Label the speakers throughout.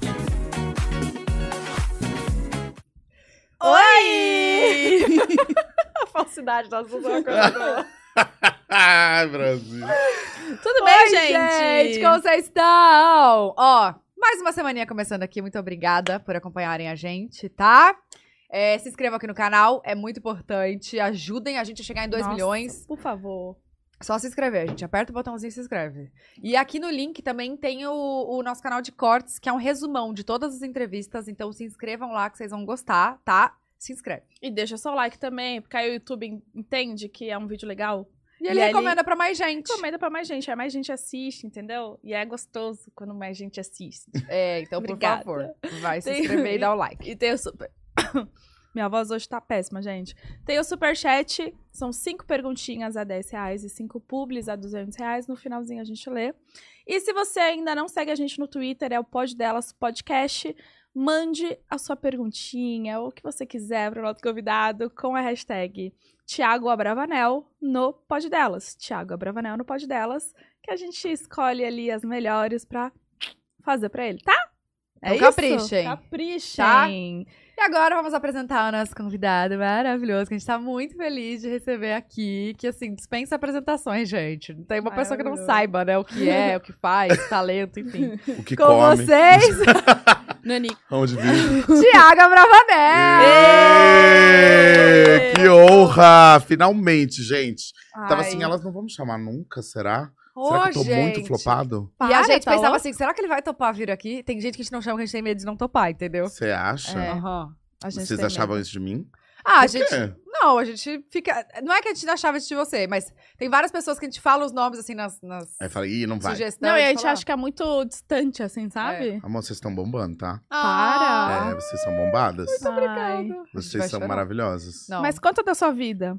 Speaker 1: felicidade, nossa
Speaker 2: é
Speaker 1: sessão continua.
Speaker 3: Ai, Brasil.
Speaker 2: Oi,
Speaker 1: Tudo bem, gente?
Speaker 2: gente, como vocês estão? Ó, mais uma semaninha começando aqui. Muito obrigada por acompanharem a gente, tá? É, se inscrevam aqui no canal, é muito importante. Ajudem a gente a chegar em 2
Speaker 1: Nossa.
Speaker 2: milhões.
Speaker 1: Por favor.
Speaker 2: Só se inscrever, gente. Aperta o botãozinho e se inscreve. E aqui no link também tem o, o nosso canal de cortes, que é um resumão de todas as entrevistas. Então se inscrevam lá que vocês vão gostar, tá? Se inscreve.
Speaker 1: E deixa seu like também, porque aí o YouTube en- entende que é um vídeo legal.
Speaker 2: E
Speaker 1: E
Speaker 2: ele
Speaker 1: ali-
Speaker 2: recomenda pra mais gente.
Speaker 1: Recomenda pra mais gente, aí mais gente assiste, entendeu? E é gostoso quando mais gente assiste.
Speaker 2: É, então por
Speaker 1: Obrigada.
Speaker 2: favor, vai se
Speaker 1: Tem-
Speaker 2: inscrever e dar o like.
Speaker 1: E tem o super... Minha voz hoje tá péssima, gente. Tem o superchat, são cinco perguntinhas a 10 reais e cinco publis a 200 reais. No finalzinho a gente lê. E se você ainda não segue a gente no Twitter, é o Pod Delas Podcast. Mande a sua perguntinha ou o que você quiser para o nosso convidado com a hashtag Tiago Abravanel no Pod Delas. Tiago Abravanel no Pod Delas, que a gente escolhe ali as melhores pra fazer pra ele, tá?
Speaker 2: Então caprichem.
Speaker 1: Caprichem.
Speaker 2: E agora vamos apresentar o nosso convidado maravilhoso, que a gente tá muito feliz de receber aqui, que assim, dispensa apresentações, gente. Não tem uma pessoa que não
Speaker 1: Maravilhoso.
Speaker 2: saiba, né, o que é, o que faz, talento, enfim.
Speaker 3: O que
Speaker 2: Com
Speaker 3: come.
Speaker 2: vocês,
Speaker 1: Nani,
Speaker 3: Onde vive.
Speaker 2: Tiago É! Bravanel!
Speaker 3: Ê, Que honra! Finalmente, gente. Tava
Speaker 2: Ai.
Speaker 3: assim, elas não vão me chamar nunca, será?
Speaker 2: Ô,
Speaker 3: será que eu tô
Speaker 2: gente.
Speaker 3: muito flopado?
Speaker 2: E a
Speaker 1: Para,
Speaker 2: gente
Speaker 1: tá
Speaker 2: pensava
Speaker 1: louco?
Speaker 2: assim, será que ele vai topar vir aqui? Tem gente que a gente não chama, que a gente tem medo de não topar, entendeu?
Speaker 3: Você acha?
Speaker 1: É.
Speaker 2: Aham.
Speaker 1: A gente
Speaker 3: Vocês
Speaker 1: tem
Speaker 3: achavam
Speaker 1: medo.
Speaker 3: isso de mim? É.
Speaker 2: Ah, a
Speaker 3: Por
Speaker 2: gente.
Speaker 3: quê?
Speaker 2: Não, a gente fica. Não é que a gente achava isso de você, mas tem várias pessoas que a gente fala os nomes assim nas, nas
Speaker 3: Aí eu falei, ih, não É, vai.
Speaker 2: sugestões.
Speaker 1: Não, e a
Speaker 2: de
Speaker 1: gente
Speaker 2: falar.
Speaker 1: acha que é muito distante, assim, sabe?
Speaker 3: Amor, vocês estão bombando, tá?
Speaker 2: Ah. Então,
Speaker 3: É, vocês são bombadas.
Speaker 1: Muito obrigada.
Speaker 3: É. Vocês
Speaker 2: vai
Speaker 3: são
Speaker 2: chorar.
Speaker 3: maravilhosas.
Speaker 2: Não.
Speaker 1: Mas conta da sua vida.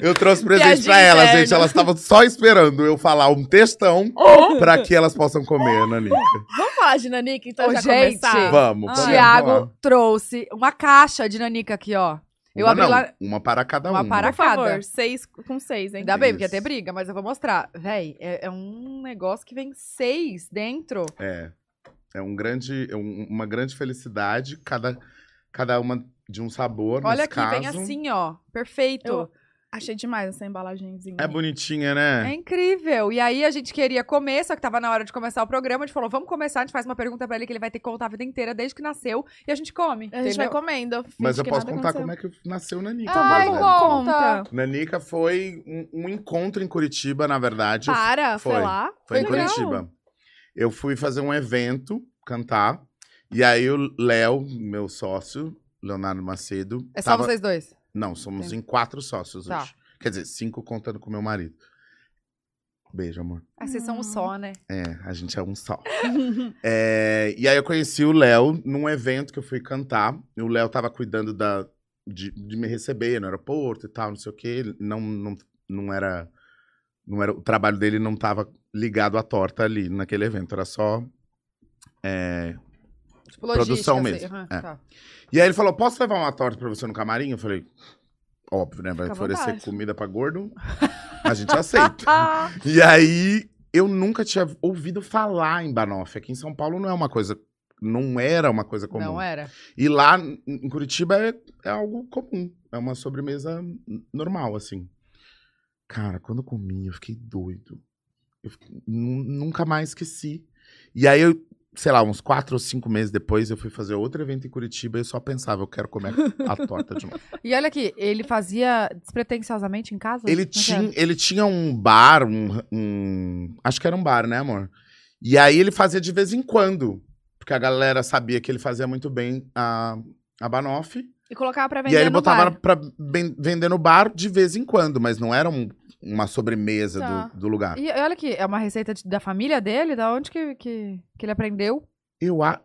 Speaker 3: Eu trouxe presente pra
Speaker 1: Piadinha
Speaker 3: elas,
Speaker 1: interna.
Speaker 3: gente. Elas estavam só esperando eu falar um textão
Speaker 1: Ô!
Speaker 3: pra que elas possam comer, Nanica.
Speaker 1: Oh! Vamos falar de Nanica, então,
Speaker 2: Ô,
Speaker 1: já
Speaker 2: gente.
Speaker 1: começar?
Speaker 3: Vamos,
Speaker 2: Ah.
Speaker 3: podemos
Speaker 2: Tiago
Speaker 3: falar.
Speaker 2: trouxe uma caixa de nanica aqui, ó. Eu
Speaker 3: uma
Speaker 2: abri
Speaker 3: não,
Speaker 2: lá-
Speaker 3: Uma para cada
Speaker 2: Uma
Speaker 3: uma.
Speaker 2: para-
Speaker 1: Por favor,
Speaker 2: Cada.
Speaker 1: seis com seis, hein?
Speaker 2: Ainda bem,
Speaker 3: Isso.
Speaker 2: porque ia ter briga, mas eu vou mostrar. Véi, é, é um negócio que vem seis dentro.
Speaker 3: É. É um grande, é um- uma grande felicidade, cada, cada uma de um sabor.
Speaker 2: Olha
Speaker 3: nesse
Speaker 2: aqui,
Speaker 3: caso.
Speaker 2: vem assim, ó. Perfeito.
Speaker 1: Eu- Achei demais essa embalagenzinha.
Speaker 3: É bonitinha,
Speaker 2: É
Speaker 3: né?
Speaker 2: incrível. E aí a gente queria comer, só que tava na hora de começar o programa. A gente falou, vamos começar. A gente faz uma pergunta pra ele que ele vai ter que contar a vida inteira desde que nasceu. E a gente come.
Speaker 1: A gente vai
Speaker 2: entendeu?
Speaker 1: comendo.
Speaker 3: Mas eu posso contar como é que né? nasceu Nanica.
Speaker 2: Então vai,
Speaker 3: por exemplo.
Speaker 2: conta.
Speaker 3: Nanica foi um, um encontro em Curitiba, na verdade. Eu
Speaker 2: Ah,
Speaker 1: Para, foi,
Speaker 3: Tipo, Foi.
Speaker 1: lá.
Speaker 3: Foi em
Speaker 1: Legal.
Speaker 3: Curitiba. Eu fui fazer um evento, cantar. E aí o Léo, meu sócio, Leonardo Macedo.
Speaker 2: É só
Speaker 3: tava-
Speaker 2: vocês dois.
Speaker 3: Não, somos
Speaker 2: Tem-
Speaker 3: em quatro sócios
Speaker 2: Tá.
Speaker 3: hoje. Quer dizer, cinco contando com meu marido. Beijo, amor.
Speaker 2: Ah, vocês são um
Speaker 1: Hum.
Speaker 2: só, né?
Speaker 3: É, a gente é um só. É, e aí eu conheci o Léo num evento que eu fui cantar. E o Léo tava cuidando da, de, de me receber no aeroporto e tal, não sei o quê. Ele Não, não, não era. Não era, o trabalho dele não tava ligado à torta ali naquele evento, era só. é,
Speaker 2: Tipo, logística,
Speaker 3: Produção
Speaker 2: assim.
Speaker 3: mesmo,
Speaker 2: Aham,
Speaker 3: é.
Speaker 2: tá.
Speaker 3: E aí ele falou: posso levar uma torta pra você no camarim? Eu falei, óbvio, né? Vai
Speaker 1: Fica à
Speaker 3: oferecer
Speaker 1: vontade.
Speaker 3: comida pra gordo. A gente aceita.
Speaker 2: Ah,
Speaker 3: E aí, eu nunca tinha ouvido falar em banoffee. Aqui em São Paulo não é uma coisa. Não era uma coisa comum.
Speaker 2: não era.
Speaker 3: E lá em- em Curitiba é, é algo comum. É uma sobremesa n- normal, assim. Cara, quando eu comi, eu fiquei doido. Eu fiquei- nu- nunca mais esqueci. E aí, eu, sei lá, uns quatro ou cinco meses depois, eu fui fazer outro evento em Curitiba e eu só pensava, eu quero comer a torta de novo.
Speaker 2: E olha aqui, ele fazia despretensiosamente em casa?
Speaker 3: Ele
Speaker 2: Como que
Speaker 3: tinha,
Speaker 2: era?
Speaker 3: ele tinha um bar, um, um- Acho que era um bar, né, amor? E aí ele fazia de vez em quando. Porque a galera sabia que ele fazia muito bem a, a Banoff.
Speaker 1: E colocava pra vender
Speaker 3: E aí ele
Speaker 1: no
Speaker 3: botava
Speaker 1: Tá bar.
Speaker 3: pra ben- vender no bar de vez em quando, mas não era um- uma sobremesa
Speaker 1: Tá.
Speaker 3: do, do lugar.
Speaker 2: E olha aqui, é uma receita de- da família dele? Da onde que, que, que ele aprendeu?
Speaker 3: Eu a,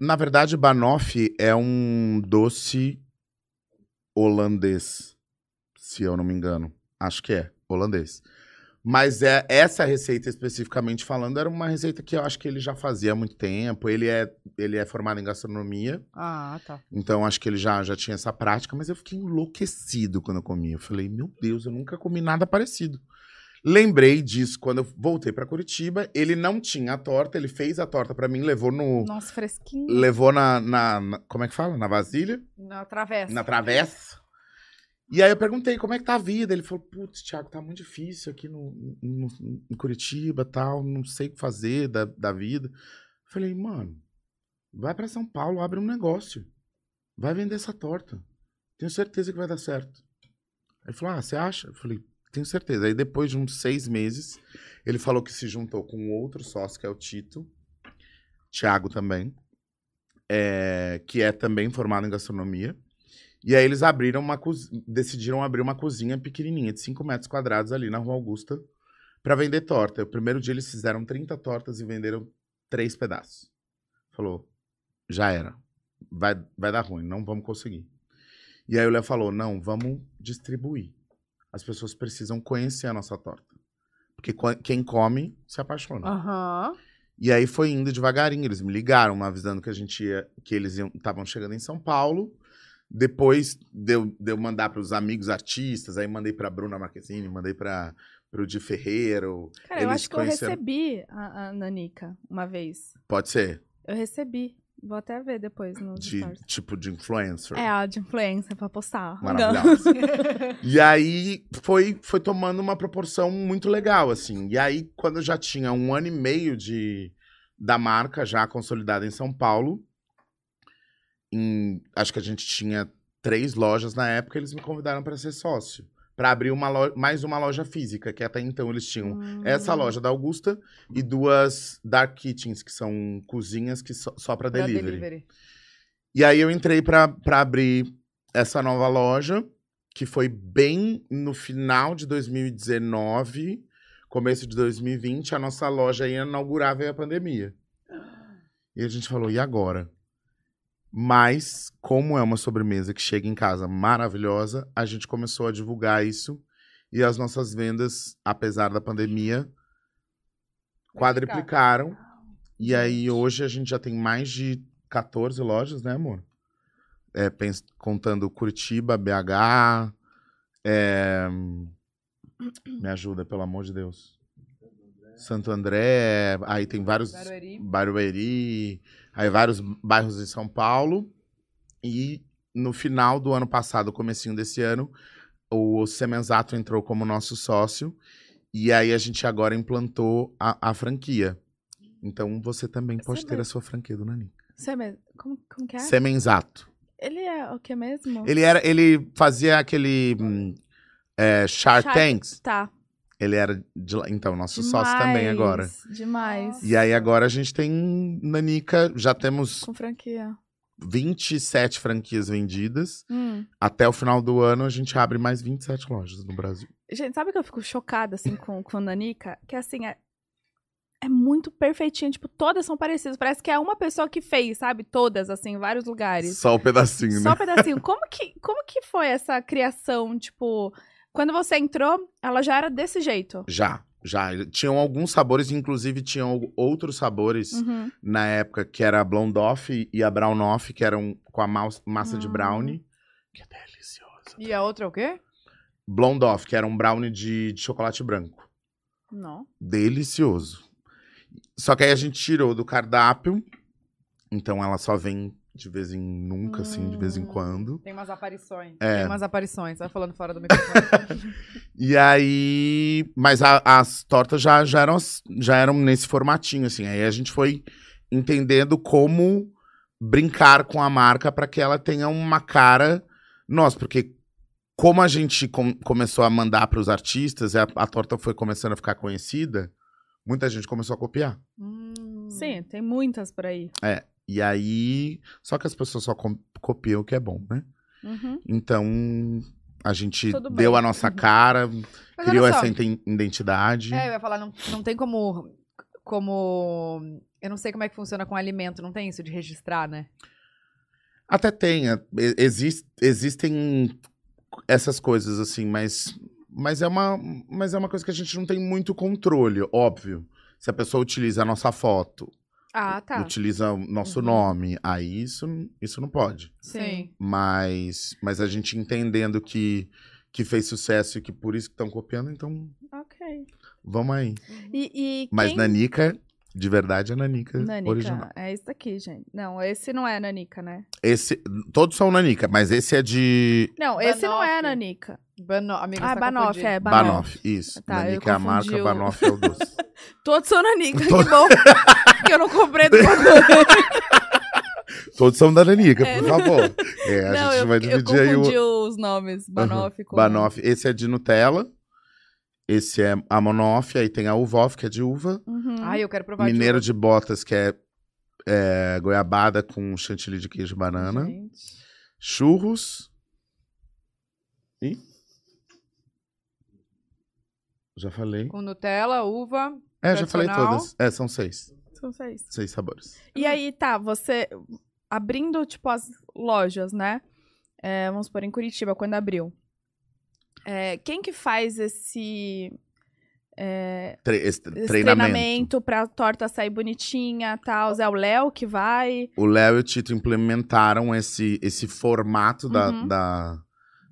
Speaker 3: Na verdade, Banoff é um doce holandês. Se eu não me engano. Acho que é, holandês. Mas é essa receita especificamente falando era uma receita que eu acho que ele já fazia há muito tempo. Ele é, ele é formado em gastronomia,
Speaker 2: Ah, tá.
Speaker 3: então acho que ele já, já tinha essa prática, mas eu fiquei enlouquecido quando eu comi. Eu falei, meu Deus, eu nunca comi nada parecido. Lembrei disso quando eu voltei pra Curitiba. Ele não tinha a torta, ele fez a torta pra mim, levou no.
Speaker 1: Nossa, fresquinho.
Speaker 3: Levou na, na- na- Como é que fala? Na vasilha?
Speaker 2: Na travessa.
Speaker 3: Na travessa. E aí eu perguntei como é que tá a vida. Ele falou: putz, Thiago, tá muito difícil aqui no, no, em Curitiba tal, não sei o que fazer da, da vida. Eu falei, mano, vai pra São Paulo, abre um negócio. Vai vender essa torta. Tenho certeza que vai dar certo. Ele falou: Ah, você acha? Eu falei, tenho certeza. Aí depois de uns seis meses, ele falou que se juntou com outro sócio, que é o Tito, Thiago também, é, que é também formado em gastronomia. E aí eles abriram uma cozinha, decidiram abrir uma cozinha pequenininha de 5 metros quadrados ali na Rua Augusta para vender torta. O primeiro dia eles fizeram 30 tortas e venderam três pedaços. Falou, já era. Vai, vai dar ruim, não vamos conseguir. E aí o Léo falou, não, vamos distribuir. As pessoas precisam conhecer a nossa torta. Porque co- quem come se apaixona.
Speaker 2: Aham.
Speaker 3: E aí foi indo devagarinho. Eles me ligaram, me avisando que a gente ia, que eles iam- estavam chegando em São Paulo. Depois deu, deu mandar para os amigos artistas, aí mandei para Bruna Marquezine, mandei para o Di Ferreiro.
Speaker 1: Cara, eu
Speaker 3: Eles
Speaker 1: acho que
Speaker 3: conheceram-
Speaker 1: eu recebi a, a Nanica uma vez.
Speaker 3: Pode ser
Speaker 1: Eu recebi. Vou até ver depois nos
Speaker 3: de
Speaker 1: stories.
Speaker 3: tipo de influencer.
Speaker 1: É, a de influencer pra postar.
Speaker 3: Maravilhosa. E aí foi, foi tomando uma proporção muito legal, assim. E aí, quando eu já tinha um ano e meio de, da marca já consolidada em São Paulo, em- acho que a gente tinha três lojas na época, eles me convidaram para ser sócio. Para abrir uma lo- mais uma loja física, que até então eles tinham
Speaker 1: Hum.
Speaker 3: essa loja da Augusta e duas Dark Kitchens, que são cozinhas que só, só para
Speaker 2: Pra
Speaker 3: delivery. E aí eu entrei pra pra abrir essa nova loja, que foi bem no final de 2019, começo de 2020, a nossa loja ia inaugurar veio a pandemia. E a gente falou, e agora? Mas, como é uma sobremesa que chega em casa maravilhosa, a gente começou a divulgar isso e as nossas vendas, apesar da pandemia, quadriplicaram. E aí hoje a gente já tem mais de 14 lojas, né, amor? É, pens- contando Curitiba, BH. é, Me ajuda, pelo amor de Deus. Santo André, aí tem vários.
Speaker 2: Barueri.
Speaker 3: Barueri, aí vários bairros de São Paulo. E no final do ano passado, comecinho desse ano, o Semenzato entrou como nosso sócio. E aí a gente agora implantou a, a franquia. Então você também pode ter a sua franquia do Nani.
Speaker 1: Você mesmo. Como, como que é?
Speaker 3: Semenzato.
Speaker 1: Ele é o que mesmo?
Speaker 3: Ele era, ele fazia aquele hum, é, Shark
Speaker 1: Shark-
Speaker 3: Tanks.
Speaker 1: Tá.
Speaker 3: Ele era de lá. Então nosso sócio também
Speaker 1: Demais,
Speaker 3: agora.
Speaker 1: Demais.
Speaker 3: E é aí agora a gente tem Nanica, já temos
Speaker 1: Com franquia.
Speaker 3: 27 franquias vendidas.
Speaker 1: Hum.
Speaker 3: Até o final do ano, a gente abre mais 27 lojas no Brasil.
Speaker 1: Gente, sabe que eu fico chocada, assim, com, com a Nanica? Que, assim, é, é muito perfeitinha. Tipo, todas são parecidas. Parece que é uma pessoa que fez, sabe? Todas, assim, em vários lugares.
Speaker 3: Só o pedacinho,
Speaker 1: Só
Speaker 3: né?
Speaker 1: um pedacinho. Como que, como que foi essa criação? Tipo, quando você entrou, ela já era desse jeito.
Speaker 3: Já, já. Tinham alguns sabores, inclusive tinham outros sabores
Speaker 1: Uhum.
Speaker 3: na época, que era a Blonde Off e a Brown Off, que eram com a maus- massa de
Speaker 1: Hum.
Speaker 3: brownie. Que deliciosa.
Speaker 2: E a outra é o quê?
Speaker 3: Blonde Off, que era um brownie de- de chocolate branco.
Speaker 1: Não.
Speaker 3: Delicioso. Só que aí a gente tirou do cardápio. Então ela só vem de vez em nunca, assim, de vez em
Speaker 1: Hum.
Speaker 3: quando.
Speaker 2: Tem umas aparições.
Speaker 3: É.
Speaker 2: Tem umas aparições. Vai falando fora do microfone.
Speaker 3: E aí. Mas a- as tortas já, já, eram, as- já eram nesse formatinho, assim. Aí a gente foi entendendo como brincar com a marca para que ela tenha uma cara nossa, porque como a gente com- começou a mandar para os artistas, e a, a torta foi começando a ficar conhecida, muita gente começou a copiar.
Speaker 2: Hum.
Speaker 1: Sim, tem muitas por aí.
Speaker 3: E aí. Só que as pessoas só com- copiam o que é bom, né?
Speaker 1: Uhum.
Speaker 3: Então, a gente
Speaker 1: Tudo
Speaker 3: deu
Speaker 1: bem.
Speaker 3: a nossa cara,
Speaker 2: Uhum. Mas
Speaker 3: criou
Speaker 2: olha só,
Speaker 3: essa inten- identidade.
Speaker 2: É, eu ia falar, não, não tem como. Como. Eu não sei como é que funciona com alimento, não tem isso de registrar, né?
Speaker 3: Até tem, é, e- exis- existem essas coisas assim, mas, mas, é uma, mas é uma coisa que a gente não tem muito controle, óbvio. Se a pessoa utiliza a nossa foto,
Speaker 1: Ah, tá.
Speaker 3: utiliza o nosso
Speaker 2: Uhum.
Speaker 3: nome, aí isso, isso não pode.
Speaker 1: Sim.
Speaker 3: Mas, mas a gente entendendo que, que fez sucesso e que por isso que estão copiando, então
Speaker 1: Ok.
Speaker 3: vamos aí.
Speaker 1: E, e
Speaker 3: Mas
Speaker 1: quem...
Speaker 3: Nanica, de verdade, é Nanica,
Speaker 1: Nanica,
Speaker 3: original.
Speaker 1: é esse daqui, gente. Não, esse não é Nanica, né?
Speaker 3: Esse, todos são Nanica, mas esse é de
Speaker 1: Não, esse não é
Speaker 2: Banoff.
Speaker 1: Nanica.
Speaker 2: Bano... Amiga,
Speaker 1: Ah,
Speaker 2: você tá
Speaker 1: Banoff,
Speaker 2: confundindo.
Speaker 1: é, Banoff.
Speaker 3: Banoff. Isso.
Speaker 1: Tá, eu
Speaker 3: Nanica é a marca,
Speaker 1: confundi o-
Speaker 3: Banoff é o doce.
Speaker 1: Todos são Nanica,
Speaker 3: Todos-
Speaker 1: que bom. que eu não comprei do Banoff.
Speaker 3: Todos são da Nanica,
Speaker 1: É.
Speaker 3: por favor. É, a
Speaker 1: Não,
Speaker 3: gente
Speaker 1: eu,
Speaker 3: vai
Speaker 1: eu
Speaker 3: dividir aí o. Uhum.
Speaker 1: confundi os nomes, Banoff com...
Speaker 3: Banoff. Esse é de Nutella. Esse é a Monoff. Aí tem a Uvoff, que é de uva.
Speaker 1: Uhum.
Speaker 2: Ai, eu quero provar
Speaker 3: Mineiro de Botas, que é, é, goiabada com chantilly de queijo e banana.
Speaker 1: Gente.
Speaker 3: Churros. E? Já falei.
Speaker 2: Com Nutella, uva.
Speaker 3: É, já falei
Speaker 2: tradicional.
Speaker 3: todas. É, são seis.
Speaker 1: São seis.
Speaker 3: Seis sabores.
Speaker 1: E aí, tá, você abrindo, tipo, as lojas, né? É, vamos supor, em Curitiba, quando abriu. É, quem que faz esse,
Speaker 3: Tre- É. esse
Speaker 1: esse
Speaker 3: treinamento.
Speaker 1: treinamento pra torta sair bonitinha tal? É o Léo que vai?
Speaker 3: o Léo e o Tito implementaram esse, esse formato da,
Speaker 1: Uhum.
Speaker 3: da,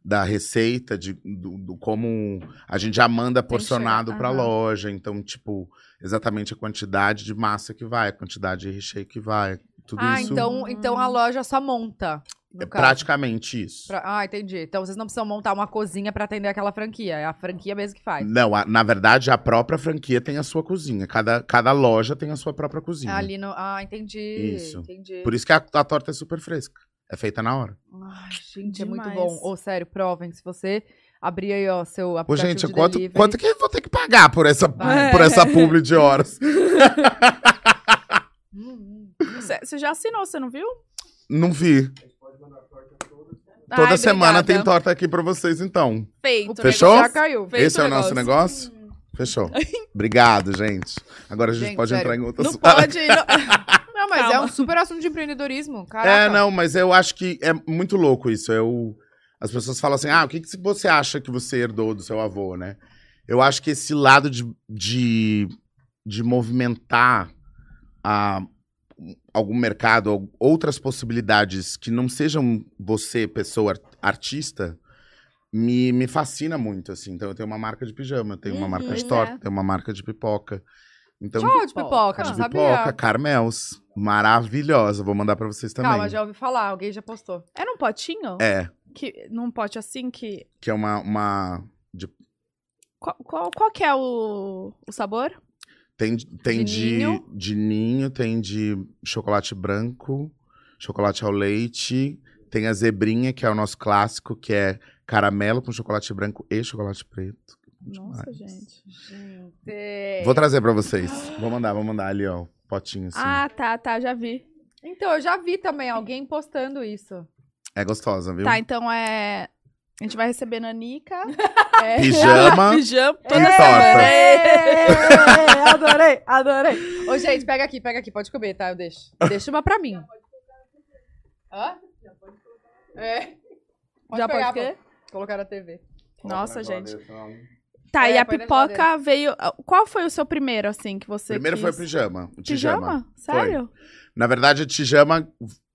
Speaker 3: da receita, de, do, do como a gente já manda
Speaker 1: que chegar,
Speaker 3: porcionado para
Speaker 1: aham.
Speaker 3: loja. Então, tipo, exatamente a quantidade de massa que vai, a quantidade de recheio que vai. Tudo
Speaker 2: Ah,
Speaker 3: isso
Speaker 2: então, então a loja só monta. no
Speaker 3: é
Speaker 2: caso.
Speaker 3: praticamente isso.
Speaker 2: Pra- Ah, entendi. Então vocês não precisam montar uma cozinha pra atender aquela franquia. É a franquia mesmo que faz.
Speaker 3: Não, a- na verdade, a própria franquia tem a sua cozinha. Cada, cada loja tem a sua própria cozinha.
Speaker 2: Ali no... Ah, entendi.
Speaker 3: Isso.
Speaker 2: Entendi.
Speaker 3: Por isso que a, a torta é super fresca. É feita na hora.
Speaker 2: Ai, gente, é muito
Speaker 1: Demais.
Speaker 2: bom. Ô, sério, provem. Se você abrir aí, ó, seu
Speaker 3: Ô,
Speaker 2: aplicativo
Speaker 3: gente,
Speaker 2: de
Speaker 3: quanto,
Speaker 2: delivery. É.
Speaker 3: quanto que eu vou ter que pagar por essa,
Speaker 2: Vai.
Speaker 3: por essa publi de horas?
Speaker 2: Hum, hum.
Speaker 1: Você você já assinou, você não viu?
Speaker 3: Não vi. Toda semana tem torta aqui pra vocês, então.
Speaker 1: Feito. né?
Speaker 2: O preço
Speaker 3: Fechou?
Speaker 2: Já caiu.
Speaker 1: Feito
Speaker 3: Esse é o nosso negócio? Fechou. Obrigado, gente. Agora a gente,
Speaker 2: Gente,
Speaker 3: pode
Speaker 2: sério,
Speaker 3: entrar em outro
Speaker 1: Não
Speaker 3: assunto.
Speaker 1: pode. não- um
Speaker 2: Não, mas é
Speaker 1: Calma.
Speaker 2: um super assunto de empreendedorismo. Caraca.
Speaker 3: É, não, mas eu acho que é muito louco isso. Eu, as pessoas falam assim: ah, o que, que você acha que você herdou do seu avô, né? Eu acho que esse lado de, de, de movimentar a, algum mercado, ou outras possibilidades que não sejam você, pessoa ar- artista, me, me fascina muito. assim. Então, eu tenho uma marca de pijama, eu tenho uma
Speaker 1: Uhum,
Speaker 3: marca de
Speaker 1: é.
Speaker 3: torta, eu tenho uma marca de pipoca. Então,
Speaker 2: Tchau, de pipoca,
Speaker 3: de
Speaker 1: tipo,
Speaker 2: não
Speaker 3: pipoca,
Speaker 2: sabia.
Speaker 3: Carmels. Maravilhosa. Vou mandar pra vocês também.
Speaker 2: Calma, já ouvi falar, alguém já postou.
Speaker 1: Era um potinho?
Speaker 3: É,
Speaker 1: Que, num pote assim que...
Speaker 3: que é uma, uma
Speaker 1: Qual, qual, qual que é o, o sabor?
Speaker 3: tem tem
Speaker 2: De
Speaker 3: de,
Speaker 2: ninho.
Speaker 3: de ninho, tem de chocolate branco, chocolate ao leite, tem a zebrinha que é o nosso clássico, que é caramelo com chocolate branco e chocolate preto.
Speaker 1: Nossa,
Speaker 3: Demais.
Speaker 1: gente.
Speaker 2: Hum, Gente.
Speaker 3: Vou trazer pra vocês. Vou mandar, vou mandar ali, ó, o potinho assim.
Speaker 1: Ah, tá, tá, já vi.
Speaker 2: Então, eu já vi também alguém postando isso.
Speaker 3: É gostosa, viu?
Speaker 1: Tá, então é. A gente vai receber Nanica. é,
Speaker 3: Pijama.
Speaker 1: Pijama.
Speaker 3: E torta.
Speaker 2: Ê, adorei, adorei. Ô, gente, pega aqui, pega aqui, pode comer, tá? Eu deixo. Deixa uma pra mim. Hã? É. Pode
Speaker 1: Já
Speaker 2: pegar,
Speaker 1: pode quê?
Speaker 2: pô. Colocar na TV.
Speaker 1: Nossa, gente. Tá,
Speaker 2: É,
Speaker 1: e a
Speaker 2: põe na
Speaker 1: pipoca
Speaker 2: geladeira.
Speaker 1: veio. Qual foi o seu primeiro, assim, que você.
Speaker 3: Primeiro
Speaker 1: quis?
Speaker 3: foi o pijama, o
Speaker 1: Pijama?
Speaker 3: pijama.
Speaker 1: Sério?
Speaker 3: Na verdade, a tijama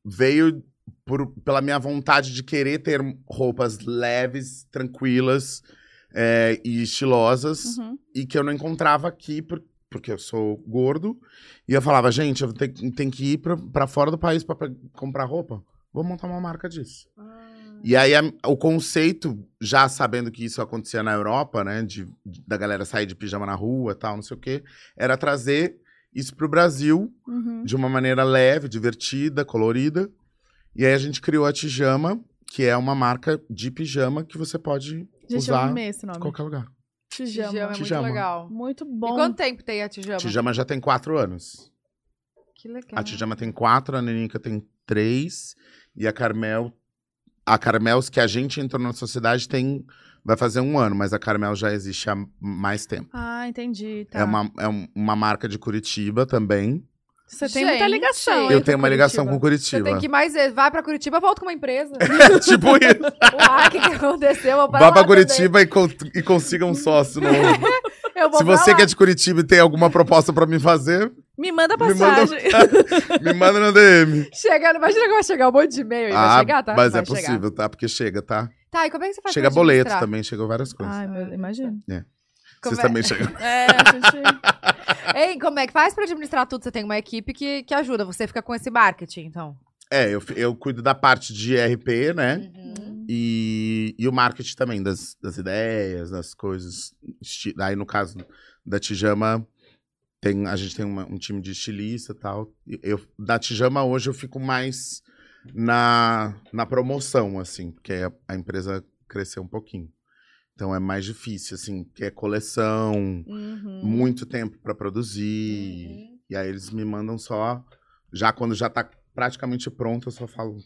Speaker 3: veio por- pela minha vontade de querer ter roupas leves, tranquilas é, e estilosas,
Speaker 1: Uhum.
Speaker 3: e que eu não encontrava aqui, por- porque eu sou gordo. E eu falava, gente, eu tenho, tenho que ir pra, pra fora do país pra, pra comprar roupa. Vou montar uma marca disso. E aí, a- o conceito, já sabendo que isso acontecia na Europa, né? de- de- da galera sair de pijama na rua tal, não sei o quê, era trazer isso pro Brasil
Speaker 1: Uhum.
Speaker 3: de uma maneira leve, divertida, colorida. E aí a gente criou a Tijama, que é uma marca de pijama que você pode
Speaker 1: Gente, eu
Speaker 3: usar
Speaker 1: amei esse nome.
Speaker 3: em qualquer lugar.
Speaker 1: Pijama.
Speaker 2: Tijama é
Speaker 3: Tijama.
Speaker 2: muito legal.
Speaker 1: Muito
Speaker 2: E
Speaker 1: bom.
Speaker 2: quanto tempo tem a tijama? Ah.
Speaker 3: Tijama já tem quatro anos.
Speaker 2: Que legal.
Speaker 3: A Tijama tem quatro, a Nenica tem três. E a Carmel. A Carmel, que a gente entrou na sociedade, tem. Vai fazer um ano, mas a Carmel já existe há mais tempo.
Speaker 1: Ah, entendi. Tá.
Speaker 3: É, uma, é um- uma marca de Curitiba também.
Speaker 1: Você tem muita
Speaker 2: Gente.
Speaker 1: ligação.
Speaker 2: Oi,
Speaker 3: Eu
Speaker 1: hein,
Speaker 3: tenho
Speaker 1: com
Speaker 3: uma ligação com
Speaker 1: Curitiba.
Speaker 3: Curitiba.
Speaker 2: Você tem que ir mais vezes. Vai pra Curitiba, volta com uma empresa.
Speaker 3: tipo isso.
Speaker 2: Uai, o que, que aconteceu? Eu vou
Speaker 3: Vá
Speaker 2: lá
Speaker 3: pra
Speaker 2: também.
Speaker 3: Curitiba e, con- e consiga um sócio novo.
Speaker 2: Eu vou
Speaker 3: Se
Speaker 2: pra
Speaker 3: você
Speaker 2: lá.
Speaker 3: que é de Curitiba e tem alguma proposta pra me fazer,
Speaker 1: Me manda
Speaker 3: Me manda- um-
Speaker 1: passagem.
Speaker 3: me manda no DM.
Speaker 2: Chegando, imagina que vai chegar um monte de e-mail. e vai chegar, tá?
Speaker 3: mas
Speaker 2: Vai
Speaker 3: é
Speaker 2: chegar.
Speaker 3: possível, tá? Porque chega, tá?
Speaker 2: Tá, e como é que você faz
Speaker 3: Chega
Speaker 2: pra
Speaker 3: boleto
Speaker 2: administrar?
Speaker 3: também, chegou várias coisas.
Speaker 1: Ai, meu, imagino.
Speaker 3: Vocês
Speaker 2: Como é-
Speaker 3: também chegam.
Speaker 1: É, a gente...
Speaker 2: Ei, como é que faz pra administrar tudo? Você tem uma equipe que, que ajuda, você fica com esse marketing, então.
Speaker 3: É, eu, fi- eu cuido da parte de RP, né?
Speaker 2: Uhum.
Speaker 3: E, e o marketing também, das, das ideias, das coisas. Esti- Aí, no caso da Tijama, tem, a gente tem uma- um time de estilista e tal. E Eu, da Tijama, hoje, eu fico mais na, na promoção, assim, porque a, a empresa cresceu um pouquinho. Então, é mais difícil, assim, porque é coleção,
Speaker 1: Uhum.
Speaker 3: muito tempo pra produzir. E aí, eles me mandam só. Já quando já tá praticamente pronto, eu só falo.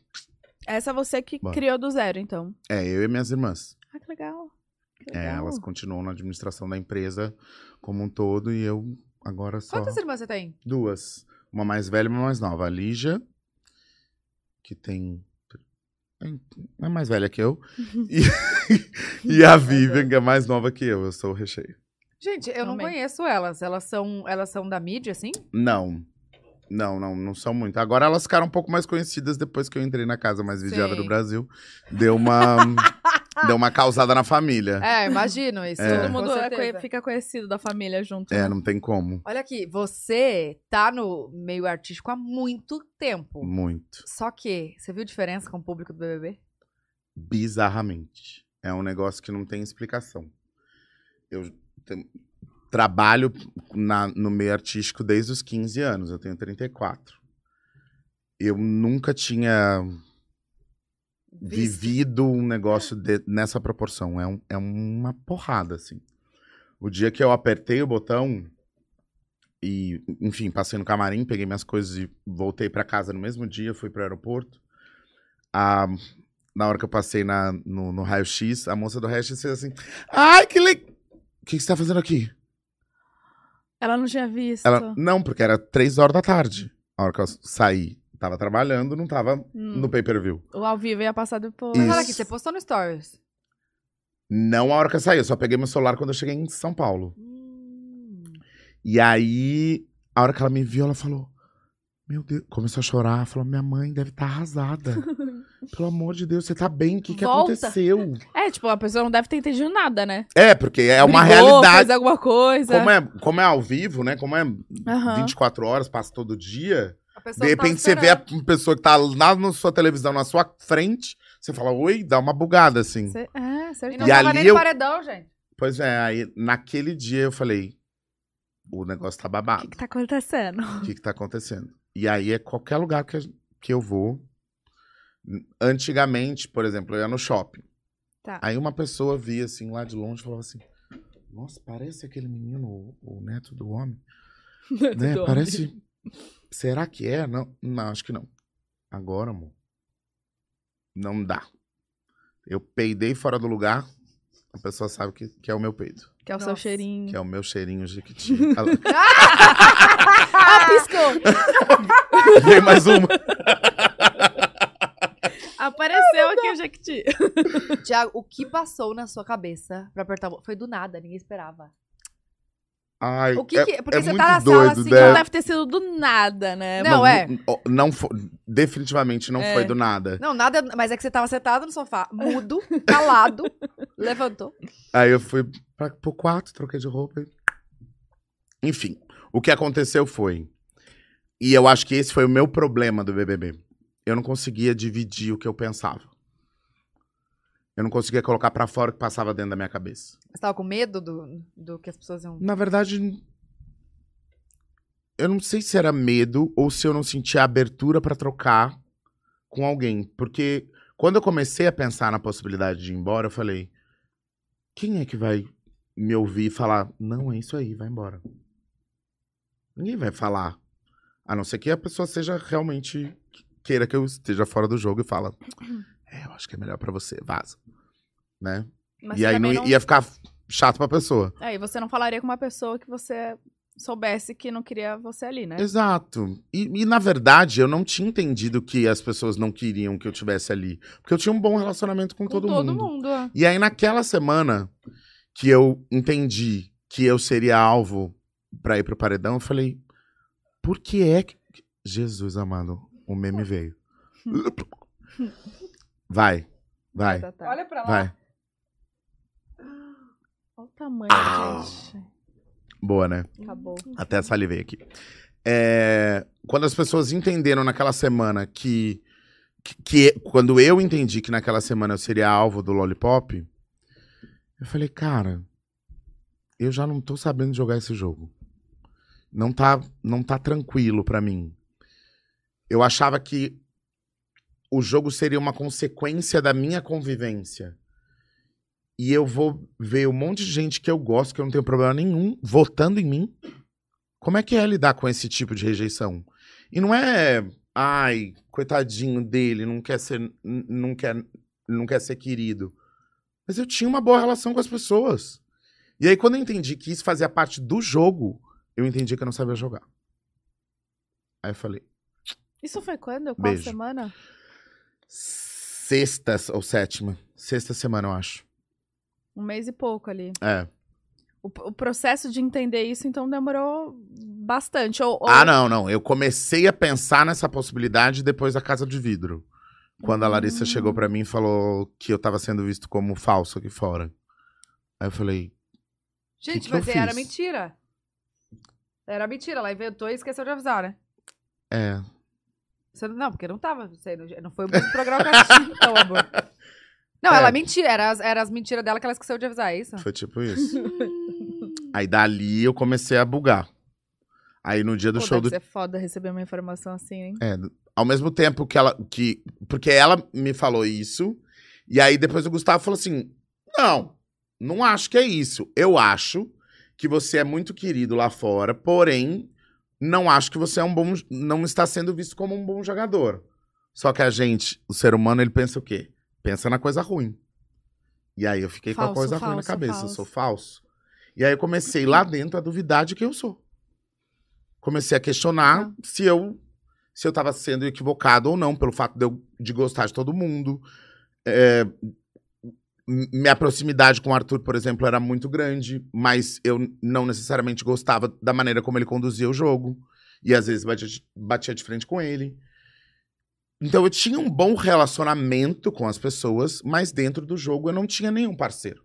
Speaker 1: Essa é você que
Speaker 3: Bora.
Speaker 1: criou do zero, então.
Speaker 3: É, eu e minhas irmãs.
Speaker 1: Ah, que legal. Que
Speaker 3: É,
Speaker 1: legal.
Speaker 3: elas continuam na administração da empresa como um todo e eu agora só
Speaker 2: Quantas é? irmãs você tem?
Speaker 3: duas. Uma mais velha e uma mais nova. A Lígia, que tem. tem- É mais velha que eu. E, e
Speaker 2: Uhum.
Speaker 3: a Vivian, que é mais nova que eu. Eu sou o recheio.
Speaker 2: Gente, eu não
Speaker 1: Também.
Speaker 2: conheço elas. Elas são, elas são da mídia, assim?
Speaker 3: Não. Não, não, não são muito. Agora elas ficaram um pouco mais conhecidas depois que eu entrei na casa mais vigiada
Speaker 2: Sim.
Speaker 3: do Brasil. Deu uma. deu uma causada na família.
Speaker 2: É, imagino isso.
Speaker 3: É.
Speaker 1: Todo
Speaker 2: com
Speaker 1: mundo é
Speaker 2: certeza.
Speaker 1: conhe- fica conhecido da família junto.
Speaker 3: É,
Speaker 1: né?
Speaker 3: não tem como.
Speaker 2: Olha aqui, você tá no meio artístico há muito
Speaker 3: Hum.
Speaker 2: tempo.
Speaker 3: Muito.
Speaker 2: Só que, você viu diferença com o público do BBB?
Speaker 3: bizarramente. É um negócio que não tem explicação. Eu te- trabalho na- no meio artístico desde os 15 anos, eu tenho 34. Eu nunca tinha vivido um negócio de- nessa proporção. É, um- é uma porrada, assim. O dia que eu apertei o botão e, enfim, passei no camarim, peguei minhas coisas e voltei pra casa no mesmo dia, fui pro aeroporto. A- na hora que eu passei na- no, no raio-x, a moça do raio-x fez assim: Ai, que legal! O que que você tá fazendo aqui?
Speaker 1: Ela não tinha visto.
Speaker 3: Ela, não, porque era três horas da tarde. A hora que eu saí, tava trabalhando, não tava
Speaker 1: Hum,
Speaker 3: no pay-per-view.
Speaker 1: O ao vivo ia passar depois.
Speaker 2: Mas olha
Speaker 3: Isso.
Speaker 2: aqui, você postou no Stories.
Speaker 3: Não a hora que eu saí, eu só peguei meu celular quando eu cheguei em São Paulo.
Speaker 2: Hum.
Speaker 3: E aí, a hora que ela me viu, ela falou: Meu Deus, começou a chorar, falou: Minha mãe deve estar arrasada. Pelo amor de Deus, você tá bem, o que, que
Speaker 2: Volta.
Speaker 3: aconteceu?
Speaker 1: É, tipo, a pessoa não deve ter entendido nada, né?
Speaker 3: É, porque é uma
Speaker 1: Brigou,
Speaker 3: realidade.
Speaker 1: Fez alguma coisa.
Speaker 3: Como é, como é ao vivo, né? Como é
Speaker 1: Aham.
Speaker 3: 24 horas, passa todo dia.
Speaker 2: A pessoa
Speaker 3: De
Speaker 2: não tava
Speaker 3: repente você vê a
Speaker 2: esperando.
Speaker 3: pessoa que tá lá na sua televisão, na sua frente, você fala, oi, dá uma bugada, assim.
Speaker 1: Cê- é,
Speaker 2: E
Speaker 1: certeza.
Speaker 2: não
Speaker 3: E
Speaker 2: tava
Speaker 3: ali
Speaker 2: nem no
Speaker 3: eu-
Speaker 2: paredão, gente.
Speaker 3: Pois é, aí naquele dia eu falei, o negócio tá
Speaker 1: O que,
Speaker 3: babado.
Speaker 1: que tá acontecendo?
Speaker 3: O que, que tá acontecendo? E aí é qualquer lugar que, a- que eu vou. Antigamente, por exemplo, eu ia no shopping.
Speaker 1: Tá.
Speaker 3: Aí uma pessoa via assim lá de longe e falava assim: Nossa, parece aquele menino, o, o neto do homem. né?
Speaker 1: Do homem.
Speaker 3: Parece. Será que é? Não, não, acho que não. Agora, amor. Não dá. Eu peidei fora do lugar, a pessoa sabe que, que é o meu peido.
Speaker 1: Que é o seu
Speaker 2: Nossa.
Speaker 1: cheirinho.
Speaker 3: Que é o meu cheirinho jiquiti.
Speaker 1: Ah, piscou!
Speaker 3: Tem mais uma.
Speaker 1: Apareceu aqui o Jequiti.
Speaker 2: Tiago, o que passou na sua cabeça pra apertar o botão? Foi do nada, ninguém esperava.
Speaker 3: Ai,
Speaker 2: O que
Speaker 3: é-
Speaker 2: que- porque
Speaker 3: é
Speaker 2: você
Speaker 3: muito
Speaker 2: tá na
Speaker 3: doido,
Speaker 2: sala assim,
Speaker 3: né?
Speaker 1: Não deve ter sido do nada, né?
Speaker 2: Não, é.
Speaker 3: Não, não fo- definitivamente não
Speaker 1: É.
Speaker 3: foi do nada.
Speaker 2: Não, nada, mas é que você tava sentado no sofá, mudo, calado, levantou.
Speaker 3: Aí eu fui pra, pro quarto, troquei de roupa. E... Enfim, o que aconteceu foi. E eu acho que esse foi o meu problema do BBB. Eu não conseguia dividir o que eu pensava. Eu não conseguia colocar pra fora o que passava dentro da minha cabeça.
Speaker 2: Você tava com medo do, do que as pessoas iam.
Speaker 3: Na verdade, eu não sei se era medo ou se eu não sentia abertura pra trocar com alguém. Porque quando eu comecei a pensar na possibilidade de ir embora, eu falei: quem é que vai me ouvir e falar, não, é isso aí, vai embora? Ninguém vai falar. A não ser que a pessoa seja realmente queira que eu esteja fora do jogo e fala: é, eu acho que é melhor pra você, vaza. Né?
Speaker 1: Mas
Speaker 3: e
Speaker 1: você
Speaker 3: aí não,
Speaker 1: também
Speaker 3: i- ia ficar chato pra pessoa.
Speaker 1: É, e você não falaria com uma pessoa que você soubesse que não queria você ali,
Speaker 3: É.
Speaker 1: né?
Speaker 3: Exato. E, e, na verdade, eu não tinha entendido que as pessoas não queriam que eu tivesse ali. Porque eu tinha um bom relacionamento com, todo, mundo.
Speaker 2: é.
Speaker 3: E aí, naquela semana que eu entendi que eu seria alvo pra ir pro paredão, eu falei: por que é que. Hum. Jesus amado, o meme veio. Vai. Vai,
Speaker 1: Tá, tá. Olha...
Speaker 2: Olha pra lá.
Speaker 3: vai.
Speaker 1: o tamanho,
Speaker 3: Ah.
Speaker 1: gente.
Speaker 3: Boa, né?
Speaker 1: Acabou.
Speaker 2: Hum.
Speaker 3: Até salivei aqui. É, quando as pessoas entenderam naquela semana que, que, que- Quando eu entendi que naquela semana eu seria alvo do Lollipop, eu falei, cara, eu já não tô sabendo jogar esse jogo. Não tá, não tá tranquilo pra mim. Eu achava que o jogo seria uma consequência da minha convivência. E eu vou ver um monte de gente que eu gosto, que eu não tenho problema nenhum, votando em mim. Como é que é lidar com esse tipo de rejeição? E não é, ai, coitadinho dele, não quer ser, n- não quer, não quer ser querido. Mas eu tinha uma boa relação com as pessoas. E aí quando eu entendi que isso fazia parte do jogo, eu entendi que eu não sabia jogar. Aí eu falei,
Speaker 1: Isso foi quando? Qual
Speaker 3: Beijo.
Speaker 1: semana?
Speaker 3: sexta ou sétima? Sexta semana, eu acho.
Speaker 1: Um mês e pouco ali.
Speaker 3: É.
Speaker 1: O, o processo de entender isso, então, demorou bastante. Ou, ou-
Speaker 3: Ah, não, não. Eu comecei a pensar nessa possibilidade depois da Casa de Vidro. Quando a Larissa
Speaker 1: Hum.
Speaker 3: chegou pra mim e falou que eu tava sendo visto como falso aqui fora. Aí eu falei,
Speaker 2: Gente,
Speaker 3: que eu
Speaker 2: mas era
Speaker 3: fiz?
Speaker 2: mentira. Era mentira. Ela inventou e esqueceu de avisar, né?
Speaker 3: é.
Speaker 2: Você não, não, porque não tava. Você, não não foi o mesmo programa que eu assisti, então, amor. Não,
Speaker 3: É.
Speaker 2: ela mentia. Era, as- era as mentiras dela que ela esqueceu de avisar, é isso?
Speaker 1: Tá."
Speaker 3: Foi tipo isso. Aí dali eu comecei a bugar. Aí no dia do
Speaker 1: Pô,
Speaker 3: show
Speaker 1: deve
Speaker 3: do.
Speaker 1: ser foda receber uma informação assim, hein?
Speaker 3: É, ao mesmo tempo que ela. Que, porque ela me falou isso. E aí depois o Gustavo falou assim: Não, não acho que é isso. Eu acho que você é muito querido lá fora, porém, não acho que você é um bom. não está sendo visto como um bom jogador. Só que a gente, o ser humano, ele pensa o quê? Pensa na coisa ruim. E aí eu fiquei com
Speaker 1: Falso,
Speaker 3: a coisa ruim na
Speaker 1: falso,
Speaker 3: cabeça. Eu
Speaker 1: falso.
Speaker 3: sou falso. E aí eu comecei lá dentro a duvidar de quem eu sou. Comecei a questionar
Speaker 1: Ah.
Speaker 3: se eu se eu tava sendo equivocado ou não pelo fato de eu de gostar de todo mundo. É, m- minha proximidade com o Arthur, por exemplo, era muito grande, mas eu não necessariamente gostava da maneira como ele conduzia o jogo. E às vezes batia de, batia de frente com ele. Então eu tinha um bom relacionamento com as pessoas, mas dentro do jogo eu não tinha nenhum parceiro.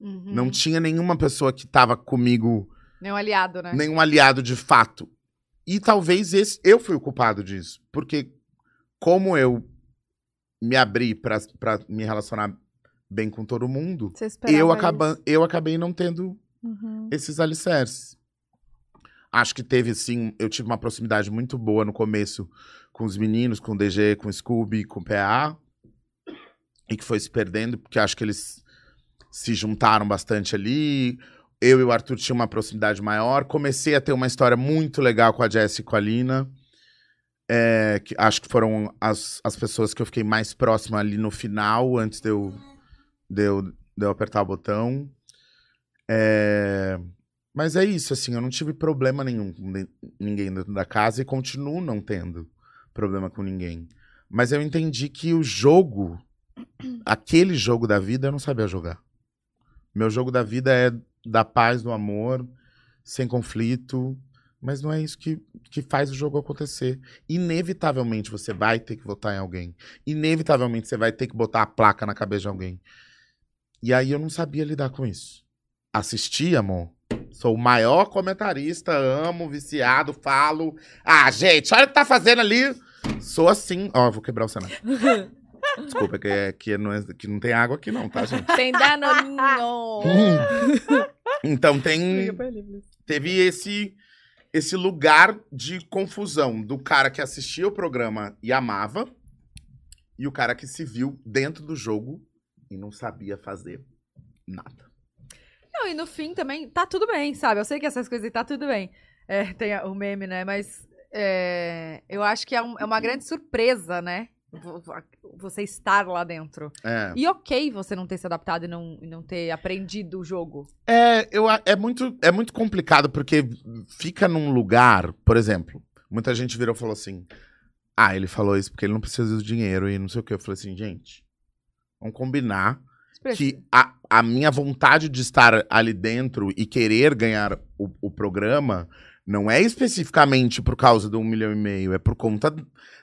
Speaker 2: Hum. Uhum.
Speaker 3: Não tinha nenhuma pessoa que tava comigo,
Speaker 2: Nenhum aliado, né?
Speaker 3: nenhum aliado de fato. E talvez esse, eu fui o culpado disso. Porque como eu me abri pra pra me relacionar bem com todo mundo,
Speaker 1: Você esperava
Speaker 3: eu,
Speaker 1: isso?
Speaker 3: acaba, eu acabei não tendo
Speaker 1: Uhum.
Speaker 3: esses alicerces. Acho que teve, sim, eu tive uma proximidade muito boa no começo com os meninos, com o DG, com o Scooby, com o PA. E que foi se perdendo, porque acho que eles se juntaram bastante ali. Eu e o Arthur tinha uma proximidade maior. Comecei a ter uma história muito legal com a Jess e com a Lina. É, que acho que foram as, as pessoas que eu fiquei mais próxima ali no final, antes de eu, de eu, de eu apertar o botão. É, Mas é isso, assim, eu não tive problema nenhum com ni- ninguém dentro da casa e continuo não tendo problema com ninguém. Mas eu entendi que o jogo, aquele jogo da vida, eu não sabia jogar. Meu jogo da vida é da paz, do amor, sem conflito, mas não é isso que, que faz o jogo acontecer. Inevitavelmente você vai ter que votar em alguém. Inevitavelmente você vai ter que botar a placa na cabeça de alguém. E aí eu não sabia lidar com isso assisti, amor. Sou o maior comentarista, amo, viciado, falo. Ah, gente, olha o que tá fazendo ali. Sou assim. Ó, vou quebrar o cenário. Desculpa, que, é- que, não, é- que não tem água aqui, não, tá, gente?
Speaker 1: Tem Ah, danoninho.
Speaker 3: Hum. então tem.
Speaker 1: Liga pra ele, Luiz.
Speaker 3: Teve esse, esse lugar de confusão do cara que assistia o programa e amava, e o cara que se viu dentro do jogo e não sabia fazer nada.
Speaker 2: Não, e no fim também tá tudo bem, sabe? Eu sei que essas coisas aí tá tudo bem. É, tem a- o meme, né? Mas é, eu acho que é, um- é uma grande surpresa, né? Vo- vo- Você estar lá dentro.
Speaker 3: É.
Speaker 2: E ok você não ter se adaptado e não, e não ter aprendido o jogo.
Speaker 3: É, eu, a- é, muito, é muito complicado, porque fica num lugar, por exemplo, muita gente virou e falou assim: Ah, ele falou isso porque ele não precisa do dinheiro e não sei o quê. Eu falei assim, gente, vamos combinar que a, a minha vontade de estar ali dentro e querer ganhar o, o programa não é especificamente por causa do um milhão e meio, é por conta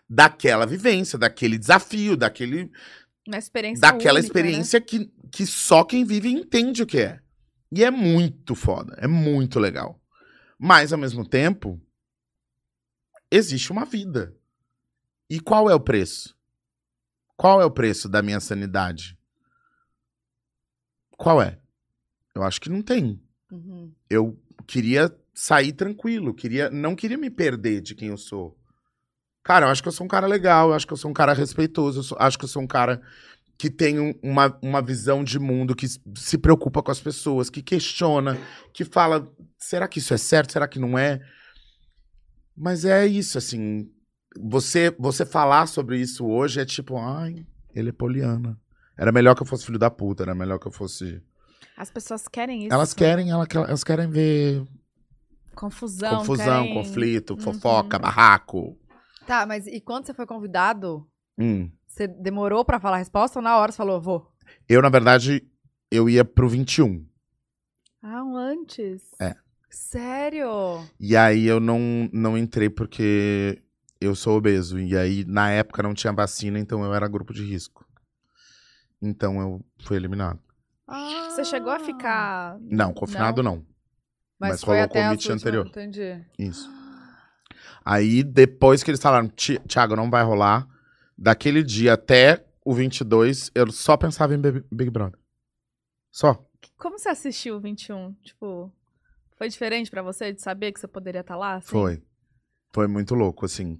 Speaker 3: daquela vivência, daquele desafio, daquele
Speaker 1: Uma experiência
Speaker 3: daquela
Speaker 1: única, né?
Speaker 3: experiência que, que só quem vive entende o que é. E é muito foda, é muito legal. Mas, ao mesmo tempo, existe uma vida. E qual é o preço? Qual é o preço da minha sanidade? Qual é? Eu acho que não tem.
Speaker 2: Uhum.
Speaker 3: Eu queria sair tranquilo, queria não queria me perder de quem eu sou. Cara, eu acho que eu sou um cara legal, eu acho que eu sou um cara respeitoso, eu sou- acho que eu sou um cara que tem um- uma, uma visão de mundo, que s- se preocupa com as pessoas, que questiona, que fala: será que isso é certo? Será que não é? Mas é isso, assim. Você, você falar sobre isso hoje é tipo, ai, ele é poliana. Era melhor que eu fosse filho da puta, era melhor que eu fosse.
Speaker 1: As pessoas querem isso. né?
Speaker 3: Elas querem, ela- elas querem ver
Speaker 1: Confusão,
Speaker 3: confusão,
Speaker 1: Então, querem-
Speaker 3: conflito,
Speaker 1: Uhum.
Speaker 3: fofoca, barraco.
Speaker 2: Tá, mas e quando você foi convidado,
Speaker 3: Hum.
Speaker 2: você demorou pra falar a resposta ou na hora você falou, vou?
Speaker 3: Eu, na verdade, eu ia pro 21.
Speaker 1: Ah, um antes.
Speaker 3: É.
Speaker 2: Sério?
Speaker 3: E aí eu não, não entrei porque eu sou obeso. E aí, na época, não tinha vacina, então eu era grupo de risco. Então eu fui eliminado.
Speaker 1: Você chegou
Speaker 2: Ah.
Speaker 1: a ficar.
Speaker 3: Não, confinado não. Ah. mas
Speaker 2: foi
Speaker 3: rolou o
Speaker 2: até a
Speaker 3: convite
Speaker 2: última-
Speaker 3: anterior.
Speaker 2: Entendi.
Speaker 3: Isso. Aí, depois que eles falaram, "Ti- Thiago, não vai rolar. Daquele dia até o 22, eu só pensava em Big Big Brother. Só.
Speaker 1: Como você assistiu o 21? Tipo, foi diferente pra você de saber que você poderia estar lá? assim?
Speaker 3: Foi. Foi muito louco, assim.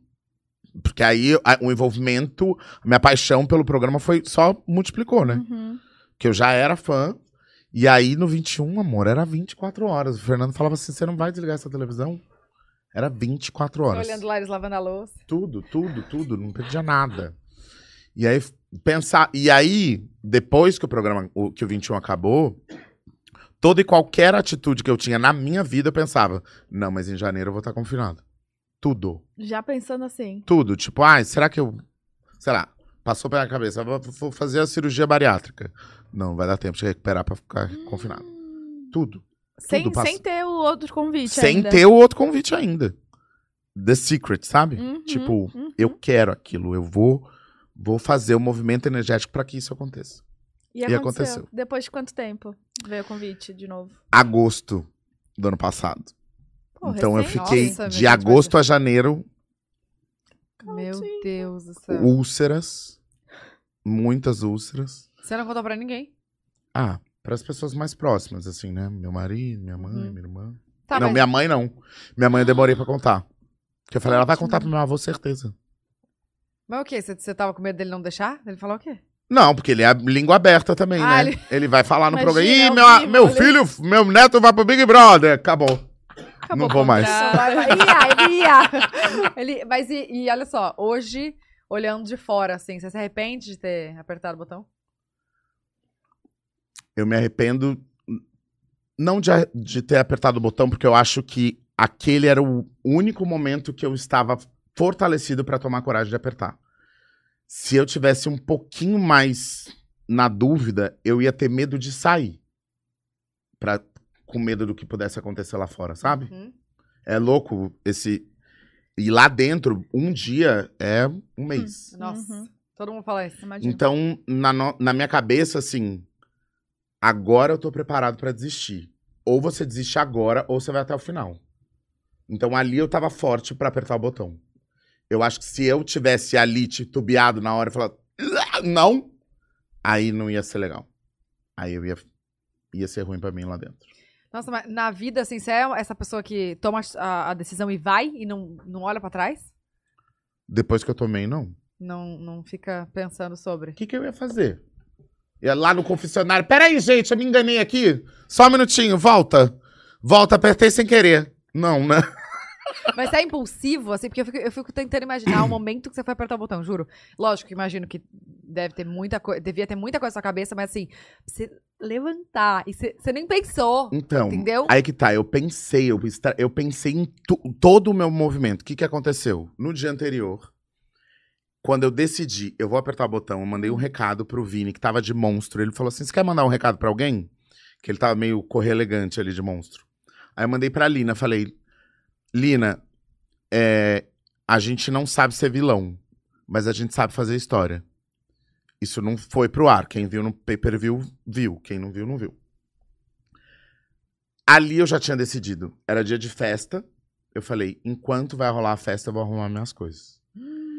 Speaker 3: Porque aí a- o envolvimento, a minha paixão pelo programa foi só multiplicou, né?
Speaker 1: Uhum.
Speaker 3: Porque eu já era fã. E aí no 21, amor, era 24 horas. O Fernando falava assim: você não vai desligar essa televisão? Era 24
Speaker 2: Tô
Speaker 3: horas.
Speaker 2: olhando lá eles lavando a louça.
Speaker 3: Tudo, tudo, tudo. Não perdia nada. E aí, f- pensar. E aí, depois que o programa, o- que o 21 acabou, toda e qualquer atitude que eu tinha na minha vida, eu pensava: não, mas em janeiro eu vou estar confinado. Tudo
Speaker 1: Já pensando assim.
Speaker 3: tudo. Tipo, ai, será que eu. Sei lá, passou pela cabeça, vou- vou fazer a cirurgia bariátrica. Não, vai dar tempo de recuperar pra ficar Tá confinado.
Speaker 1: Hum.
Speaker 3: Tudo.
Speaker 1: Sem,
Speaker 3: passa-
Speaker 1: sem ter o outro convite
Speaker 3: Sem
Speaker 1: ainda.
Speaker 3: ter o outro convite ainda. The Secret, sabe?
Speaker 1: Uhum,
Speaker 3: Tipo,
Speaker 1: uhum.
Speaker 3: eu quero aquilo, eu vou. Vou fazer o movimento energético pra que isso aconteça.
Speaker 1: E
Speaker 3: aconteceu.
Speaker 1: Depois de quanto tempo veio o convite de novo?
Speaker 3: Agosto do ano passado.
Speaker 1: Pô,
Speaker 3: então eu
Speaker 1: recente.
Speaker 3: fiquei
Speaker 2: Nossa,
Speaker 3: de
Speaker 2: gente,
Speaker 3: agosto a janeiro,
Speaker 2: Meu
Speaker 1: Tadinho.
Speaker 2: Deus do céu.
Speaker 3: úlceras. Muitas úlceras.
Speaker 2: Você não contou pra ninguém?
Speaker 3: Ah, para as pessoas mais próximas, assim, né? Meu marido, minha mãe,
Speaker 2: Uhum.
Speaker 3: minha irmã.
Speaker 2: Tá,
Speaker 3: não,
Speaker 2: mas...
Speaker 3: minha mãe não. Minha mãe eu demorei pra contar. Porque eu falei, ela vai contar pro meu avô, certeza.
Speaker 2: mas é o quê? Você, você tava com medo dele não deixar? Ele falou o quê?
Speaker 3: Não, porque ele é língua aberta também,
Speaker 2: Ah,
Speaker 3: né?
Speaker 2: ele- é
Speaker 3: Ele... vai falar no
Speaker 1: Imagina,
Speaker 3: programa. Ih,
Speaker 1: ao
Speaker 3: meu, a-
Speaker 1: vivo,
Speaker 3: meu
Speaker 1: olha
Speaker 3: filho, meu neto vai pro Big Brother. Acabou.
Speaker 1: Acabou
Speaker 3: não vou
Speaker 1: o
Speaker 3: mais.
Speaker 1: contrato.
Speaker 2: Vai, vai, ia, ia. Ele, mas e, e olha só, hoje, olhando de fora, assim, você se arrepende de ter apertado o botão?
Speaker 3: Eu me arrependo hum, não de, a- de ter apertado o botão, porque eu acho que aquele era o único momento que eu estava fortalecido pra tomar coragem de apertar. Se eu tivesse um pouquinho mais na dúvida, eu ia ter medo de sair. Pra, com medo do que pudesse acontecer lá fora, sabe?
Speaker 2: Uhum.
Speaker 3: É louco esse. E lá dentro, um dia é um mês.
Speaker 2: Nossa,
Speaker 1: Uhum.
Speaker 2: todo mundo fala isso.
Speaker 1: Imagina.
Speaker 3: Então, na, no- na minha cabeça, assim, agora eu tô preparado pra desistir. Ou você desiste agora, ou você vai até o final. Então ali eu tava forte pra apertar o botão. Eu acho que se eu tivesse ali titubeado na hora e falar, "Ah, não, aí não ia ser legal. Aí eu ia, ia ser ruim pra mim lá dentro.
Speaker 2: Nossa, mas na vida, assim, você é essa pessoa que toma a, a decisão e vai e não, não olha pra trás?
Speaker 3: Depois que eu tomei, não.
Speaker 2: Não, não fica pensando
Speaker 3: O
Speaker 2: sobre.
Speaker 3: que, que eu ia fazer? Ia lá no confessionário. Peraí, gente, eu me enganei aqui. Só um minutinho, volta. Volta, apertei sem querer. Não, né?
Speaker 2: Mas você é impulsivo, assim, porque eu fico, eu fico tentando imaginar o momento que você foi apertar o botão, juro. Lógico que imagino que deve ter muita coisa, devia ter muita coisa na sua cabeça, mas assim, você levantar e você, você nem pensou.
Speaker 3: Então,
Speaker 2: Entendeu?
Speaker 3: aí que tá. Eu pensei, eu, estra- eu pensei em tu- todo o meu movimento. O que, que aconteceu? No dia anterior, quando eu decidi, eu vou apertar o botão, eu mandei um recado pro Vini, que tava de monstro. Ele falou assim: Você quer mandar um recado pra alguém? Que ele tava meio correlegante ali de monstro. Aí eu mandei pra Lina, falei: Lina, é, a gente não sabe ser vilão, mas a gente sabe fazer história. Isso não foi pro ar. Quem viu no pay-per-view, viu. Quem não viu, não viu. Ali eu já tinha decidido. Era dia de festa. Eu falei, enquanto vai rolar a festa, eu vou arrumar minhas coisas.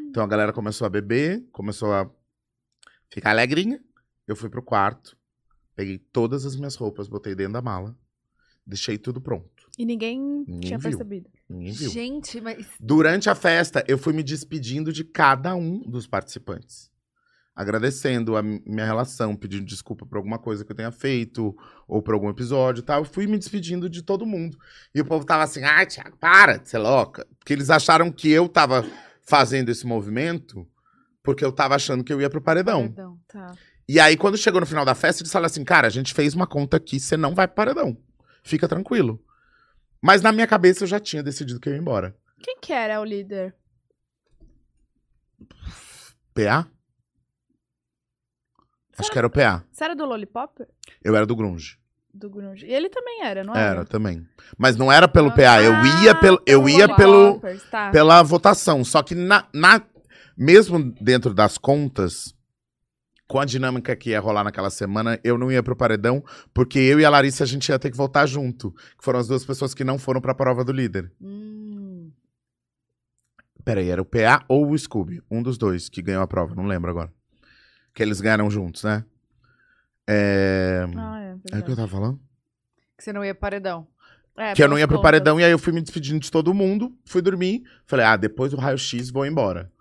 Speaker 3: Então a galera começou a beber, começou a ficar alegrinha. Eu fui pro quarto, peguei todas as minhas roupas, botei dentro da mala, deixei tudo pronto.
Speaker 1: E ninguém, tinha
Speaker 3: viu.
Speaker 1: percebido.
Speaker 3: Ninguém viu.
Speaker 2: Gente, mas.
Speaker 3: Durante a festa, eu fui me despedindo de cada um dos participantes. Agradecendo a mi- minha relação, pedindo desculpa por alguma coisa que eu tenha feito, ou por algum episódio e tal. Eu fui me despedindo de todo mundo. E o povo tava assim, ai, Thiago, para de ser louca. Porque eles acharam que eu tava fazendo esse movimento porque eu tava achando que eu ia pro paredão.
Speaker 2: Perdão.
Speaker 1: Tá.
Speaker 3: E aí, quando chegou no final da festa, eles falaram assim: cara, a gente fez uma conta aqui, você não vai pro paredão. Fica tranquilo. Mas na minha cabeça eu já tinha decidido que eu ia embora.
Speaker 1: Quem que era o líder?
Speaker 3: PA? Acho que era o PA.
Speaker 1: Você era do Lollipop?
Speaker 3: Eu era do Grunge.
Speaker 1: Do Grunge. E ele também era, não era?
Speaker 3: Era também. Mas não era pelo
Speaker 1: Ah,
Speaker 3: PA, eu ia pelo eu
Speaker 1: pelo
Speaker 3: ia pelo
Speaker 1: Lollipopers, tá.
Speaker 3: pela votação, só que na, na mesmo dentro das contas com a dinâmica que ia rolar naquela semana, eu não ia pro paredão, porque eu e a Larissa a gente ia ter que voltar junto, que foram as duas pessoas que não foram pra prova do líder.
Speaker 2: Hum.
Speaker 3: Peraí, era o PA ou o Scooby? Um dos dois que ganhou a prova, não lembro agora. Que eles ganharam juntos, né? É...
Speaker 1: Ah, é,
Speaker 3: É o que eu
Speaker 1: verdade.
Speaker 3: tava falando?
Speaker 2: Que você não ia pro paredão.
Speaker 1: É,
Speaker 3: que eu não
Speaker 1: pelas
Speaker 3: ia pro
Speaker 1: contas.
Speaker 3: paredão, e aí eu fui me despedindo de todo mundo, fui dormir. Falei, ah, depois do raio-x vou embora.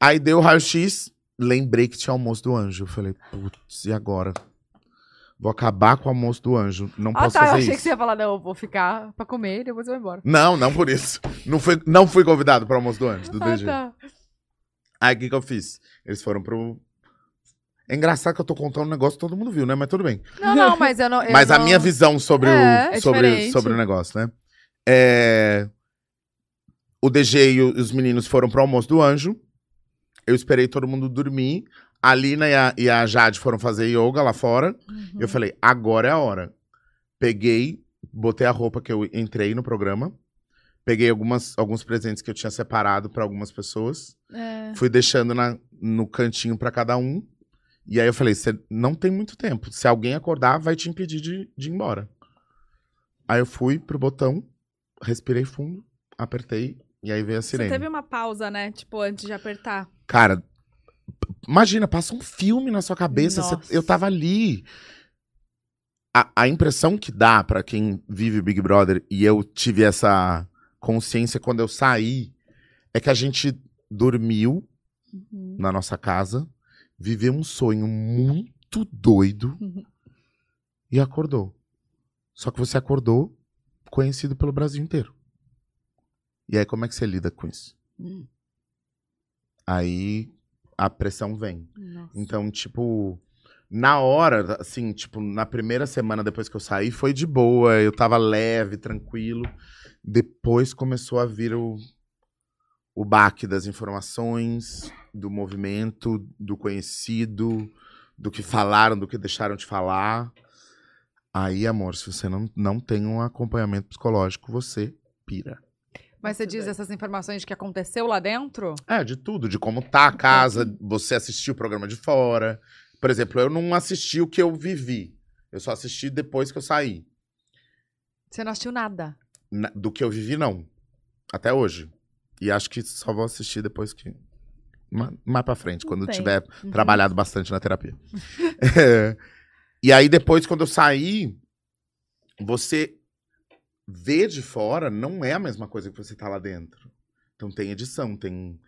Speaker 3: Aí deu o raio-x, lembrei que tinha almoço do anjo. Falei, putz, e agora? Vou acabar com o almoço do anjo. Não
Speaker 2: Ah,
Speaker 3: posso
Speaker 2: tá. Eu
Speaker 3: fazer
Speaker 2: achei
Speaker 3: isso.
Speaker 2: que você ia falar, não, eu vou ficar pra comer e depois eu vou embora.
Speaker 3: Não, não por isso. Não fui, não fui convidado pro almoço do anjo, do
Speaker 2: ah,
Speaker 3: DG.
Speaker 2: tá.
Speaker 3: Aí o que, que eu fiz? Eles foram pro. É engraçado que eu tô contando um negócio que todo mundo viu, né? Mas tudo bem.
Speaker 2: Não, não, mas eu não. eu
Speaker 3: Mas a
Speaker 2: não-
Speaker 3: minha visão sobre,
Speaker 2: É,
Speaker 3: o,
Speaker 1: é
Speaker 3: sobre,
Speaker 1: diferente.
Speaker 3: sobre o negócio, né? É, O DG e o- os meninos foram pro almoço do anjo. Eu esperei todo mundo dormir. A Lina e a, e a Jade foram fazer yoga lá fora.
Speaker 1: Uhum.
Speaker 3: Eu falei, agora é a hora. Peguei, botei a roupa que eu entrei no programa. Peguei algumas, alguns presentes que eu tinha separado pra algumas pessoas.
Speaker 2: Uhum.
Speaker 1: É.
Speaker 3: Fui deixando na, no cantinho pra cada um. E aí eu falei, você não tem muito tempo. Se alguém acordar, vai te impedir de, de ir embora. Aí eu fui pro botão, respirei fundo, apertei, e aí veio a
Speaker 1: Você
Speaker 3: sirene.
Speaker 1: teve uma pausa, né? Tipo, antes de apertar.
Speaker 3: Cara, p- imagina, passa um filme na sua cabeça. cê-
Speaker 2: Nossa.
Speaker 3: eu tava ali. A, a impressão que dá pra quem vive Big Brother, e eu tive essa consciência quando eu saí, é que a gente dormiu na nossa casa, viveu um sonho muito doido e acordou. Só que você acordou conhecido pelo Brasil inteiro. E aí, como é que você lida com isso?
Speaker 2: Hum.
Speaker 3: Aí a pressão vem.
Speaker 2: Nossa.
Speaker 3: Então, tipo, na hora, assim, tipo, na primeira semana depois que eu saí, foi de boa, eu tava leve, tranquilo. Depois começou a vir o, o baque das informações, do movimento, do conhecido, do que falaram, do que deixaram de falar. Aí, amor, se você não, não tem um acompanhamento psicológico, você pira.
Speaker 2: Mas você
Speaker 1: Muito
Speaker 2: diz
Speaker 1: bem.
Speaker 2: essas informações de que aconteceu lá dentro?
Speaker 3: É, de tudo, de como tá a casa, você assistiu o programa de fora. Por exemplo, eu não assisti o que eu vivi. Eu só assisti depois que eu saí.
Speaker 2: Você não assistiu nada.
Speaker 3: Na- do que eu vivi, não. Até hoje. E acho que só vou assistir depois que. ma- Mais pra frente, quando eu
Speaker 1: tem.
Speaker 3: tiver
Speaker 2: Uhum.
Speaker 3: trabalhado bastante na terapia. É. E aí, depois, quando eu saí, você ver de fora não é a mesma coisa que você tá lá dentro. Então tem edição, tem,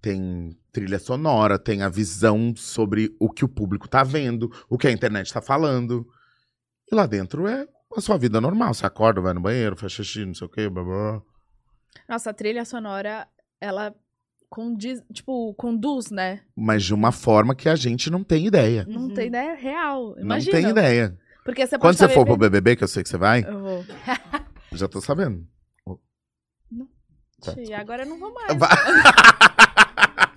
Speaker 3: tem trilha sonora, tem a visão sobre o que o público tá vendo, o que a internet tá falando. E lá dentro é a sua vida normal. Você acorda, vai no banheiro, faz xixi, não sei o quê, blá blá. blá.
Speaker 1: Nossa, a trilha sonora, ela condiz, tipo, conduz, né?
Speaker 3: Mas de uma forma que a gente não tem ideia.
Speaker 1: Não
Speaker 2: Uhum.
Speaker 1: tem ideia real.
Speaker 3: Não
Speaker 1: Imagina.
Speaker 3: tem ideia.
Speaker 1: Porque você
Speaker 3: Quando
Speaker 1: pode
Speaker 3: você
Speaker 1: tá
Speaker 3: for pro
Speaker 1: bebendo-
Speaker 3: BBB, que eu sei que você vai,
Speaker 1: Eu vou.
Speaker 3: já tô sabendo. Tá,
Speaker 1: Tia,
Speaker 3: desculpa.
Speaker 1: agora eu não vou mais.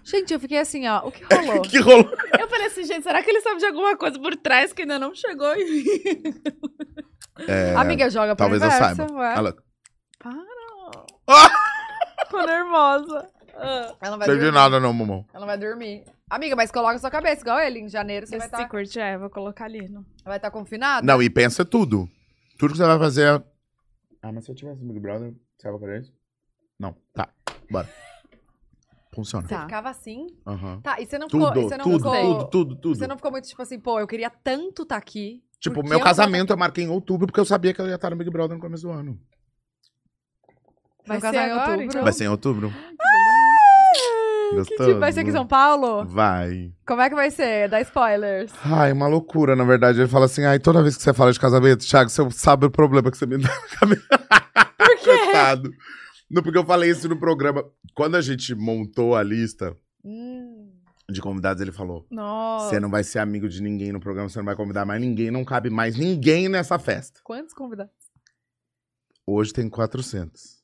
Speaker 2: Gente, eu fiquei assim, ó. O que rolou?
Speaker 3: que rolou?
Speaker 1: Eu falei assim, gente, será que ele sabe de alguma coisa por trás que ainda não chegou em mim?
Speaker 2: Amiga, joga pra
Speaker 3: É, talvez eu saiba. Ela,
Speaker 1: Para.
Speaker 3: Ah!
Speaker 1: Tô nervosa. Ah.
Speaker 2: Ela não vai
Speaker 3: não teve
Speaker 2: dormir.
Speaker 3: nada não, mamão.
Speaker 2: Ela não vai dormir. Amiga, mas coloca sua cabeça, igual ele, em janeiro você
Speaker 1: Esse
Speaker 2: vai tá- estar
Speaker 1: secret, é, vou colocar ali. No...
Speaker 2: vai tá confinado.
Speaker 3: Não, e pensa tudo. Tudo que você vai fazer. é- Ah, mas se eu tivesse no Big Brother, você vai fazer isso? Não. Tá. Bora. Funciona.
Speaker 2: Você
Speaker 1: Tá.
Speaker 2: ficava assim.
Speaker 3: Aham.
Speaker 2: Tá, e você não
Speaker 3: Tudo,
Speaker 2: ficou. e Você não
Speaker 3: tudo,
Speaker 2: ficou,
Speaker 3: tudo, tudo, tudo.
Speaker 2: Você não ficou muito tipo assim, pô, eu queria tanto estar aqui.
Speaker 3: Tipo,
Speaker 2: porque
Speaker 3: meu
Speaker 2: eu
Speaker 3: casamento eu marquei em outubro porque eu sabia que eu ia estar no Big Brother no começo do ano.
Speaker 2: Vai
Speaker 1: Vai
Speaker 2: ser
Speaker 1: ser
Speaker 2: em
Speaker 1: agora,
Speaker 2: outubro.
Speaker 1: então?
Speaker 3: Vai ser em outubro?
Speaker 2: Que
Speaker 3: Gostoso.
Speaker 2: tipo, vai ser aqui em São Paulo?
Speaker 3: Vai.
Speaker 2: Como é que vai ser? Dá spoilers.
Speaker 3: Ai, uma loucura, na verdade. Ele fala assim, ai, toda vez que você fala de casamento, Thiago, você sabe o problema que você me dá na cabeça. Por quê? Coitado. Não, porque eu falei isso no programa. Quando a gente montou a lista
Speaker 2: Hum,
Speaker 3: de convidados, ele falou,
Speaker 1: Nossa.
Speaker 3: você não vai ser amigo de ninguém no programa, você não vai convidar mais ninguém, não cabe mais ninguém nessa festa.
Speaker 2: quantos convidados?
Speaker 3: Hoje tem 400.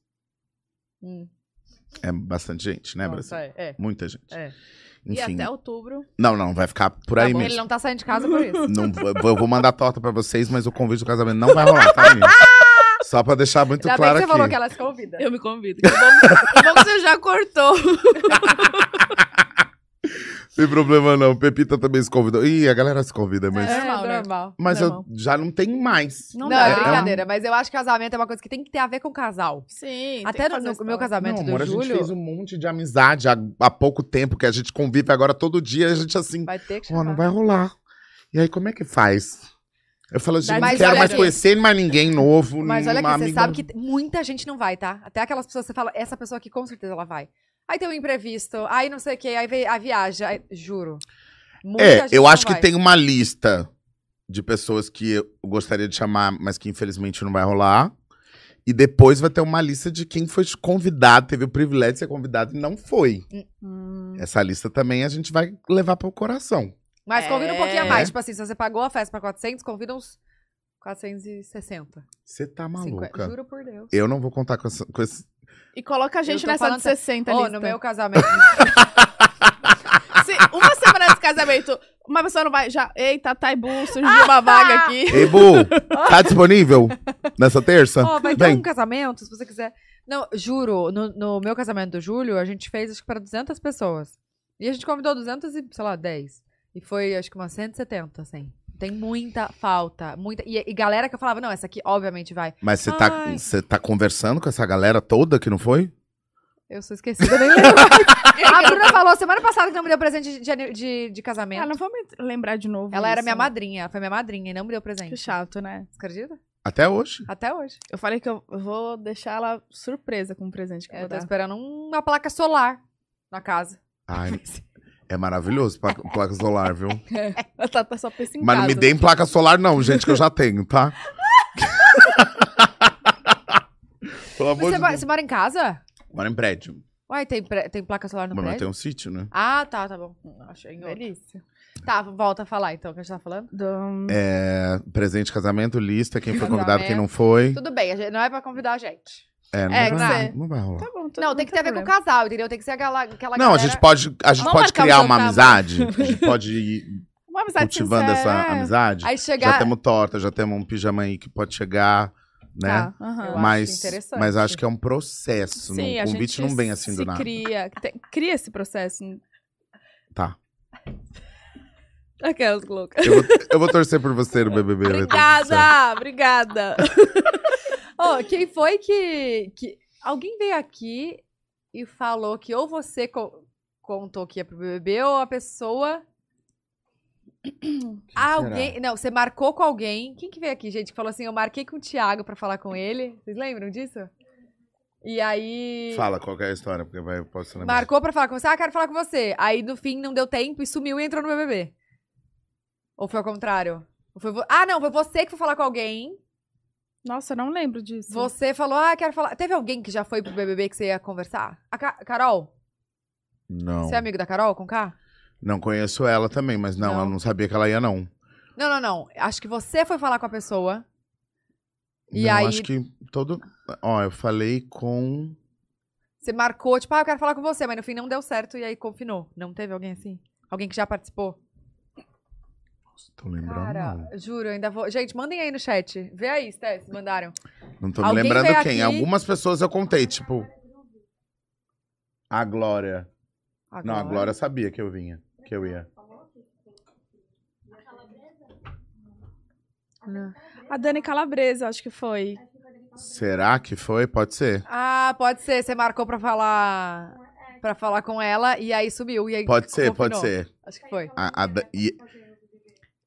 Speaker 2: Hum,
Speaker 3: É bastante gente, né,
Speaker 2: nossa,
Speaker 3: Brasil?
Speaker 2: é, é,
Speaker 3: Muita gente.
Speaker 2: é.
Speaker 1: E
Speaker 3: Enfim.
Speaker 1: até outubro.
Speaker 3: Não, não, vai ficar por aí
Speaker 2: Tá bom,
Speaker 3: mesmo.
Speaker 2: ele não tá saindo de casa por isso.
Speaker 3: Não, vou- eu vou mandar torta pra vocês, mas o convite do casamento não vai rolar, tá, menino? Só pra deixar muito
Speaker 2: Ainda
Speaker 3: claro
Speaker 2: bem que você
Speaker 3: aqui.
Speaker 2: falou que ela é se convida.
Speaker 1: Eu me convido. Que bom, que bom que você já cortou.
Speaker 3: Sem problema não, Pepita também se convidou. Ih, a galera se convida, mas...
Speaker 1: É,
Speaker 2: É, normal.
Speaker 1: normal, né?
Speaker 3: mas eu
Speaker 1: normal.
Speaker 3: já não tenho mais.
Speaker 2: Não,
Speaker 1: Não dá.
Speaker 2: é
Speaker 3: É,
Speaker 2: brincadeira, mas eu acho que casamento é uma coisa que tem que ter a ver com o casal.
Speaker 1: Sim.
Speaker 2: Até no, no meu casamento
Speaker 3: não, amor,
Speaker 2: do
Speaker 3: a gente
Speaker 2: Júlio,
Speaker 3: fez um monte de amizade há, há pouco tempo, que a gente convive agora todo dia, e a gente assim,
Speaker 2: vai ter que
Speaker 3: ó,
Speaker 2: chamar.
Speaker 3: não vai rolar. E aí, como é que faz? Eu falo, gente,
Speaker 1: Mas
Speaker 3: não quero
Speaker 1: olha
Speaker 3: mais
Speaker 1: aqui.
Speaker 3: conhecer mais ninguém novo.
Speaker 2: Mas olha
Speaker 3: nenhuma
Speaker 2: aqui, você
Speaker 3: amiga-
Speaker 2: sabe que t- muita gente não vai, tá? Até aquelas pessoas que você fala, essa pessoa aqui com certeza ela vai. Aí tem um imprevisto, aí não sei o que, aí vem a viagem, aí- juro. Muita
Speaker 3: É,
Speaker 2: gente
Speaker 3: eu
Speaker 2: não
Speaker 3: acho que
Speaker 2: vai.
Speaker 3: tem uma lista de pessoas que eu gostaria de chamar, mas que infelizmente não vai rolar. E depois vai ter uma lista de quem foi convidado, teve o privilégio de ser convidado e não foi.
Speaker 1: Hum,
Speaker 3: Essa lista também a gente vai levar pro coração.
Speaker 2: Mas convida um pouquinho a
Speaker 1: É.
Speaker 2: mais, tipo assim, se você pagou a festa pra 400, convida uns 460.
Speaker 3: Você tá
Speaker 2: 50,
Speaker 3: maluca.
Speaker 2: juro por Deus.
Speaker 3: Eu não vou contar com, essa- com esse.
Speaker 1: E coloca a gente
Speaker 2: tô
Speaker 1: nessa
Speaker 2: falando
Speaker 1: de
Speaker 2: sério.
Speaker 1: 60
Speaker 2: Oh,
Speaker 1: lista.
Speaker 2: no meu casamento.
Speaker 1: Se uma semana de casamento, uma pessoa não vai já... Eita, Taibu, surgiu uma vaga aqui.
Speaker 3: Ei, Bu, tá disponível nessa terça?
Speaker 2: Ó, vai ter
Speaker 3: Vem.
Speaker 2: um casamento, se você quiser. Não, juro, no, no meu casamento do Júlio, a gente fez acho que para 200 pessoas. E a gente convidou 200 e, sei lá, 10. E foi acho que umas 170, assim. Tem muita falta, muita... E, e galera que eu falava, não, essa aqui obviamente vai.
Speaker 3: Mas você tá,
Speaker 2: Ai.
Speaker 3: você tá conversando com essa galera toda que não foi?
Speaker 2: Eu sou esquecida, nem lembro. mais. a Bruna falou semana passada que não me deu presente de, de, ani- de- de casamento.
Speaker 1: Ah, não vou me lembrar de novo
Speaker 2: Ela era
Speaker 1: isso. né?
Speaker 2: minha madrinha, ela foi minha madrinha e não me deu presente.
Speaker 1: Que chato, né?
Speaker 2: Você acredita?
Speaker 3: Até hoje.
Speaker 2: Até hoje.
Speaker 1: Eu falei que eu vou deixar ela surpresa com o presente que
Speaker 2: Eu
Speaker 1: eu vou
Speaker 2: É, tô
Speaker 1: dar.
Speaker 2: esperando uma placa solar na casa.
Speaker 3: Ai, é maravilhoso, pla- placa solar, viu?
Speaker 1: Ela tá, tá só pensa em
Speaker 3: Mas não me
Speaker 1: casa.
Speaker 3: deem placa solar, não, gente, que eu já tenho, tá?
Speaker 2: Mas
Speaker 3: Pelo amor
Speaker 2: você,
Speaker 3: de
Speaker 2: mora,
Speaker 3: Deus.
Speaker 2: você mora em casa?
Speaker 3: Mora em prédio.
Speaker 2: Uai, tem, pre- tem placa solar no
Speaker 3: Mas não
Speaker 2: prédio?
Speaker 3: tem um sítio, né?
Speaker 2: Ah, tá, tá bom.
Speaker 1: Hum,
Speaker 2: Achei em outro.
Speaker 1: Delícia.
Speaker 2: Tá, volta a falar então, o que a gente tá falando.
Speaker 1: Do-
Speaker 3: É, presente, de casamento, lista, quem foi convidado,
Speaker 2: Casamento.
Speaker 3: quem não foi.
Speaker 2: Tudo bem, a gente- não é pra convidar a gente.
Speaker 3: É, não,
Speaker 1: É,
Speaker 3: vai,
Speaker 1: que
Speaker 3: não vai rolar.
Speaker 1: Tá bom, tudo
Speaker 2: não, tem que ter a ver com o casal, entendeu? Tem que ser aquela, aquela
Speaker 3: Não, a
Speaker 2: galera-
Speaker 3: gente pode, a gente
Speaker 1: Vamos
Speaker 3: pode
Speaker 1: marcar o
Speaker 3: criar
Speaker 1: jantar,
Speaker 3: uma
Speaker 1: amor.
Speaker 3: amizade. A gente pode ir
Speaker 1: Uma amizade
Speaker 3: cultivando
Speaker 1: sincera,
Speaker 3: essa
Speaker 1: é.
Speaker 3: amizade.
Speaker 2: Aí
Speaker 3: Já né?
Speaker 2: chegar...
Speaker 3: temos torta, já temos um pijama aí que pode chegar, né?
Speaker 1: Tá, aham.
Speaker 2: Eu acho
Speaker 3: Mas,
Speaker 2: interessante.
Speaker 3: mas acho que é um processo.
Speaker 1: Sim,
Speaker 3: não,
Speaker 1: a
Speaker 3: o convite
Speaker 1: gente
Speaker 3: não vem assim
Speaker 1: se
Speaker 3: do nada.
Speaker 1: Cria, tem- cria esse processo.
Speaker 3: Tá.
Speaker 1: Aquelas loucas.
Speaker 3: Eu vou, eu vou torcer por você no BBB. vai dar tudo certo.
Speaker 1: Obrigada, obrigada.
Speaker 2: Ô, quem foi que, que... Alguém veio aqui e falou que ou você co- contou que ia pro BBB ou a pessoa... Alguém... Não, você marcou com alguém. Quem que veio aqui, gente, que falou assim, eu marquei com o Thiago pra falar com ele. Vocês lembram disso? E aí...
Speaker 3: Fala qual que é a história, porque vai, eu posso lembrar.
Speaker 2: Marcou pra falar com você, ah, quero falar com você. Aí no fim não deu tempo e sumiu e entrou no BBB. Ou foi ao contrário? Ou foi vo- Ah, não, foi você que foi falar com alguém.
Speaker 1: Nossa, eu não lembro disso.
Speaker 2: Você falou, ah, quero falar. Teve alguém que já foi pro BBB que você ia conversar? A Ca- Carol?
Speaker 3: Não.
Speaker 2: Você é amigo da Carol com K?
Speaker 3: Não conheço ela também, mas não,
Speaker 2: Não.
Speaker 3: ela não sabia que ela ia, não.
Speaker 2: Não, não, não. Acho que você foi falar com a pessoa. E
Speaker 3: não,
Speaker 2: aí-
Speaker 3: acho que todo. Ó, eu falei com.
Speaker 2: Você marcou, tipo, ah, eu quero falar com você, mas no fim não deu certo e aí confinou. Não teve alguém assim? Alguém que já participou?
Speaker 3: Tô lembrando.
Speaker 2: Cara,
Speaker 3: não.
Speaker 2: juro, eu ainda vou. Gente, mandem aí no chat. Vê aí, Steph, se mandaram.
Speaker 3: Não tô me
Speaker 2: alguém
Speaker 3: lembrando
Speaker 2: veio aqui-
Speaker 3: quem. Algumas pessoas eu contei, tipo. A Glória. Não, a Glória sabia que eu vinha. que eu ia?
Speaker 1: A Dani Calabresa, acho que foi.
Speaker 3: Será que foi? Pode ser.
Speaker 2: Ah, pode ser. Você marcou pra falar.
Speaker 1: É.
Speaker 2: Pra falar com ela e aí sumiu. E aí
Speaker 3: Pode ser, pode
Speaker 2: confinou.
Speaker 3: ser.
Speaker 2: Acho que foi.
Speaker 3: A- a da- e-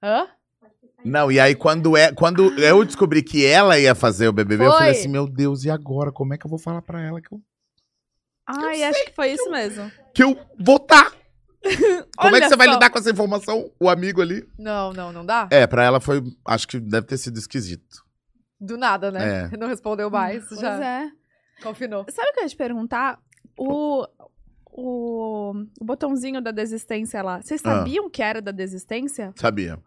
Speaker 2: Hã?
Speaker 3: não, e aí quando, é, quando
Speaker 1: Ah.
Speaker 3: eu descobri que ela ia fazer o BBB, eu
Speaker 2: Foi.
Speaker 3: falei assim, meu Deus, e agora? Como é que eu vou falar pra ela que eu,
Speaker 1: Ai, acho que foi isso mesmo.
Speaker 3: que eu vou tá? Como é
Speaker 1: Olha
Speaker 3: que você vai
Speaker 1: só.
Speaker 3: lidar com essa informação? O amigo ali.
Speaker 2: Não, não, não dá?
Speaker 3: É, pra ela foi, acho que deve ter sido esquisito.
Speaker 2: Do nada,
Speaker 3: É.
Speaker 2: né? Não respondeu mais,
Speaker 1: Pois
Speaker 2: já
Speaker 1: é.
Speaker 2: confinou.
Speaker 1: Sabe o que eu ia te perguntar? O, o, o botãozinho da desistência lá. Vocês
Speaker 3: Ah.
Speaker 1: sabiam que era da desistência?
Speaker 3: Sabia.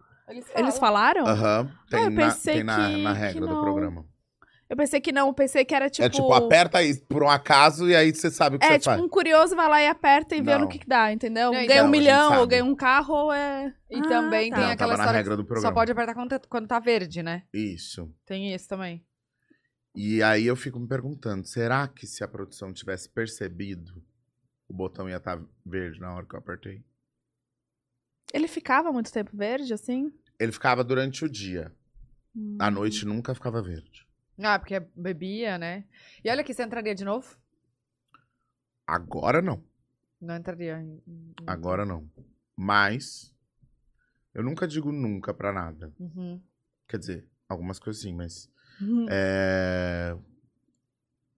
Speaker 1: Eles falaram?
Speaker 3: Aham. Tem,
Speaker 1: Ah, eu
Speaker 3: na,
Speaker 1: pensei
Speaker 3: tem na,
Speaker 1: que-
Speaker 3: na
Speaker 1: que
Speaker 3: regra do
Speaker 1: não.
Speaker 3: programa.
Speaker 1: Eu pensei que não, eu pensei que era tipo.
Speaker 3: É tipo, aperta aí por um acaso e aí você sabe o que
Speaker 1: É,
Speaker 3: você
Speaker 1: tipo,
Speaker 3: faz.
Speaker 1: um curioso vai lá e aperta e vê
Speaker 3: Não.
Speaker 1: no que, que dá, entendeu?
Speaker 2: Não,
Speaker 1: ganha
Speaker 2: então,
Speaker 1: um
Speaker 3: a gente
Speaker 1: milhão, ou
Speaker 3: sabe.
Speaker 1: ganha um carro, ou é.
Speaker 2: E
Speaker 1: Ah,
Speaker 2: também
Speaker 1: tá.
Speaker 2: tem
Speaker 3: Não,
Speaker 2: aquela
Speaker 3: tava na
Speaker 2: história
Speaker 3: regra do
Speaker 2: que só
Speaker 3: programa.
Speaker 2: pode apertar quando tá- quando tá verde, né?
Speaker 3: Isso.
Speaker 2: Tem isso também.
Speaker 3: E aí eu fico me perguntando, será que se a produção tivesse percebido, o botão ia estar verde na hora que eu apertei?
Speaker 1: Ele ficava muito tempo verde, assim?
Speaker 3: Ele ficava durante o dia. À noite nunca ficava verde.
Speaker 2: Ah, porque bebia, né? E olha aqui, você entraria de novo?
Speaker 3: Agora não.
Speaker 2: Não entraria. em- em-
Speaker 3: Agora não. Mas eu nunca digo nunca pra nada.
Speaker 2: Uhum.
Speaker 3: Quer dizer, algumas coisas sim, mas
Speaker 1: Hum.
Speaker 3: é,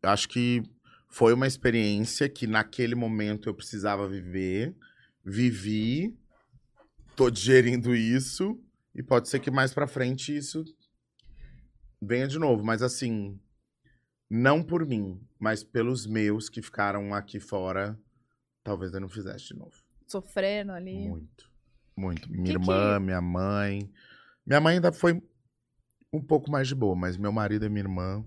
Speaker 3: eu acho que foi uma experiência que naquele momento eu precisava viver, vivi, tô digerindo isso e pode ser que mais pra frente isso venha de novo, mas assim, não por mim, mas pelos meus que ficaram aqui fora, talvez eu não fizesse de novo.
Speaker 1: Sofrendo ali.
Speaker 3: Muito. Muito. Minha
Speaker 1: É. Que
Speaker 3: irmã, minha mãe. Minha mãe ainda foi um pouco mais de boa, mas meu marido e minha irmã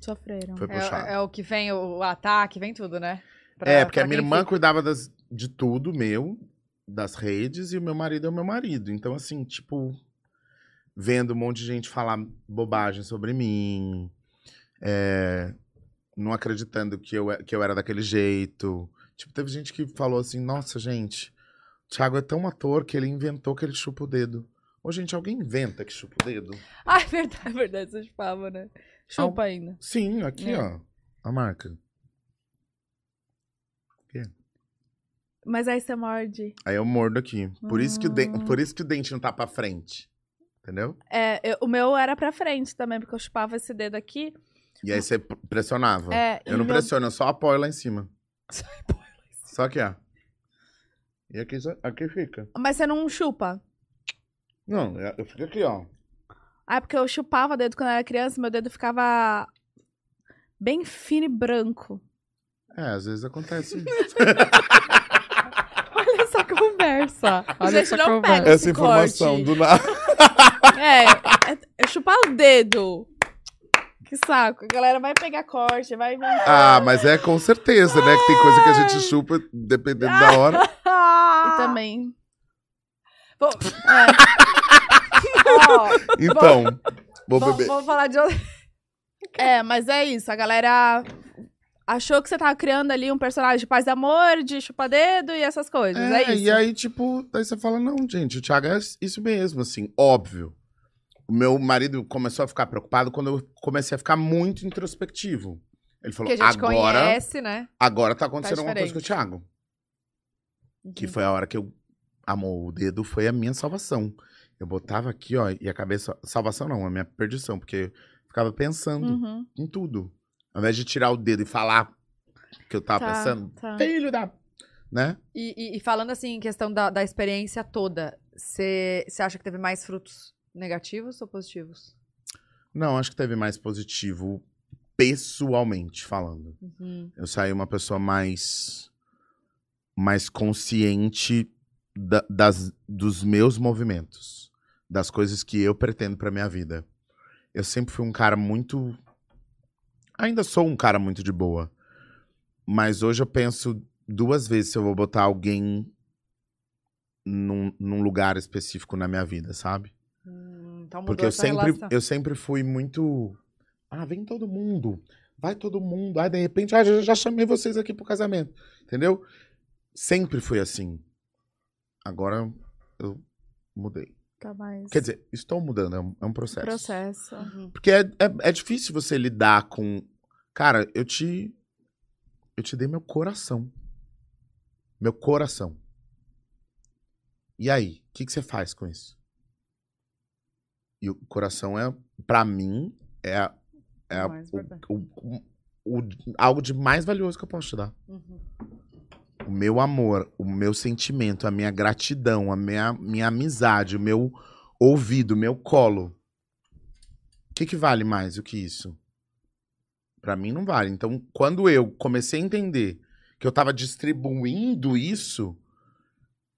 Speaker 1: Sofreram.
Speaker 3: foi puxado.
Speaker 2: É, é o que vem, o ataque, vem tudo, né? Pra-
Speaker 3: É, porque
Speaker 2: pra
Speaker 3: a minha
Speaker 2: quem
Speaker 3: irmã
Speaker 2: fica.
Speaker 3: cuidava das, de tudo meu, das redes, e o meu marido é o meu marido. Então, assim, tipo, vendo um monte de gente falar bobagem sobre mim, é, não acreditando que eu, é- que eu era daquele jeito. Tipo, teve gente que falou assim, nossa, gente, o Thiago é tão ator que ele inventou que ele chupa o dedo. Ô, gente, alguém inventa que chupa o dedo?
Speaker 1: Ah, é verdade, é verdade, você chupava, né? Chupa ainda.
Speaker 3: Sim, aqui,
Speaker 1: É.
Speaker 3: ó, a marca.
Speaker 1: Mas aí você morde.
Speaker 3: Aí eu mordo aqui. Por, isso, que o den-
Speaker 1: Hum.
Speaker 3: por isso que o dente não tá pra frente. Entendeu?
Speaker 1: É, eu- o meu era pra frente também, porque eu chupava esse dedo aqui.
Speaker 3: E aí você p- pressionava.
Speaker 1: É, e
Speaker 3: eu não
Speaker 1: meu-
Speaker 3: pressiono, eu só apoio lá em cima.
Speaker 1: Só
Speaker 3: Só aqui, ó. E aqui, só- aqui fica.
Speaker 1: Mas você não chupa.
Speaker 3: Não, é, eu, eu fico aqui, ó.
Speaker 1: Ah, é porque eu chupava dedo quando eu era criança, meu dedo ficava bem fino e branco.
Speaker 3: É, às vezes acontece.
Speaker 2: Olha essa conversa. Olha
Speaker 1: Gente,
Speaker 2: essa
Speaker 1: não
Speaker 2: conversa.
Speaker 1: pega. Esse corte.
Speaker 3: do nada.
Speaker 1: É, é, é chupar o dedo. Que saco. A galera vai pegar corte, vai. vai-
Speaker 3: Ah, mas é com certeza, né? Que tem coisa que a gente chupa dependendo da hora. Ah.
Speaker 1: E também.
Speaker 2: Ah! Vou,
Speaker 1: É,
Speaker 2: ó,
Speaker 3: Então, vou
Speaker 2: vou,
Speaker 3: beber.
Speaker 2: vou falar de outra.
Speaker 1: é, mas é isso. A galera achou que você tava criando ali um personagem de paz e amor, de chupa dedo e essas coisas. É,
Speaker 3: É,
Speaker 1: isso.
Speaker 3: e aí, tipo, daí você fala, não, gente, o Thiago é isso mesmo, assim, óbvio. O meu marido começou a ficar preocupado quando eu comecei a ficar muito introspectivo. Ele falou,
Speaker 2: Que a gente
Speaker 3: agora,
Speaker 2: conhece, né?
Speaker 3: agora tá acontecendo alguma coisa com o
Speaker 2: diferente.
Speaker 3: Thiago. Que foi a hora que eu. Amor, o dedo foi a minha salvação. Eu botava aqui, ó, e a cabeça. Salvação não, a minha perdição, porque eu ficava pensando
Speaker 2: Hum.
Speaker 1: Uhum,
Speaker 3: em tudo. Ao invés de tirar o dedo e falar que eu tava
Speaker 1: tá,
Speaker 3: pensando,
Speaker 1: tá.
Speaker 3: filho da. Né?
Speaker 2: E, e- e falando assim, em questão da, da experiência toda, você você acha que teve mais frutos negativos ou positivos?
Speaker 3: Não, acho que teve mais positivo, pessoalmente falando.
Speaker 2: Uhum.
Speaker 3: Eu saí uma pessoa mais. mais consciente da- das, dos meus movimentos, das coisas que eu pretendo pra minha vida. Eu sempre fui um cara muito. Ainda sou um cara muito de boa. Mas hoje eu penso duas vezes se eu vou botar alguém num, num lugar específico na minha vida, sabe?
Speaker 2: Hum, Então mudou
Speaker 3: Porque eu
Speaker 2: essa
Speaker 3: sempre,
Speaker 2: relação.
Speaker 3: eu sempre fui muito. Ah, vem todo mundo. Vai todo mundo. Aí, de repente, ah, já, já chamei vocês aqui pro casamento. Entendeu? Sempre fui assim. Agora eu mudei.
Speaker 1: Tá mais.
Speaker 3: Quer dizer, estou mudando, é um, é um processo.
Speaker 1: processo.
Speaker 2: Uhum.
Speaker 3: Porque é, é, é difícil você lidar com. Cara, eu te. Eu te dei meu coração. Meu coração. E aí? O que, que você faz com isso? E o coração é, pra mim, é, a- é a-
Speaker 2: O mais
Speaker 3: o-
Speaker 2: importante.
Speaker 3: o- o- o- algo de mais valioso que eu posso te dar
Speaker 2: Uhum.
Speaker 3: o meu amor, o meu sentimento, a minha gratidão, a minha, minha amizade, o meu ouvido, o meu colo. O que, que vale mais do que isso? Pra mim não vale. Então, quando eu comecei a entender que eu tava distribuindo isso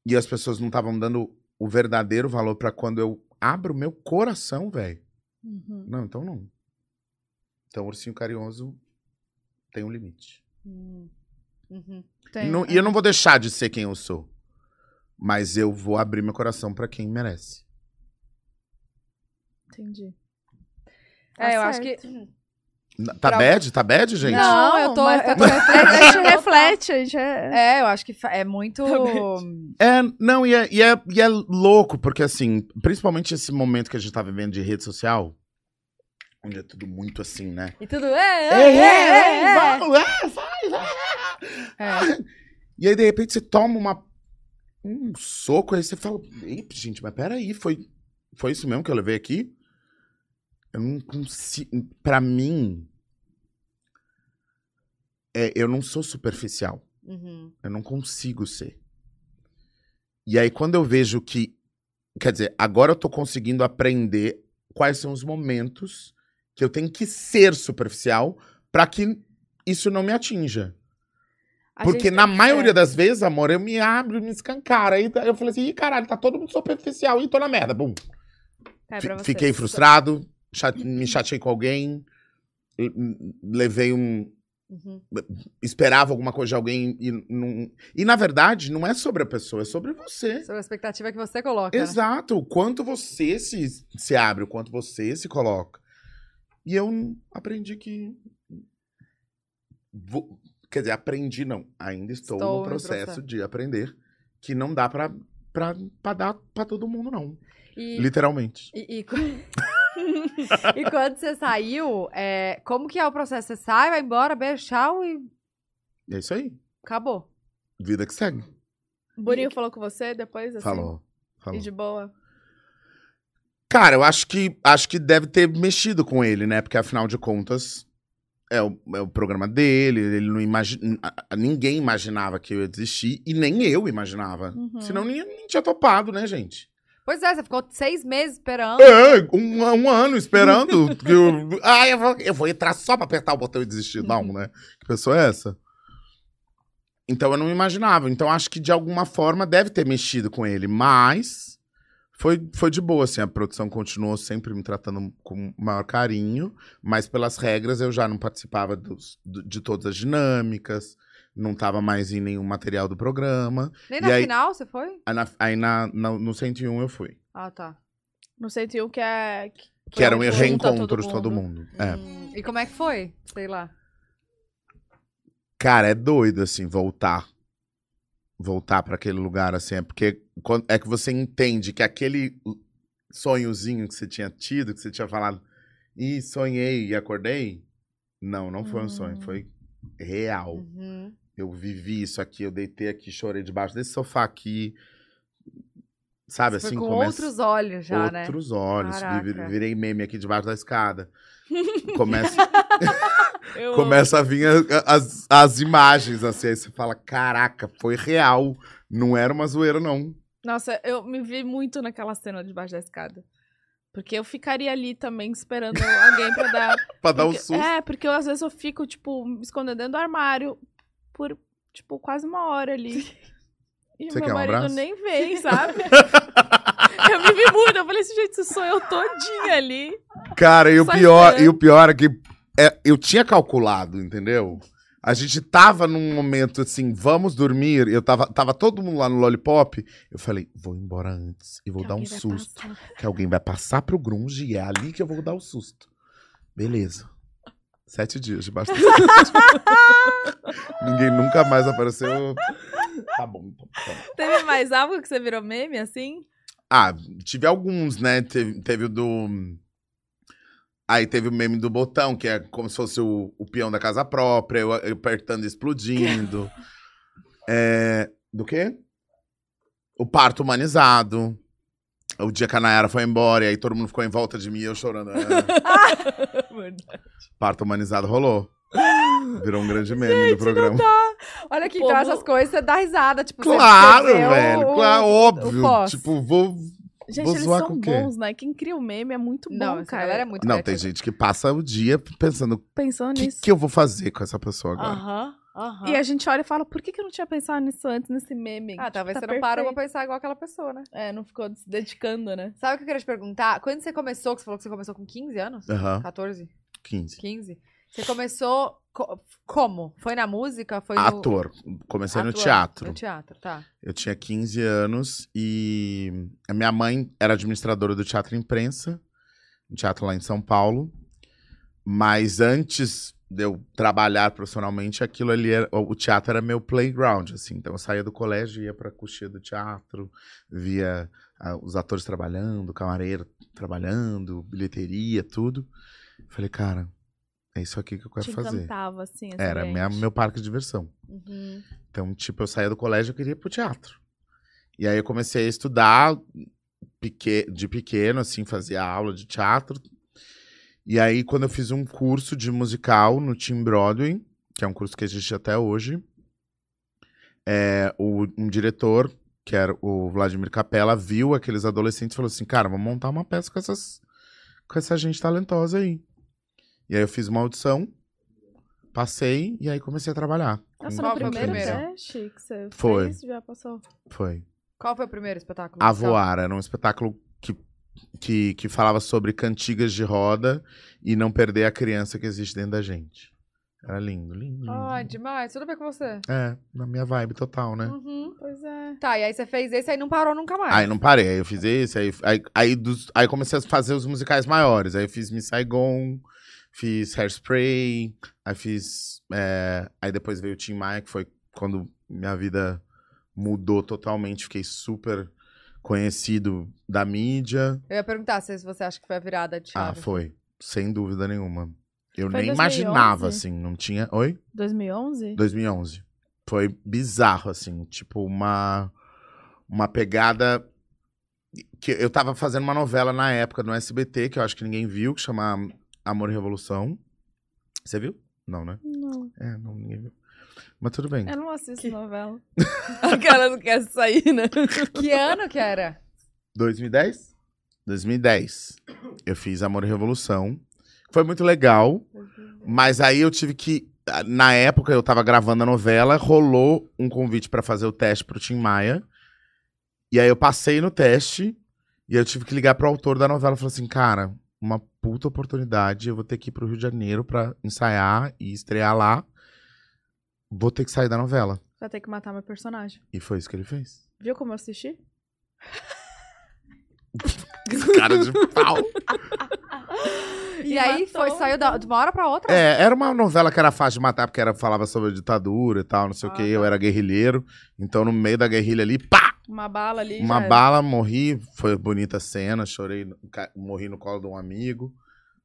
Speaker 3: e as pessoas não estavam dando o verdadeiro valor pra quando eu abro o meu coração, velho.
Speaker 1: Uhum.
Speaker 3: Não, então não. Então, ursinho carinhoso tem um limite.
Speaker 2: Uhum. Uhum.
Speaker 3: E
Speaker 1: Tem- é,
Speaker 3: não- e eu não vou deixar de ser quem eu sou. Mas eu vou abrir meu coração pra quem merece.
Speaker 1: Entendi.
Speaker 2: É, eu
Speaker 1: Tá
Speaker 2: acho que.
Speaker 1: certo.
Speaker 3: Na- Tá
Speaker 2: Pra-
Speaker 3: bad? Tá bad, gente?
Speaker 2: Não, eu tô-
Speaker 1: mas
Speaker 2: eu tô
Speaker 1: tá- a gente
Speaker 2: refletindo.
Speaker 1: reflete, a gente é...
Speaker 2: É, eu acho que fa- é muito.
Speaker 3: É, não, e é, e, é, e é louco, porque assim, principalmente esse momento que a gente tá vivendo de rede social, onde é tudo muito assim, né?
Speaker 2: E tudo. É, é,
Speaker 3: Ei, ei,
Speaker 2: é,
Speaker 3: ei,
Speaker 2: é,
Speaker 3: vamos, é, vai, vai.
Speaker 2: É.
Speaker 3: E aí, de repente, você toma uma, um soco, aí você fala, "Ei, gente, mas peraí, foi, foi isso mesmo que eu levei aqui? Eu não consigo. Pra mim, é, eu não sou superficial.
Speaker 2: Uhum.
Speaker 3: Eu não consigo ser. E aí, quando eu vejo que. Quer dizer, agora eu tô conseguindo aprender quais são os momentos que eu tenho que ser superficial pra que isso não me atinja.
Speaker 1: a
Speaker 3: Porque
Speaker 1: gente
Speaker 3: na
Speaker 1: tem-
Speaker 3: maioria
Speaker 1: é.
Speaker 3: das vezes, amor, eu me abro e me escancaro. Aí eu falei assim, ih, caralho, tá todo mundo superficial e tô na merda. Bum.
Speaker 2: É
Speaker 3: Fi-
Speaker 2: pra você.
Speaker 3: Fiquei frustrado, cha- me chateei com alguém, l- l- levei um,
Speaker 2: Uhum.
Speaker 3: esperava alguma coisa de alguém e não. E na verdade, não é sobre a pessoa, é sobre você.
Speaker 2: Sobre a expectativa que você coloca. né?
Speaker 3: Exato. O quanto você se, se abre, o quanto você se coloca. E eu n- aprendi que. vo- quer dizer, aprendi, não. Ainda estou,
Speaker 2: Estou
Speaker 3: no
Speaker 2: no
Speaker 3: processo,
Speaker 2: processo.
Speaker 3: de aprender que não dá pra, pra, pra dar pra todo mundo, não.
Speaker 2: E,
Speaker 3: Literalmente.
Speaker 2: e, e, quan- E quando você saiu, é, como que é o processo? Você sai, vai embora, beijo, tchau e
Speaker 3: É isso aí.
Speaker 2: acabou.
Speaker 3: Vida que segue.
Speaker 1: Burinho falou com você depois, assim?
Speaker 3: Falou.
Speaker 1: E
Speaker 3: Falou.
Speaker 1: de boa?
Speaker 3: Cara, eu acho que acho que deve ter mexido com ele, né? Porque afinal de contas é o, é o programa dele, ele não imagina, ninguém imaginava que eu ia desistir e nem eu imaginava.
Speaker 1: Uhum.
Speaker 3: Senão nem, nem tinha topado, né, gente?
Speaker 2: Pois é, você ficou seis meses esperando.
Speaker 3: É, um, um ano esperando que eu, ah, eu vou, eu vou entrar só pra apertar o botão e desistir, não,
Speaker 1: Uhum.
Speaker 3: né? Que pessoa é essa? Então eu não imaginava. Então acho que de alguma forma deve ter mexido com ele, mas foi, foi de boa, assim. A produção continuou sempre me tratando com o maior carinho, mas pelas regras eu já não participava dos- do- de todas as dinâmicas, não tava mais em nenhum material do programa.
Speaker 2: Nem
Speaker 3: E
Speaker 2: na
Speaker 3: aí-
Speaker 2: final você foi?
Speaker 3: Aí, na, aí na- na- no 101 eu fui.
Speaker 2: Ah, tá.
Speaker 1: No 101 que é... que-
Speaker 3: Que eram
Speaker 1: onde junta todo
Speaker 3: reencontros todo mundo. É.
Speaker 2: Hum, e como é que foi? Sei lá.
Speaker 3: Cara, é doido, assim, voltar. Voltar pra aquele lugar, assim. É porque quan- é que você entende que aquele sonhozinho que você tinha tido, que você tinha falado, e sonhei e acordei. Não, não foi um sonho,
Speaker 1: Hum.
Speaker 3: foi real.
Speaker 2: Uhum.
Speaker 3: Eu vivi isso aqui, eu deitei aqui, chorei debaixo desse sofá aqui. Sabe,
Speaker 2: Foi
Speaker 3: assim,
Speaker 2: com
Speaker 3: começa-
Speaker 2: outros olhos já, né?
Speaker 3: outros olhos. vi- vi-
Speaker 2: Caraca.
Speaker 3: Virei meme aqui debaixo da escada. Começa,
Speaker 1: Eu
Speaker 3: Começa a vir a- a- as, as imagens, assim, aí você fala, caraca, foi real, não era uma zoeira, não.
Speaker 1: Nossa, eu me vi muito naquela cena debaixo da escada. Porque eu ficaria ali também esperando alguém pra dar.
Speaker 3: Pra dar um
Speaker 1: Porque-
Speaker 3: susto.
Speaker 1: É, porque eu, às vezes eu fico, tipo, me escondendo dentro do armário por, tipo, quase uma hora ali. E o
Speaker 3: Você
Speaker 1: meu
Speaker 3: quer um
Speaker 1: marido
Speaker 3: abraço?
Speaker 1: nem vem, sabe? eu me vi muito, eu falei assim, gente, isso sou eu todinha ali.
Speaker 3: Cara, e o
Speaker 1: Só
Speaker 3: pior,
Speaker 1: esperando.
Speaker 3: e o pior é que é, eu tinha calculado, entendeu? A gente tava num momento assim, vamos dormir, eu tava, tava todo mundo lá no Lollipop, eu falei, vou embora antes e vou
Speaker 1: Que
Speaker 3: dar um
Speaker 1: alguém vai
Speaker 3: susto.
Speaker 1: passar.
Speaker 3: Que alguém vai passar pro grunge e é ali que eu vou dar o susto. Beleza. Sete dias debaixo do Ninguém nunca mais apareceu. Tá bom, então. tá bom.
Speaker 1: Teve mais algo que você virou meme, assim?
Speaker 3: Ah, tive alguns, né? Teve, teve o do. Aí teve o meme do botão, que é como se fosse o, o peão da casa própria, eu eu apertando e explodindo. É, do quê? O parto humanizado. O dia que a Nayara foi embora, e aí todo mundo ficou em volta de mim e eu chorando. É, parto humanizado rolou. Virou um grande meme do programa.
Speaker 2: Olha que
Speaker 1: O povo-
Speaker 2: então essas coisas, você dá risada. Tipo, você
Speaker 3: Claro,
Speaker 2: perdeu
Speaker 3: velho.
Speaker 2: o-
Speaker 3: Claro, óbvio.
Speaker 2: pós.
Speaker 3: tipo, vou.
Speaker 1: Gente,
Speaker 3: vou
Speaker 1: eles
Speaker 3: zoar
Speaker 1: são
Speaker 3: com o quê?
Speaker 1: bons, né? Quem cria o meme é muito bom,
Speaker 2: Não, essa
Speaker 1: cara.
Speaker 2: galera é muito
Speaker 3: Não, tem
Speaker 2: criativa.
Speaker 3: gente que passa o dia pensando: o
Speaker 1: Pensando
Speaker 3: que,
Speaker 1: nisso.
Speaker 3: que eu vou fazer com essa pessoa agora?
Speaker 2: Aham, aham.
Speaker 1: E a gente olha e fala, por que, que eu não tinha pensado nisso antes, nesse meme?
Speaker 2: Ah,
Speaker 1: Tipo,
Speaker 2: talvez
Speaker 1: tá
Speaker 2: você não parou pra
Speaker 1: perfeito.
Speaker 2: pensar igual aquela pessoa, né?
Speaker 1: É, não ficou se dedicando, né?
Speaker 2: Sabe o que eu queria te perguntar? Quando você começou, que você falou que você começou com 15 anos?
Speaker 3: Aham,
Speaker 2: 14,
Speaker 3: 15.
Speaker 2: 15? Você começou co- como? Foi na música? Foi no...
Speaker 3: Ator. Comecei no
Speaker 2: Atuando,
Speaker 3: teatro.
Speaker 2: No teatro, tá.
Speaker 3: Eu tinha 15 anos e a minha mãe era administradora do Teatro Imprensa, um teatro lá em São Paulo. Mas antes de eu trabalhar profissionalmente, aquilo ali era, o teatro era meu playground, assim. Então eu saía do colégio, ia pra coxinha do teatro, via ah, os atores trabalhando, o camareiro trabalhando, bilheteria, tudo. Falei, cara, é isso aqui que eu quero
Speaker 1: Te
Speaker 3: fazer.
Speaker 1: encantava, assim, esse
Speaker 3: Era minha,
Speaker 1: ambiente.
Speaker 3: meu parque de diversão.
Speaker 2: Uhum.
Speaker 3: Então, tipo, eu saía do colégio e queria ir pro teatro. E aí eu comecei a estudar peque- de pequeno, assim, fazia aula de teatro. E aí, quando eu fiz um curso de musical no Team Broadway, que é um curso que existe até hoje, é, o- um diretor, que era o Vladimir Capella, viu aqueles adolescentes e falou assim: cara, vamos montar uma peça com, essas, com essa gente talentosa aí. E aí eu fiz uma audição, passei e aí comecei a trabalhar.
Speaker 1: Nossa,
Speaker 3: Com-
Speaker 1: no
Speaker 2: Qual foi o
Speaker 1: primeiro
Speaker 2: primeiro?
Speaker 1: teste que você
Speaker 3: Foi.
Speaker 1: fez, já passou.
Speaker 3: Foi.
Speaker 2: Qual foi o primeiro espetáculo?
Speaker 3: A
Speaker 2: musical?
Speaker 3: Voar era um espetáculo que, que, que falava sobre cantigas de roda e não perder a criança que existe dentro da gente. Era lindo, lindo, lindo.
Speaker 2: Ai,
Speaker 3: lindo.
Speaker 2: Ah, demais. Tudo bem com você?
Speaker 3: É, na minha vibe total, né?
Speaker 2: Uhum.
Speaker 1: Pois é.
Speaker 2: Tá, e aí você fez esse, aí não parou nunca mais.
Speaker 3: Aí não parei, aí eu fiz esse, aí, aí, aí, dos- aí comecei a fazer os musicais maiores. Aí eu fiz Miss Saigon, fiz Hairspray, aí fiz. é, aí depois veio o Tim Maia, que foi quando minha vida mudou totalmente. Fiquei super conhecido da mídia.
Speaker 2: Eu ia perguntar se você acha que foi a virada de
Speaker 3: Ah,
Speaker 2: chave.
Speaker 3: foi. Sem dúvida nenhuma. Eu
Speaker 1: Foi
Speaker 3: nem
Speaker 1: 2011?
Speaker 3: imaginava, assim, não tinha. Oi?
Speaker 1: 2011?
Speaker 3: 2011. Foi bizarro, assim, tipo, uma. Uma pegada. que Eu tava fazendo uma novela na época no SBT, que eu acho que ninguém viu, que chama Amor e Revolução. Você viu? Não, né?
Speaker 1: Não.
Speaker 3: É, não, ninguém viu. Mas tudo bem.
Speaker 1: Eu não assisto novela. A cara não quer sair, né?
Speaker 2: Que ano que era?
Speaker 3: 2010? 2010. Eu fiz Amor e Revolução. Foi muito legal. Mas aí eu tive que. Na época eu tava gravando a novela, rolou um convite pra fazer o teste pro Tim Maia. E aí eu passei no teste e eu tive que ligar pro autor da novela e falar assim: cara, uma puta oportunidade, eu vou ter que ir pro Rio de Janeiro pra ensaiar e estrear lá. Vou ter que sair da novela.
Speaker 1: Vai ter que matar meu personagem.
Speaker 3: E foi isso que ele fez.
Speaker 1: Viu como eu assisti?
Speaker 3: Cara de pau.
Speaker 2: E, aí
Speaker 1: matou,
Speaker 2: foi, saiu da, de uma hora pra outra?
Speaker 3: É, era uma novela que era fácil de matar, porque era, falava sobre ditadura e tal, não sei o
Speaker 2: Ah,
Speaker 3: que.
Speaker 2: tá.
Speaker 3: Eu era guerrilheiro, então no meio da guerrilha ali, pá!
Speaker 1: Uma bala ali.
Speaker 3: Uma
Speaker 2: é.
Speaker 1: já era.
Speaker 3: bala, morri. Foi bonita a cena, chorei, no- ca- morri no colo de um amigo.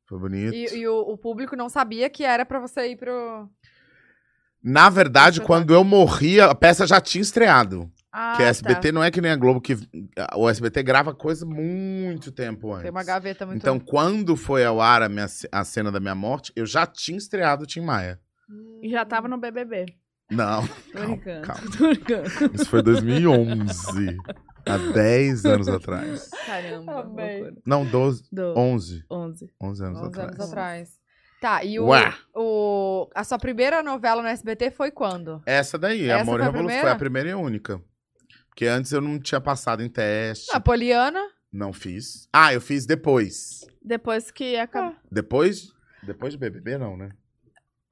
Speaker 3: Foi bonito.
Speaker 2: E, e o, o público não sabia que era pra você ir pro.
Speaker 3: Na verdade,
Speaker 2: Deixa eu
Speaker 3: quando eu morri, a peça já tinha estreado.
Speaker 2: Ah,
Speaker 3: que a
Speaker 2: tá.
Speaker 3: SBT não é que nem a Globo, que o SBT grava coisa muito tempo antes.
Speaker 2: Tem uma gaveta muito.
Speaker 3: então, quando foi ao ar a, minha ce- a cena da minha morte, eu já tinha estreado o Tim Maia.
Speaker 1: E já tava no BBB.
Speaker 3: Não.
Speaker 1: Tô
Speaker 3: Calma,
Speaker 1: brincando.
Speaker 3: calma.
Speaker 1: Tô brincando.
Speaker 3: Isso foi 2011. há 10 anos atrás.
Speaker 1: Caramba.
Speaker 2: Amei.
Speaker 1: loucura.
Speaker 3: Não, 12.
Speaker 1: Do
Speaker 3: 11.
Speaker 1: 11.
Speaker 3: 11 anos
Speaker 2: 11
Speaker 3: atrás.
Speaker 2: anos atrás. Tá, e o,
Speaker 3: Ué.
Speaker 2: o. A sua primeira novela no SBT foi quando?
Speaker 3: Essa daí,
Speaker 2: Essa
Speaker 3: Amor
Speaker 2: foi
Speaker 3: e
Speaker 2: a
Speaker 3: Revolução, foi
Speaker 2: primeira?
Speaker 3: a primeira e única. Porque antes eu não tinha passado em teste.
Speaker 2: Napoliana?
Speaker 3: Não fiz. Ah, eu fiz depois.
Speaker 1: Depois que acabou.
Speaker 2: Ah.
Speaker 3: Depois. Depois de BBB, não, né?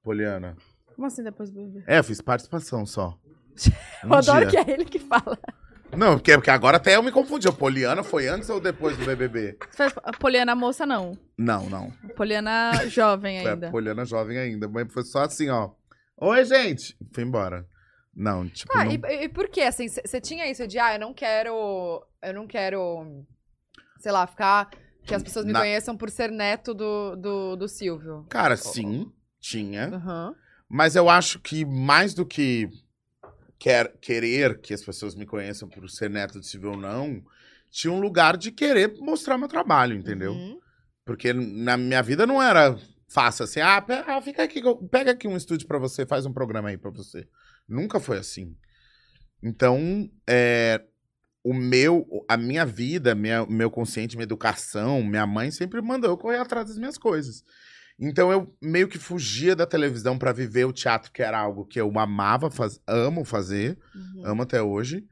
Speaker 3: Poliana.
Speaker 1: Como assim depois do BBB?
Speaker 3: É, eu fiz participação só. Um
Speaker 2: eu adoro
Speaker 3: dia.
Speaker 2: que é ele que fala.
Speaker 3: Não, porque, porque agora até eu me confundi. A Poliana foi antes ou depois do BBB?
Speaker 1: Você faz a Poliana moça, não.
Speaker 3: Não, não.
Speaker 1: A Poliana jovem
Speaker 3: Foi a
Speaker 1: ainda.
Speaker 3: Poliana jovem ainda. Mas foi só assim, ó. Oi, gente! Foi embora. Não, tipo.
Speaker 2: Tá,
Speaker 3: não-
Speaker 2: e, e por que, assim, você tinha isso de, ah, eu não quero, eu não quero, sei lá, ficar, que as pessoas me
Speaker 3: Na-
Speaker 2: conheçam por ser neto do, do, do Silvio.
Speaker 3: Cara, sim, tinha.
Speaker 2: Aham.
Speaker 3: Mas eu acho que mais do que quer, querer que as pessoas me conheçam por ser neto de Silvio ou não, tinha um lugar de querer mostrar meu trabalho, entendeu?
Speaker 2: Uhum.
Speaker 3: Porque na minha vida não era fácil assim, ah, pe- ah, fica aqui, que eu- pega aqui um estúdio pra você, faz um programa aí pra você. Nunca foi assim. Então, é, o meu, a minha vida, minha, meu consciente, minha educação, minha mãe sempre mandou eu correr atrás das minhas coisas. Então eu meio que fugia da televisão pra viver o teatro, que era algo que eu amava, faz, amo fazer
Speaker 2: Uhum.
Speaker 3: amo até hoje.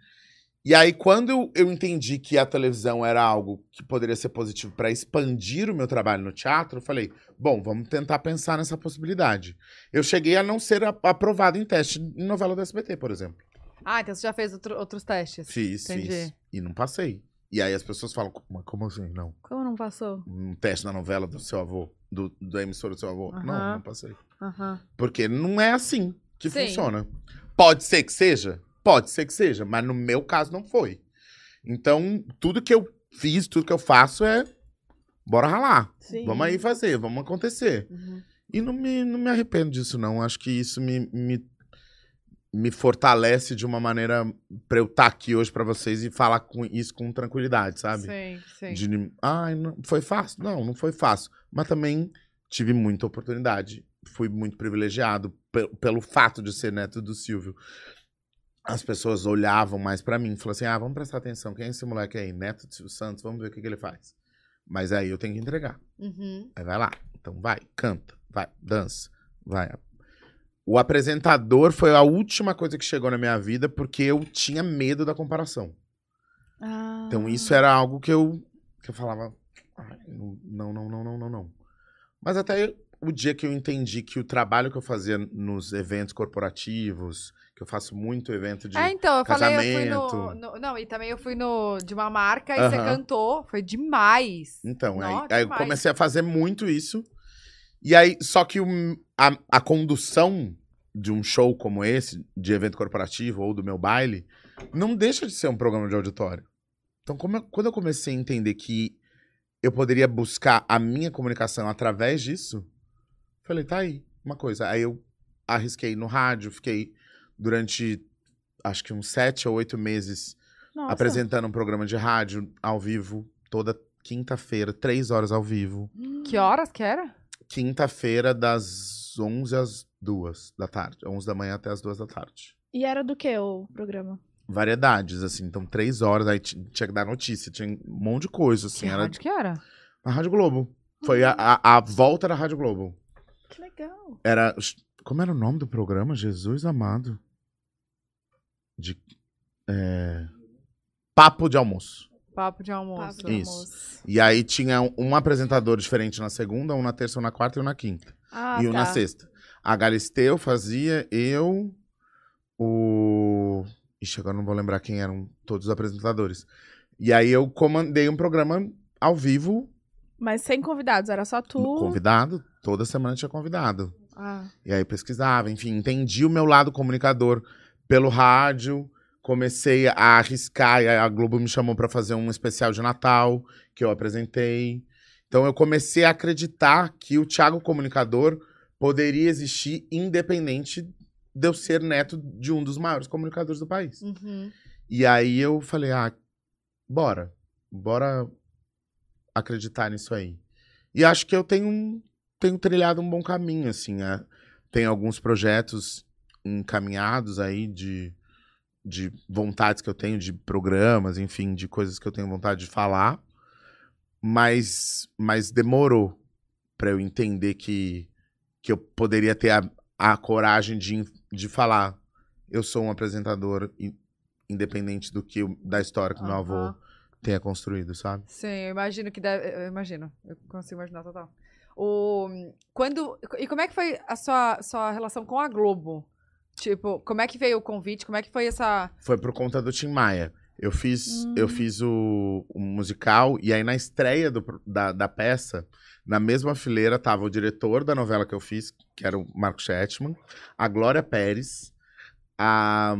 Speaker 3: E aí, quando eu- eu entendi que a televisão era algo que poderia ser positivo para expandir o meu trabalho no teatro, eu falei: bom, vamos tentar pensar nessa possibilidade. Eu cheguei a não ser a- aprovado em teste em novela do SBT, por exemplo.
Speaker 2: Ah, então você já fez outro- outros testes.
Speaker 3: Fiz, fiz.
Speaker 2: Entendi.
Speaker 3: E não passei. E aí as pessoas falam: "Mas como assim? Não.
Speaker 1: Como não passou?
Speaker 3: Um teste na novela do seu avô, do, da emissora do seu avô. Não,
Speaker 2: Aham.
Speaker 3: não passei.
Speaker 2: Aham.
Speaker 3: Porque não é assim que
Speaker 2: Sim.
Speaker 3: funciona. Pode ser que seja? Pode ser que seja, mas no meu caso não foi. Então, tudo que eu fiz, tudo que eu faço é. Bora ralar.
Speaker 1: Sim.
Speaker 3: Vamos aí fazer, vamos acontecer.
Speaker 2: Uhum.
Speaker 3: E não me, não me arrependo disso, não. Acho que isso me, me, me fortalece de uma maneira pra eu estar aqui hoje pra vocês e falar com isso com tranquilidade, sabe?
Speaker 2: Sim, sim.
Speaker 3: De, nim- ai, não, foi fácil? Não, não foi fácil. Mas também tive muita oportunidade. Fui muito privilegiado pe- pelo fato de ser neto do Silvio. As pessoas olhavam mais pra mim, falavam assim: ah, vamos prestar atenção, quem é esse moleque aí? Neto do Silvio Santos, vamos ver o que, que ele faz. Mas aí eu tenho que entregar.
Speaker 2: Uhum.
Speaker 3: Aí vai lá. Então vai, canta, vai, dança, vai. O apresentador foi a última coisa que chegou na minha vida porque eu tinha medo da comparação.
Speaker 1: Ah.
Speaker 3: Então isso era algo que eu, que eu falava, "Ai, não, não, não, não, não, não. Mas até o dia que eu entendi que o trabalho que eu fazia nos eventos corporativos, que eu faço muito evento de...
Speaker 2: É, então, eu falei, eu fui no,
Speaker 3: casamento.
Speaker 2: no- Não, e também eu fui no de uma marca e você
Speaker 3: Aham.
Speaker 2: cantou. Foi demais.
Speaker 3: Então, aí-
Speaker 2: Nó,
Speaker 3: aí, eu
Speaker 2: demais.
Speaker 3: comecei a fazer muito isso. E aí, só que o- a, a condução de um show como esse, de evento corporativo ou do meu baile, não deixa de ser um programa de auditório. Então, como eu- quando eu comecei a entender que eu poderia buscar a minha comunicação através disso, falei, tá aí, uma coisa. Aí eu arrisquei no rádio, fiquei durante acho que uns sete ou oito meses
Speaker 1: Nossa.
Speaker 3: apresentando um programa de rádio ao vivo, toda quinta-feira, três horas ao vivo.
Speaker 1: Hum.
Speaker 2: Que horas que era?
Speaker 3: Quinta-feira, das 11 às 2 da tarde. 11 da manhã até as 2 da tarde.
Speaker 1: E era do que o programa?
Speaker 3: Variedades, assim, então três horas, aí ti- tinha que dar notícia, tinha um monte de coisa, assim. Era
Speaker 2: rádio que era?
Speaker 3: na Rádio Globo. Foi a, a, a volta da Rádio Globo.
Speaker 1: Que legal.
Speaker 3: Era. Como era o nome do programa? Jesus amado. De. é, Papo de almoço.
Speaker 2: Papo de almoço.
Speaker 1: Pablo
Speaker 3: Isso.
Speaker 1: Moço.
Speaker 3: E aí tinha um- um apresentador diferente na segunda, um na terça, um na quarta e um na quinta.
Speaker 1: Ah,
Speaker 3: e um
Speaker 1: tá.
Speaker 3: na sexta. A Galisteu fazia, eu, o. Ixi, agora não vou lembrar quem eram todos os apresentadores. E aí eu comandei um programa ao vivo,
Speaker 1: Mas sem convidados, era só tu.
Speaker 3: convidado. Toda semana tinha convidado.
Speaker 1: Ah.
Speaker 3: E aí pesquisava, enfim, entendi o meu lado comunicador pelo rádio. Comecei a arriscar, e aí a Globo me chamou pra fazer um especial de Natal, que eu apresentei. Então eu comecei a acreditar que o Thiago comunicador poderia existir independente de eu ser neto de um dos maiores comunicadores do país.
Speaker 2: Uhum.
Speaker 3: E aí eu falei, ah, bora. Bora acreditar nisso aí. E acho que eu tenho, um- tenho trilhado um bom caminho, assim. é. Tem alguns projetos encaminhados aí de, de vontades que eu tenho, de programas, enfim, de coisas que eu tenho vontade de falar. Mas, mas demorou para eu entender que, que eu poderia ter a, a coragem de, in- de falar. Eu sou um apresentador in- independente do que o- da história que meu avô
Speaker 2: Aham.
Speaker 3: tenha construído, sabe?
Speaker 2: Sim, eu imagino que deve. Eu imagino. Eu consigo imaginar total. O, quando, e como é que foi a sua, sua relação com a Globo? Tipo, como é que veio o convite? Como é que foi essa.
Speaker 3: Foi por conta do Tim Maia. Eu fiz,
Speaker 1: Hum.
Speaker 3: eu fiz o, o musical e aí na estreia do pro- da, da peça, na mesma fileira tava o diretor da novela que eu fiz, que era o Marco Chetman, a Glória Pérez, a.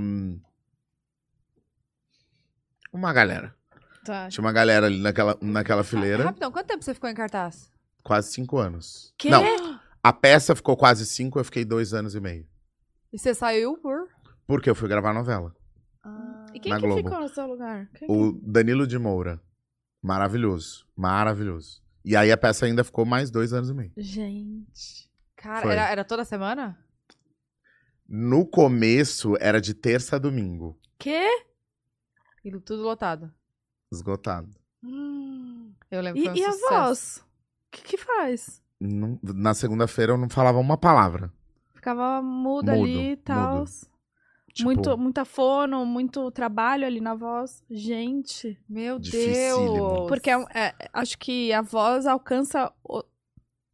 Speaker 3: Uma galera.
Speaker 4: Tá.
Speaker 3: Tinha uma galera ali naquela, naquela
Speaker 2: Ah,
Speaker 3: fileira.
Speaker 2: Rapidão, quanto tempo você ficou em cartaz?
Speaker 3: Quase cinco anos.
Speaker 1: Quê?
Speaker 3: Não, a peça ficou quase cinco, eu fiquei dois anos e meio.
Speaker 2: E você saiu por?
Speaker 3: Porque eu fui gravar novela.
Speaker 1: E quem
Speaker 3: Na
Speaker 1: que
Speaker 3: Globo.
Speaker 1: ficou no seu lugar? Quem que-
Speaker 3: O Danilo de Moura. Maravilhoso. Maravilhoso. E aí a peça ainda ficou mais dois anos e meio.
Speaker 1: Gente.
Speaker 2: Cara,
Speaker 3: Foi.
Speaker 2: era, era toda semana?
Speaker 3: No começo era de terça a domingo.
Speaker 1: Quê?
Speaker 2: E tudo lotado.
Speaker 3: Esgotado.
Speaker 1: Hum.
Speaker 2: Eu lembro
Speaker 1: E,
Speaker 2: que foi um
Speaker 1: e a
Speaker 2: sucesso.
Speaker 1: voz? O que, que faz?
Speaker 3: Não- na segunda-feira eu não falava uma palavra.
Speaker 1: Ficava muda
Speaker 3: Mudo,
Speaker 1: ali e tal.
Speaker 3: mudo. Tipo,
Speaker 1: Muito, muita fono, muito trabalho ali na voz. Gente.
Speaker 2: Meu
Speaker 3: Dificílimo.
Speaker 2: Deus.
Speaker 1: Porque é um- é- é- acho que a voz alcança. o-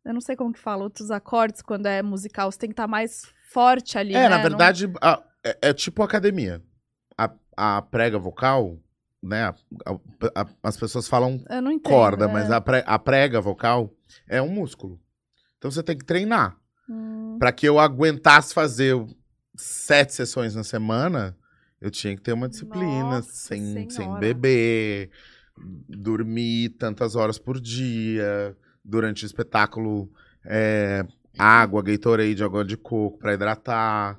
Speaker 1: eu não sei como que fala, outros acordes quando é musical. Você tem que estar mais forte ali.
Speaker 3: É,
Speaker 1: né?
Speaker 3: na
Speaker 1: Não-
Speaker 3: verdade, a- é, é tipo academia. A, a prega vocal, né? a- a- a- as pessoas falam
Speaker 1: eu não entendo.
Speaker 3: corda,
Speaker 1: é.
Speaker 3: mas a, pre- a prega vocal é um músculo. Então você tem que treinar.
Speaker 2: Uhum.
Speaker 1: Hum,
Speaker 3: Pra que eu aguentasse fazer sete sessões na semana, eu tinha que ter uma disciplina,
Speaker 2: Nossa
Speaker 3: sem, sem
Speaker 2: Senhora.
Speaker 3: beber, dormir tantas horas por dia, durante o espetáculo, é, água, Gatorade, água de coco pra hidratar.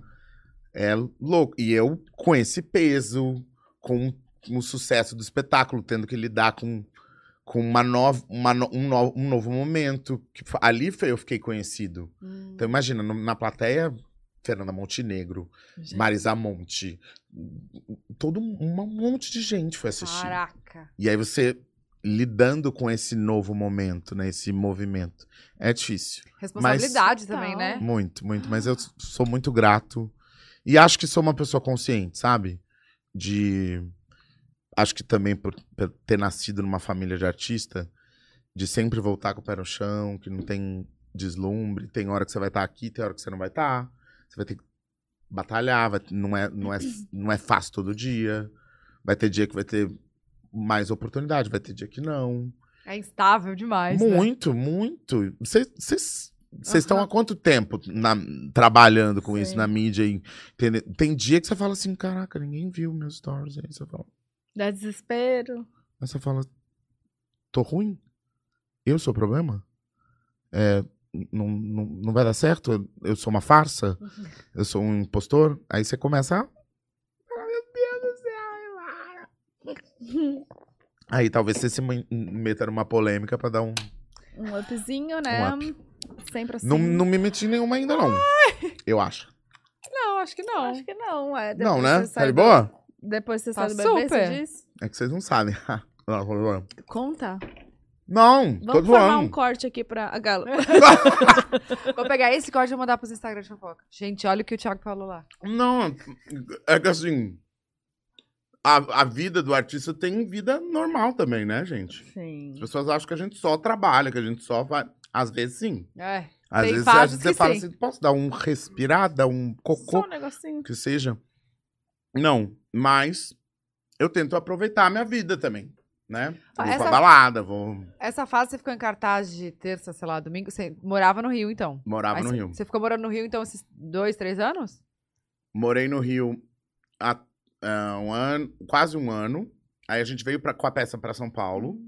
Speaker 3: É louco. E eu, com esse peso, com o sucesso do espetáculo, tendo que lidar com, com uma nova, uma no- um, no- um novo momento. que fa- ali foi- eu fiquei conhecido.
Speaker 2: Hum.
Speaker 1: um
Speaker 3: Então imagina, no- na plateia, Fernanda Montenegro,
Speaker 1: gente.
Speaker 3: Marisa Monte, todo um um monte de gente foi assistir.
Speaker 2: Caraca.
Speaker 3: E aí você lidando com esse novo momento, né, esse movimento. É difícil,
Speaker 2: Responsabilidade também,
Speaker 1: Total.
Speaker 2: né?
Speaker 3: muito, muito, mas eu s- sou muito grato e acho que sou uma pessoa consciente, sabe? De acho que também por, por ter nascido numa família de artista, de sempre voltar com o pé no chão, que não tem deslumbre, tem hora que você vai estar aqui, tem hora que você não vai estar. Você vai ter que batalhar, vai- não, é, não, é, não é fácil todo dia. Vai ter dia que vai ter mais oportunidade, vai ter dia que não.
Speaker 2: É instável demais. né?
Speaker 3: muito, muito. Vocês estão
Speaker 2: Aham.
Speaker 3: há quanto tempo na- trabalhando com isso
Speaker 1: Sei.
Speaker 3: na mídia? em- entende- Tem dia que você fala assim, caraca, ninguém viu meus stories. Aí você fala,
Speaker 1: Dá desespero.
Speaker 3: aí você fala tô ruim? Eu sou o problema? É, n- não, não, não vai dar certo? Eu, eu sou uma farsa? Eu sou um impostor? Aí você começa a... Ah, meu Deus do céu! ai, ai. Aí talvez você se men- meta numa polêmica pra dar um...
Speaker 1: Um upzinho, né?
Speaker 3: Um up.
Speaker 1: Sempre assim.
Speaker 3: Não, não me meti em nenhuma ainda, não. Eu acho.
Speaker 2: Não, acho que não.
Speaker 1: Acho que não. É, depois
Speaker 3: Não, né?
Speaker 1: você
Speaker 3: Tá
Speaker 1: sai
Speaker 3: de
Speaker 1: do-
Speaker 3: boa?
Speaker 1: Depois você
Speaker 2: Tá
Speaker 1: sai do bebê,
Speaker 2: super.
Speaker 1: você diz?
Speaker 3: É que vocês não sabem.
Speaker 1: Conta.
Speaker 3: Não, tô
Speaker 1: Vamos formar um
Speaker 3: zoando.
Speaker 1: corte aqui pra a galo.
Speaker 2: Vou pegar esse código e mandar pros Instagram de fofoca. Gente, olha o que o Thiago falou lá.
Speaker 3: Não, é que assim. A, a vida do artista tem vida normal também, né, gente?
Speaker 1: Sim.
Speaker 3: As pessoas acham que a gente só trabalha, que a gente só vai. Às vezes sim.
Speaker 2: É.
Speaker 3: Às
Speaker 2: Tem
Speaker 3: vezes
Speaker 2: fases
Speaker 3: você
Speaker 2: que
Speaker 3: fala
Speaker 2: sim.
Speaker 3: assim: posso dar um respirada, um
Speaker 1: Só
Speaker 3: cocô,
Speaker 1: um negocinho.
Speaker 3: que seja. Não, mas eu tento aproveitar a minha vida também, né? Vou
Speaker 2: Essa-
Speaker 3: pra balada, vou.
Speaker 2: Essa fase você ficou em cartaz de terça, sei lá, domingo. Você morava no Rio, então.
Speaker 3: Morava
Speaker 2: Aí
Speaker 3: no
Speaker 2: você-
Speaker 3: Rio.
Speaker 2: Você ficou morando no Rio, então, esses dois, três anos?
Speaker 3: Morei no Rio há ah, um ano, quase um ano. Aí a gente veio pra, com a peça pra São Paulo.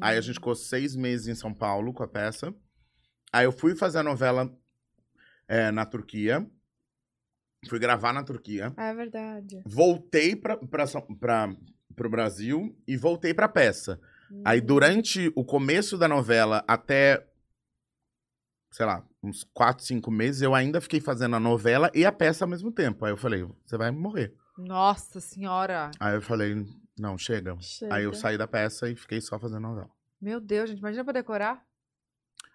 Speaker 3: Aí a gente ficou seis meses em São Paulo com a peça. Aí eu fui fazer a novela eh, na Turquia. Fui gravar na Turquia.
Speaker 1: É verdade.
Speaker 3: Voltei pra, pra, São- pra, pro Brasil e voltei pra peça.
Speaker 2: Hum.
Speaker 3: Aí durante o começo da novela até, sei lá, uns quatro, cinco meses, eu ainda fiquei fazendo a novela e a peça ao mesmo tempo. Aí eu falei, você vai morrer.
Speaker 2: Nossa senhora.
Speaker 3: Aí eu falei, não, chega.
Speaker 1: Chega.
Speaker 3: Aí eu saí da peça e fiquei só fazendo novela.
Speaker 2: Meu Deus, gente, imagina pra decorar.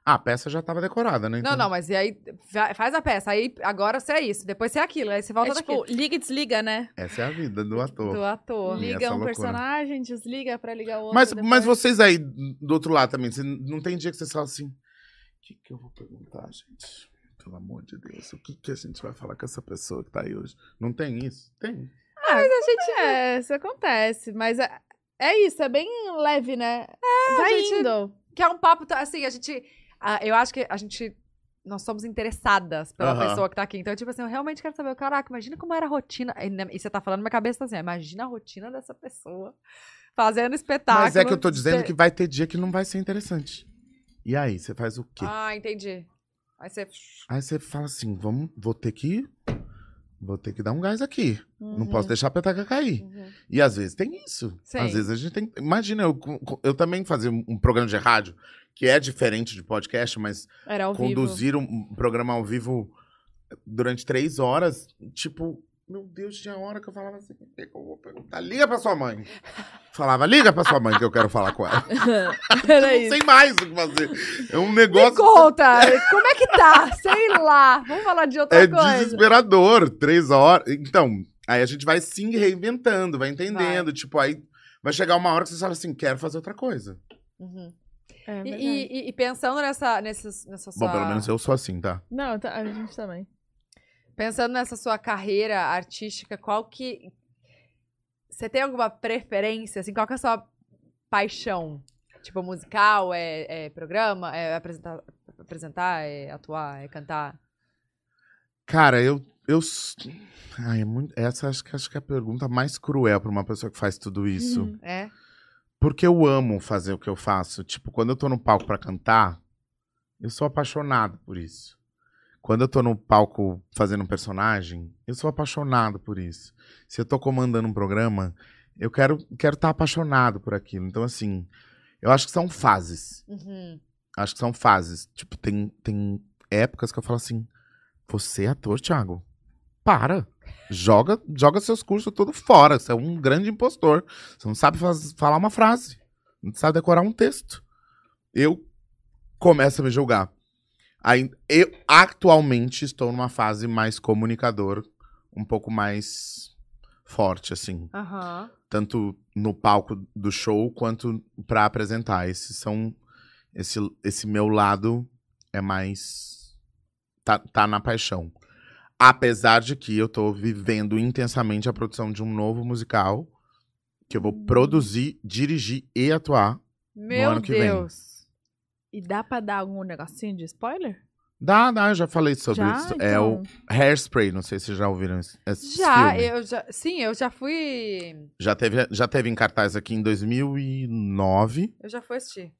Speaker 3: Ah, a peça já tava decorada, né?
Speaker 2: Não, não, mas e aí fa- faz a peça. Aí agora você é isso, depois você é aquilo. Aí você volta
Speaker 1: É tipo, liga e desliga, né?
Speaker 3: Essa é a vida do ator.
Speaker 2: do ator.
Speaker 3: Sim,
Speaker 1: Liga
Speaker 3: essa
Speaker 1: um
Speaker 3: loucura.
Speaker 1: personagem, desliga pra ligar o outro.
Speaker 3: Mas,
Speaker 1: depois.
Speaker 3: mas vocês aí do outro lado também, você não tem dia que vocês falam assim: o que, que eu vou perguntar, gente? Pelo amor de Deus, o que, que a gente vai falar com essa pessoa que tá aí hoje? Não tem isso? Tem.
Speaker 1: Mas a gente é, isso acontece. Mas é, é isso, é bem leve, né? Vai
Speaker 2: a gente-
Speaker 1: indo.
Speaker 2: é Que é um papo, tá- assim, a gente. ah, eu acho que a gente nós somos interessadas pela
Speaker 3: Aham.
Speaker 2: pessoa que tá aqui. Então, tipo assim, eu realmente quero saber, caraca, imagina como era a rotina. E na- e você tá falando, minha cabeça tá assim, ó, imagina a rotina dessa pessoa fazendo espetáculo.
Speaker 3: Mas é que eu tô dizendo que vai ter dia que não vai ser interessante. E aí, você faz o quê?
Speaker 2: Ah, entendi. Aí você.
Speaker 3: Aí você fala assim, vamos, vou ter que. Vou ter que dar um gás aqui. Não posso deixar a peteca cair.
Speaker 2: Uhum.
Speaker 3: E às vezes tem isso.
Speaker 2: Sim.
Speaker 3: Às vezes a gente tem. Imagina, eu, eu também fazia um um programa de rádio, que é diferente de podcast, mas
Speaker 1: Era ao vivo.
Speaker 3: conduzir um- um programa ao vivo durante três horas, tipo, meu Deus, tinha hora que eu falava assim, o que que eu vou perguntar? Liga pra sua mãe. Falava, liga pra sua mãe que eu quero falar com ela.
Speaker 1: Era
Speaker 3: Não
Speaker 1: É isso.
Speaker 3: sei mais o que fazer. É um
Speaker 2: Me
Speaker 3: negócio.
Speaker 2: conta! como é que tá? Sei lá. Vamos falar de outra
Speaker 3: É
Speaker 2: coisa.
Speaker 3: desesperador. Três horas. Então, aí a gente vai se reinventando, vai entendendo. Tipo, aí vai chegar uma hora que você fala assim, quero fazer outra coisa.
Speaker 2: Uhum.
Speaker 1: É
Speaker 2: E-
Speaker 1: verdade.
Speaker 2: E, e- e pensando nessa, nessas- nessa sua.
Speaker 3: Bom, pelo menos eu sou assim, tá?
Speaker 1: Não, tá- a gente também.
Speaker 2: Pensando nessa sua carreira artística, qual que. Você tem alguma preferência? Assim, qual que é a sua paixão? Tipo, musical, é, é programa, é apresentar, apresentar, é atuar, é cantar?
Speaker 3: Cara, eu. eu... s- Ai, é muito- Essa acho que, acho que é a pergunta mais cruel pra uma pessoa que faz tudo isso.
Speaker 1: Uhum.
Speaker 2: É?
Speaker 3: Porque eu amo fazer o que eu faço. Tipo, quando eu tô no palco pra cantar, eu sou apaixonado por isso. Quando eu tô no palco fazendo um personagem, eu sou apaixonado por isso. Se eu tô comandando um programa, eu quero estar quero tá apaixonado por aquilo. Então, assim, eu acho que são fases.
Speaker 2: Uhum.
Speaker 3: Acho que são fases. Tipo, tem, tem épocas que eu falo assim: você é ator, Thiago? Para! Joga, joga seus cursos tudo fora. Você é um grande impostor. Você não sabe faz- falar uma frase. Não sabe decorar um texto. Eu começo a me julgar. Aí, eu atualmente estou numa fase mais comunicador, um pouco mais forte, assim
Speaker 2: Aham.
Speaker 3: tanto no palco do show quanto pra apresentar. Esses são esse esse meu lado é mais tá, tá na paixão. Apesar de que eu tô vivendo intensamente a produção de um novo musical que eu vou produzir, dirigir e atuar.
Speaker 2: Meu
Speaker 3: ano que vem.
Speaker 2: Deus.
Speaker 1: E dá pra dar algum negocinho de spoiler?
Speaker 3: Dá, dá, eu já falei sobre
Speaker 1: já?
Speaker 3: isso. É
Speaker 1: Então,
Speaker 3: o Hairspray, não sei se vocês já ouviram esse, esse
Speaker 2: Já,
Speaker 3: filme.
Speaker 2: eu já. Sim, eu já fui.
Speaker 3: Já, teve, já teve em cartaz aqui em 2009.
Speaker 2: Eu já fui assistir.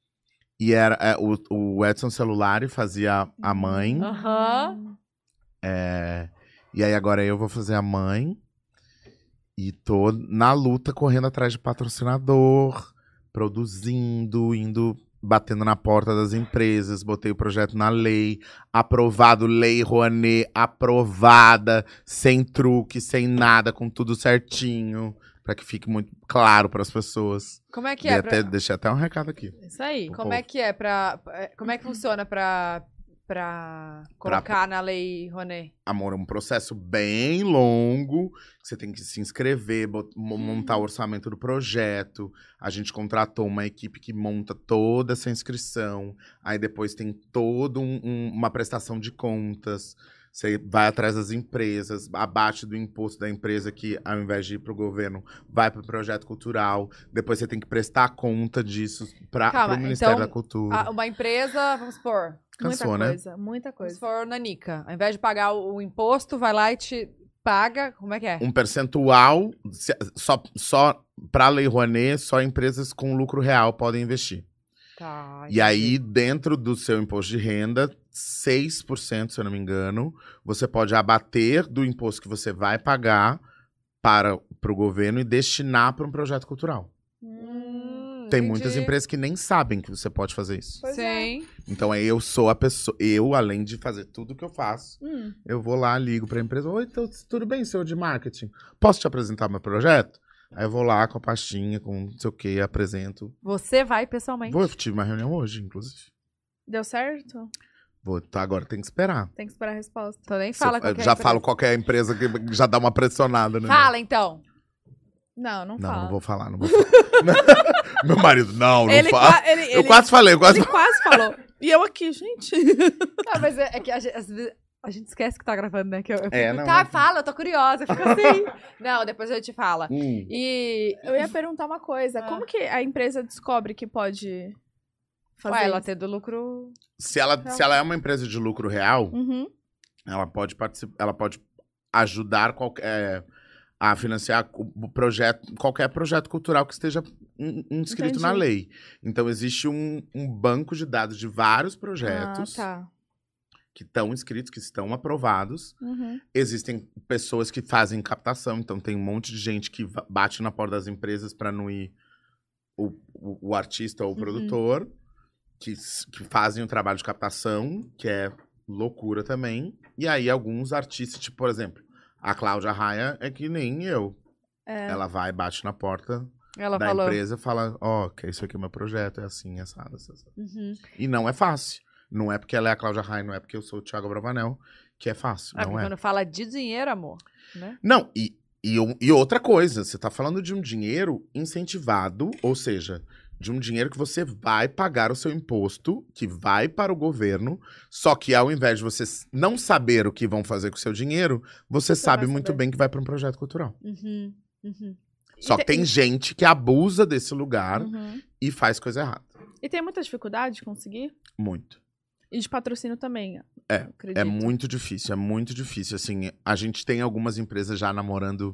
Speaker 3: E era é, o, o Edson Celulari fazia a mãe.
Speaker 2: Uhum. Aham.
Speaker 1: Hum.
Speaker 3: é, e aí agora eu vou fazer a mãe. E tô na luta, correndo atrás de patrocinador, produzindo, indo batendo na porta das empresas, botei o projeto na lei, aprovado, lei Rouanet, aprovada, sem truque, sem nada, com tudo certinho, pra que fique muito claro pras pessoas.
Speaker 2: Como é que
Speaker 3: Dei
Speaker 2: é? pra-
Speaker 3: até- deixei até um recado aqui.
Speaker 1: Isso aí.
Speaker 3: Com-
Speaker 2: Como é que é pra. é, Como é que funciona pra. pra colocar na lei Roné?
Speaker 3: Amor, é um processo bem longo. que Você tem que se inscrever, bot- mo- montar o
Speaker 2: Uhum.
Speaker 3: orçamento do projeto. A gente contratou uma equipe que monta toda essa inscrição. Aí depois tem toda uma prestação de contas. Você vai atrás das empresas, abate do imposto da empresa que, ao invés de ir para o governo, vai para o projeto cultural. Depois você tem que prestar conta disso para
Speaker 2: Calma,
Speaker 3: o Ministério
Speaker 2: então,
Speaker 3: da Cultura.
Speaker 2: Ah, uma empresa, vamos supor,
Speaker 3: Cansou,
Speaker 1: muita
Speaker 3: né?
Speaker 1: coisa, muita
Speaker 2: vamos
Speaker 1: coisa.
Speaker 2: supor Nanica. Ao invés de pagar o, o imposto, vai lá e te paga. Como é que é?
Speaker 3: um percentual se- só, só para a Lei Rouanet, só empresas com lucro real podem investir.
Speaker 2: Tá,
Speaker 3: E aí, dentro do seu imposto de renda, 6%, se eu não me engano, você pode abater do imposto que você vai pagar para o governo e destinar para um projeto cultural.
Speaker 2: Hum,
Speaker 3: Tem
Speaker 2: entendi.
Speaker 3: muitas empresas que nem sabem que você pode fazer isso.
Speaker 1: Pois é.
Speaker 2: Sim.
Speaker 3: Então, aí eu sou a pessoa, eu, além de fazer tudo que eu faço,
Speaker 1: Hum.
Speaker 3: eu vou lá, ligo pra empresa. Oi, tu- tudo bem, senhor de marketing? Posso te apresentar meu projeto? Aí eu vou lá com a pastinha, com não sei o que, apresento.
Speaker 2: Você vai pessoalmente.
Speaker 3: Vou, eu tive uma reunião hoje, inclusive.
Speaker 1: Deu certo?
Speaker 3: Vou, tá, agora tem que esperar.
Speaker 1: Tem que esperar a resposta.
Speaker 2: Então nem
Speaker 3: Se
Speaker 2: fala
Speaker 3: eu-
Speaker 2: qualquer
Speaker 3: eu já
Speaker 2: empresa.
Speaker 3: falo qualquer empresa que já dá uma pressionada, né?
Speaker 2: Fala então.
Speaker 1: Não, não,
Speaker 3: Não,
Speaker 1: fala.
Speaker 3: não vou falar, não vou falar. meu marido, não, não
Speaker 1: ele,
Speaker 3: fala.
Speaker 1: qua- ele,
Speaker 3: Eu
Speaker 1: ele-
Speaker 3: quase falei, eu quase
Speaker 1: ele quase falou. E eu aqui, gente.
Speaker 2: Ah, mas é, é que a gente, às vezes a gente esquece que tá gravando, né? Que eu, eu
Speaker 3: É,
Speaker 2: fico,
Speaker 3: não.
Speaker 2: Tá, fala, eu tô curiosa. Fica assim. não, depois eu te falo.
Speaker 3: Hum.
Speaker 2: E
Speaker 1: Eu ia perguntar uma coisa.
Speaker 2: Ah.
Speaker 1: Como que a empresa descobre que pode fazer
Speaker 2: Ué, ela
Speaker 1: isso.
Speaker 2: tendo lucro.
Speaker 3: Se ela, se ela é uma empresa de lucro real,
Speaker 1: Uhum.
Speaker 3: ela pode participar, ela pode ajudar qualquer, é, a financiar cu- o projeto, qualquer projeto cultural que esteja in- inscrito na
Speaker 1: Entendi.
Speaker 3: lei. Então existe um, um banco de dados de vários projetos
Speaker 1: Ah, tá.
Speaker 3: que estão inscritos, que estão aprovados.
Speaker 1: Uhum.
Speaker 3: Existem pessoas que fazem captação, então tem um monte de gente que va- bate na porta das empresas para não ir o, o, o artista ou
Speaker 2: Uhum.
Speaker 3: o produtor, que, s- que fazem o trabalho de captação, que é loucura também. E aí alguns artistas, tipo, por exemplo, a Cláudia Raia é que nem eu. Ela vai, bate na porta
Speaker 2: É. Ela
Speaker 3: da
Speaker 2: falou.
Speaker 3: empresa, fala, ó, que isso aqui é meu projeto, é assim, é assado, assim, assim.
Speaker 2: Uhum.
Speaker 3: E não é fácil. Não é porque ela é a Cláudia Raia, não é porque eu sou o Thiago Bravanel, que é fácil,
Speaker 2: Ah,
Speaker 3: não
Speaker 2: porque
Speaker 3: é.
Speaker 2: quando fala de dinheiro, amor. Né?
Speaker 3: Não, e, e, um- e outra coisa, você tá falando de um dinheiro incentivado, ou seja, de um dinheiro que você vai pagar o seu imposto, que vai para o governo, só que ao invés de você s- não saber o que vão fazer com o seu dinheiro, você, sabe
Speaker 1: vai
Speaker 3: muito
Speaker 1: saber. Hum.
Speaker 3: bem que vai para um projeto cultural.
Speaker 2: Uhum. Uhum.
Speaker 3: Só
Speaker 1: E
Speaker 3: que
Speaker 1: te-
Speaker 3: tem gente que abusa desse lugar
Speaker 1: Uhum.
Speaker 3: e faz coisa errada.
Speaker 1: E tem muita dificuldade de conseguir?
Speaker 3: Muito.
Speaker 1: E de patrocínio também,
Speaker 3: É,
Speaker 1: acredito.
Speaker 3: É muito difícil, é muito difícil. Assim, a gente tem algumas empresas já namorando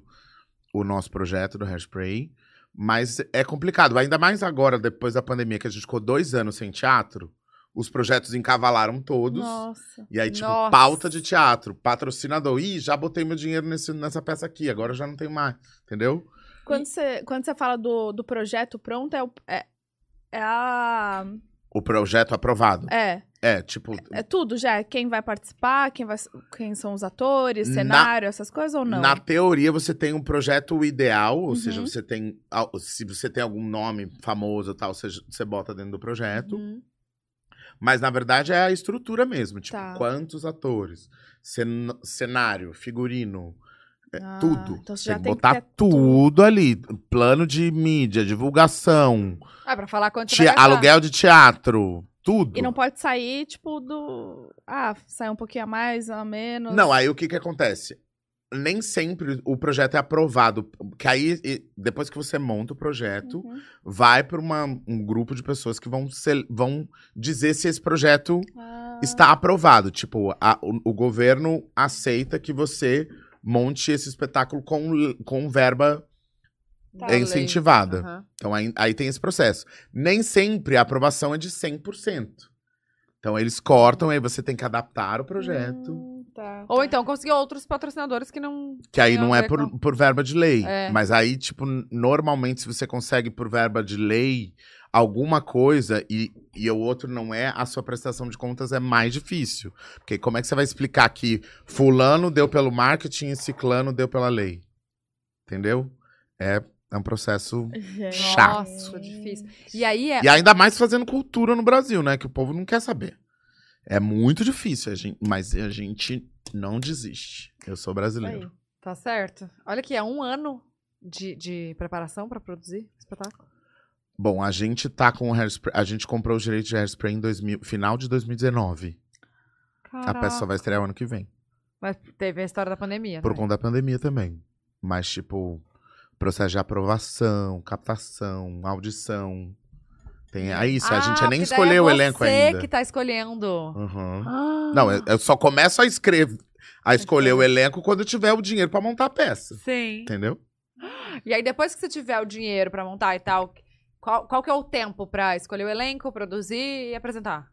Speaker 3: o nosso projeto do Hairspray, mas é complicado. Ainda mais agora, depois da pandemia, que a gente ficou dois anos sem teatro, os projetos encavalaram todos.
Speaker 1: Nossa.
Speaker 3: E aí, tipo,
Speaker 2: Nossa.
Speaker 3: pauta de teatro, patrocinador. Ih, já botei meu dinheiro nesse, nessa peça aqui, agora eu já não tenho mais, entendeu?
Speaker 1: Quando você quando você fala do, do projeto pronto, é, o- é, é a.
Speaker 3: O projeto aprovado.
Speaker 1: É.
Speaker 3: É, tipo,
Speaker 1: É tudo já? É Quem vai participar? Quem, vai, quem são os atores? Cenário? Essas coisas ou não?
Speaker 3: Na teoria, você tem um projeto ideal, ou
Speaker 1: Uhum.
Speaker 3: seja, você tem. al- Se você tem algum nome famoso e tal, você, você bota dentro do projeto.
Speaker 2: Uhum.
Speaker 3: Mas na verdade é a estrutura mesmo. Tipo,
Speaker 1: Tá.
Speaker 3: quantos atores? cen- cenário, figurino,
Speaker 1: Ah,
Speaker 3: é tudo.
Speaker 1: Então você
Speaker 3: tem
Speaker 1: já
Speaker 3: que
Speaker 1: tem
Speaker 3: botar
Speaker 1: que ter
Speaker 3: tudo, ali. Plano de mídia, divulgação,
Speaker 2: Ah, pra falar quanto
Speaker 3: te-
Speaker 2: você vai gastar.
Speaker 3: aluguel de teatro, tudo.
Speaker 1: E não pode sair, tipo, do. Ah, sair um pouquinho a mais, a menos.
Speaker 3: Não, aí o que que acontece? Nem sempre o projeto é aprovado. Que aí, e- depois que você monta o projeto,
Speaker 1: Uhum.
Speaker 3: vai para um grupo de pessoas que vão, se- vão dizer se esse projeto
Speaker 1: Ah,
Speaker 3: está aprovado. Tipo, a- o, o governo aceita que você monte esse espetáculo com, l- com verba
Speaker 2: Tá,
Speaker 3: é
Speaker 2: lei.
Speaker 3: incentivada.
Speaker 2: Aham.
Speaker 3: Então aí, aí tem esse processo. Nem sempre a aprovação é de 100%. Então eles cortam, aí você tem que adaptar o projeto,
Speaker 1: hum, tá.
Speaker 2: Ou então conseguir outros patrocinadores que não.
Speaker 3: que aí
Speaker 2: tem
Speaker 3: não
Speaker 2: a
Speaker 3: é
Speaker 2: ver
Speaker 3: por,
Speaker 2: com-
Speaker 3: por verba de lei.
Speaker 2: É.
Speaker 3: Mas aí, tipo, n- normalmente se você consegue por verba de lei alguma coisa e, e o outro não é, a sua prestação de contas é mais difícil. Porque como é que você vai explicar que fulano deu pelo marketing e ciclano deu pela lei? Entendeu? É, é um processo...
Speaker 1: Gente.
Speaker 3: Chato.
Speaker 2: Nossa, difícil. E aí é.
Speaker 3: E ainda mais fazendo cultura no Brasil, né? Que o povo não quer saber. É muito difícil, a gente- mas a gente não desiste. Eu sou brasileiro.
Speaker 1: Aí.
Speaker 2: Tá certo. Olha que é um ano de, de preparação pra produzir espetáculo.
Speaker 3: Bom, a gente tá com o hairspray. A gente comprou o direito de hairspray em 2000, final de 2019. A peça Ah, só vai estrear o ano que vem.
Speaker 2: Mas teve a história da pandemia.
Speaker 3: Por
Speaker 2: né?
Speaker 3: conta da pandemia também. Mas, tipo, processo de aprovação, captação, audição. Tem, é isso, a gente
Speaker 2: Ah, porque daí
Speaker 3: nem
Speaker 2: é
Speaker 3: escolheu o elenco ainda.
Speaker 2: Você que tá escolhendo.
Speaker 3: Uhum.
Speaker 2: Ah,
Speaker 3: Não, eu, eu só começo a escrever, a escolher
Speaker 2: tá
Speaker 3: o elenco quando eu tiver o dinheiro pra montar a peça.
Speaker 2: Sim.
Speaker 3: Entendeu?
Speaker 2: E aí, depois que você tiver o dinheiro pra montar e tal, qual, qual que é o tempo pra escolher o elenco, produzir e apresentar?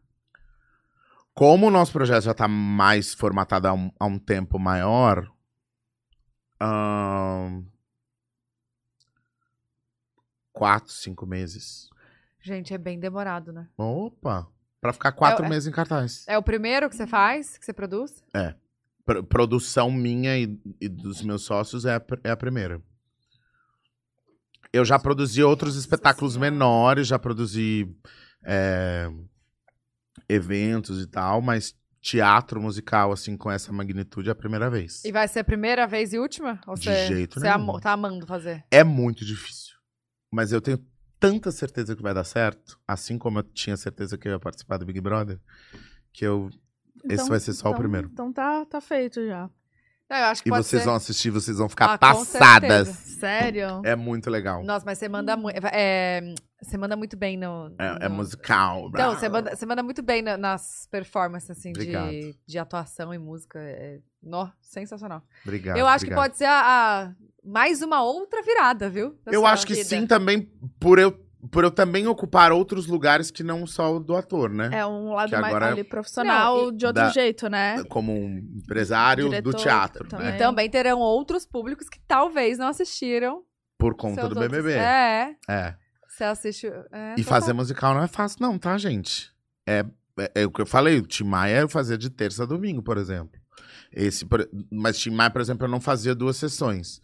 Speaker 3: Como o nosso projeto já tá mais formatado há um, há um tempo maior. ahn, quatro, cinco meses.
Speaker 2: Gente, é bem demorado, né?
Speaker 3: Opa! Pra ficar quatro
Speaker 2: É, é-
Speaker 3: meses em cartaz.
Speaker 2: É o primeiro que você faz, que você produz?
Speaker 3: Pro- produção minha e, e dos meus sócios é a, pr- é a primeira. Eu já produzi outros espetáculos
Speaker 2: Senhora.
Speaker 3: menores, já produzi é, eventos e tal, mas teatro musical, assim, com essa magnitude é a primeira vez.
Speaker 2: E vai ser a primeira vez e última? Ou
Speaker 3: De
Speaker 2: você,
Speaker 3: jeito
Speaker 2: você
Speaker 3: nenhum.
Speaker 2: amo- tá amando fazer?
Speaker 3: É muito difícil. Mas eu tenho tanta certeza que vai dar certo, assim como eu tinha certeza que eu ia participar do Big Brother, que eu. esse
Speaker 1: Então-
Speaker 3: vai ser só o
Speaker 1: então-
Speaker 3: primeiro.
Speaker 1: Então tá, tá feito já.
Speaker 2: Não, eu acho que
Speaker 3: E
Speaker 2: pode
Speaker 3: vocês
Speaker 2: ser.
Speaker 3: vão assistir, vocês vão ficar
Speaker 2: Ah, com
Speaker 3: passadas.
Speaker 2: certeza.
Speaker 1: Sério?
Speaker 3: É muito legal.
Speaker 2: Nossa, mas você manda muito. É, Você manda muito bem no.
Speaker 3: É, é
Speaker 2: no-
Speaker 3: musical.
Speaker 2: Então, você manda, você manda muito bem na- nas performances, assim, de,
Speaker 3: Obrigado.
Speaker 2: de atuação e música. É, nó, sensacional.
Speaker 3: Obrigado.
Speaker 2: eu acho que
Speaker 3: obrigado.
Speaker 2: pode ser a, a- mais uma outra virada, viu? da
Speaker 3: Eu
Speaker 2: sua
Speaker 3: acho que
Speaker 2: vida.
Speaker 3: sim também, por eu, por eu também ocupar outros lugares que não só o do ator, né?
Speaker 1: É um lado
Speaker 3: Que
Speaker 1: mais
Speaker 3: agora-
Speaker 1: ali profissional
Speaker 2: Não,
Speaker 1: de outro
Speaker 3: Da-
Speaker 1: jeito, né?
Speaker 3: Como um empresário do
Speaker 1: Diretor
Speaker 3: teatro,
Speaker 1: também.
Speaker 3: né?
Speaker 1: É.
Speaker 2: É. Também terão outros públicos que talvez não assistiram.
Speaker 3: Por conta
Speaker 2: seus
Speaker 3: do
Speaker 2: outros-
Speaker 3: BBB.
Speaker 2: É,
Speaker 3: é.
Speaker 2: você assiste. é, total.
Speaker 3: E fazer musical não é fácil, não, tá, gente? É, é, é o que eu falei, o Tim Maia eu fazia de terça a domingo, por exemplo. Esse, por- mas Tim Maia, por exemplo, eu não fazia duas sessões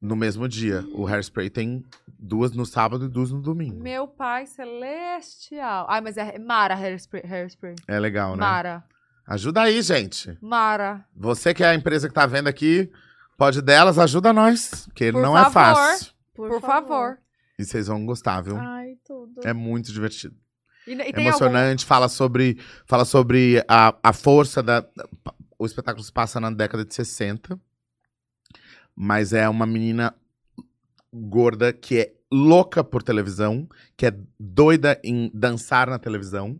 Speaker 3: no mesmo dia. O Hairspray tem duas no sábado e duas no domingo.
Speaker 2: Meu pai celestial. Ai, mas é Mara Hairspray. Hairspray.
Speaker 3: É legal, né?
Speaker 2: Mara.
Speaker 3: Ajuda aí, gente.
Speaker 2: Mara.
Speaker 3: Você que é a empresa que tá vendo aqui, pode delas, ajuda nós, porque
Speaker 2: Por
Speaker 3: não é
Speaker 2: favor. Ah.
Speaker 3: fácil.
Speaker 2: Por, favor.
Speaker 3: E vocês vão gostar, viu?
Speaker 1: Ai, tudo.
Speaker 3: É muito divertido.
Speaker 2: E, e
Speaker 3: É
Speaker 2: tem algum...
Speaker 3: emocionante, fala sobre, fala sobre a, a força da. da- O espetáculo se passa na década de 60. Mas é uma menina gorda que é louca por televisão, que é doida em dançar na televisão.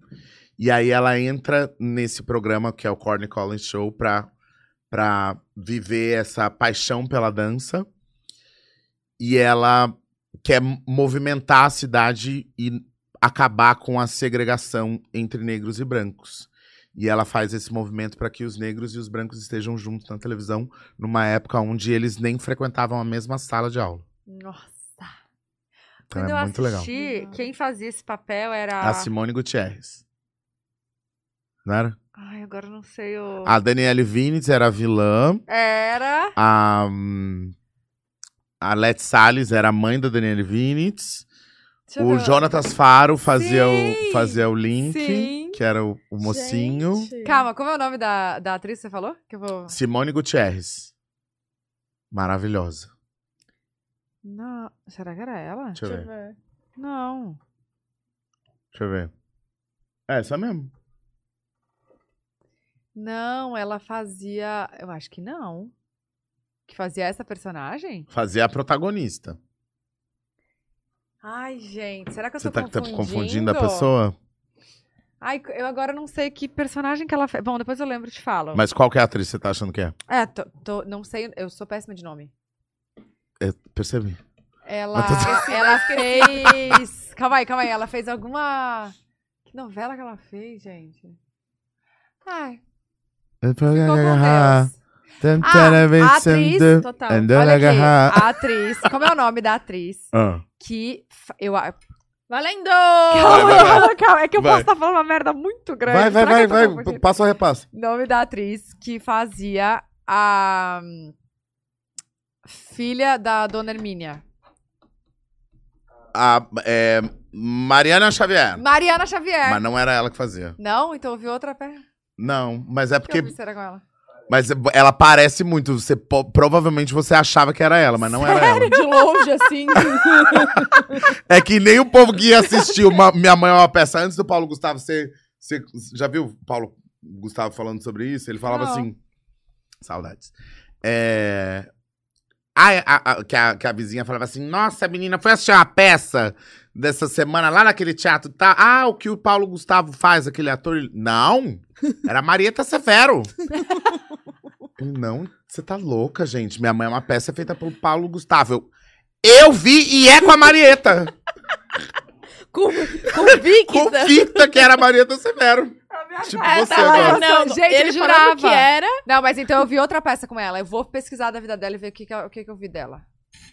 Speaker 3: E aí ela entra nesse programa que é o Corny Collins Show pra, pra viver essa paixão pela dança. E ela quer movimentar a cidade e acabar com a segregação entre negros e brancos. E ela faz esse movimento para que os negros e os brancos estejam juntos na televisão, numa época onde eles nem frequentavam a mesma sala de aula.
Speaker 2: Nossa.
Speaker 3: Então
Speaker 2: Quando
Speaker 3: é
Speaker 2: eu
Speaker 3: muito legal.
Speaker 2: assisti,
Speaker 1: legal.
Speaker 2: quem fazia esse papel era.
Speaker 3: A Simone Gutierrez. Não era?
Speaker 2: Ai, agora eu não sei o.
Speaker 3: A Daniele Vinitz era a vilã.
Speaker 2: Era.
Speaker 3: A, hum, a Let Salles era a mãe da Daniele Vinitz.
Speaker 2: Deixa eu
Speaker 3: O
Speaker 2: ver.
Speaker 3: Jonatas Faro fazia,
Speaker 2: Sim!
Speaker 3: o, fazia o Link,
Speaker 2: Sim.
Speaker 3: que era o, o um mocinho.
Speaker 1: Gente.
Speaker 2: Calma, como é o nome da, da atriz que você falou? Que eu vou.
Speaker 3: Simone Gutierrez. Maravilhosa.
Speaker 2: Não. Será que era ela?
Speaker 3: Deixa eu
Speaker 1: Deixa eu
Speaker 3: ver.
Speaker 1: ver.
Speaker 2: Não.
Speaker 3: Deixa eu ver. É, essa mesmo.
Speaker 2: Não, ela fazia. Eu acho que não. Que fazia essa personagem?
Speaker 3: Fazia a protagonista.
Speaker 2: Ai, gente, será que eu
Speaker 3: Você
Speaker 2: tô
Speaker 3: tá, tá
Speaker 2: confundindo?
Speaker 3: confundindo a pessoa?
Speaker 2: Ai, eu agora não sei que personagem que ela fez. Bom, depois eu lembro e te falo.
Speaker 3: Mas qual que é a atriz que você tá achando que é?
Speaker 2: É, tô, tô- não sei, eu sou péssima de nome.
Speaker 3: É, percebi.
Speaker 2: Ela,
Speaker 3: Eu tô-
Speaker 2: Esqueci, ela fez. Calma aí, calma aí. Ela fez alguma. Que novela que ela fez, gente? Ai, ficou com é Deus. Ah, a atriz,
Speaker 1: Total.
Speaker 2: Olha aqui, a atriz. Como é o nome da atriz?
Speaker 3: Ah.
Speaker 2: Que fa- eu. a-
Speaker 1: Valendo!
Speaker 2: Calma,
Speaker 3: vai, vai.
Speaker 2: calma, calma. É que eu posso
Speaker 3: Vai.
Speaker 2: estar falando uma merda muito grande.
Speaker 3: Vai, vai,
Speaker 2: Será que
Speaker 3: vai,
Speaker 2: eu tô
Speaker 3: vai.
Speaker 2: confundindo?
Speaker 3: Passa ou repassa?
Speaker 2: Nome da atriz que fazia a. hum, Filha da Dona Hermínia.
Speaker 3: A, é, Mariana Xavier.
Speaker 2: Mariana Xavier.
Speaker 3: Mas não era ela que fazia.
Speaker 2: Não? Então eu vi outra pé.
Speaker 3: Não, mas é porque.
Speaker 2: Que eu vi, será com ela?
Speaker 3: Mas ela parece muito. Você, po- provavelmente você achava que era ela, mas não era ela.
Speaker 1: De longe, assim.
Speaker 3: É que nem o povo que assistiu Ma- Minha Mãe é uma Peça antes do Paulo Gustavo. Você, você já viu o Paulo Gustavo falando sobre isso? Ele falava
Speaker 2: Não.
Speaker 3: assim. Saudades. É. A, a- a- que, a, que a vizinha falava assim: Nossa, menina, foi assistir uma peça dessa semana lá naquele teatro. Tá? Ah, o que o Paulo Gustavo faz, aquele ator. Ele, não, era Marieta Severo. Eu, não, você tá louca, gente. Minha mãe é uma peça feita pelo Paulo Gustavo. Eu, eu vi e é com a Marieta.
Speaker 1: Com, com Victor.
Speaker 3: Convicta que era a Marieta Severo. Tipo você
Speaker 1: tá lá,
Speaker 3: agora.
Speaker 1: não,
Speaker 2: Gente,
Speaker 1: ele
Speaker 2: eu
Speaker 1: falando
Speaker 2: jurava.
Speaker 1: que era.
Speaker 2: Não, mas então eu vi outra peça com ela. Eu vou pesquisar da vida dela e ver o que, que, eu, o que que eu vi dela.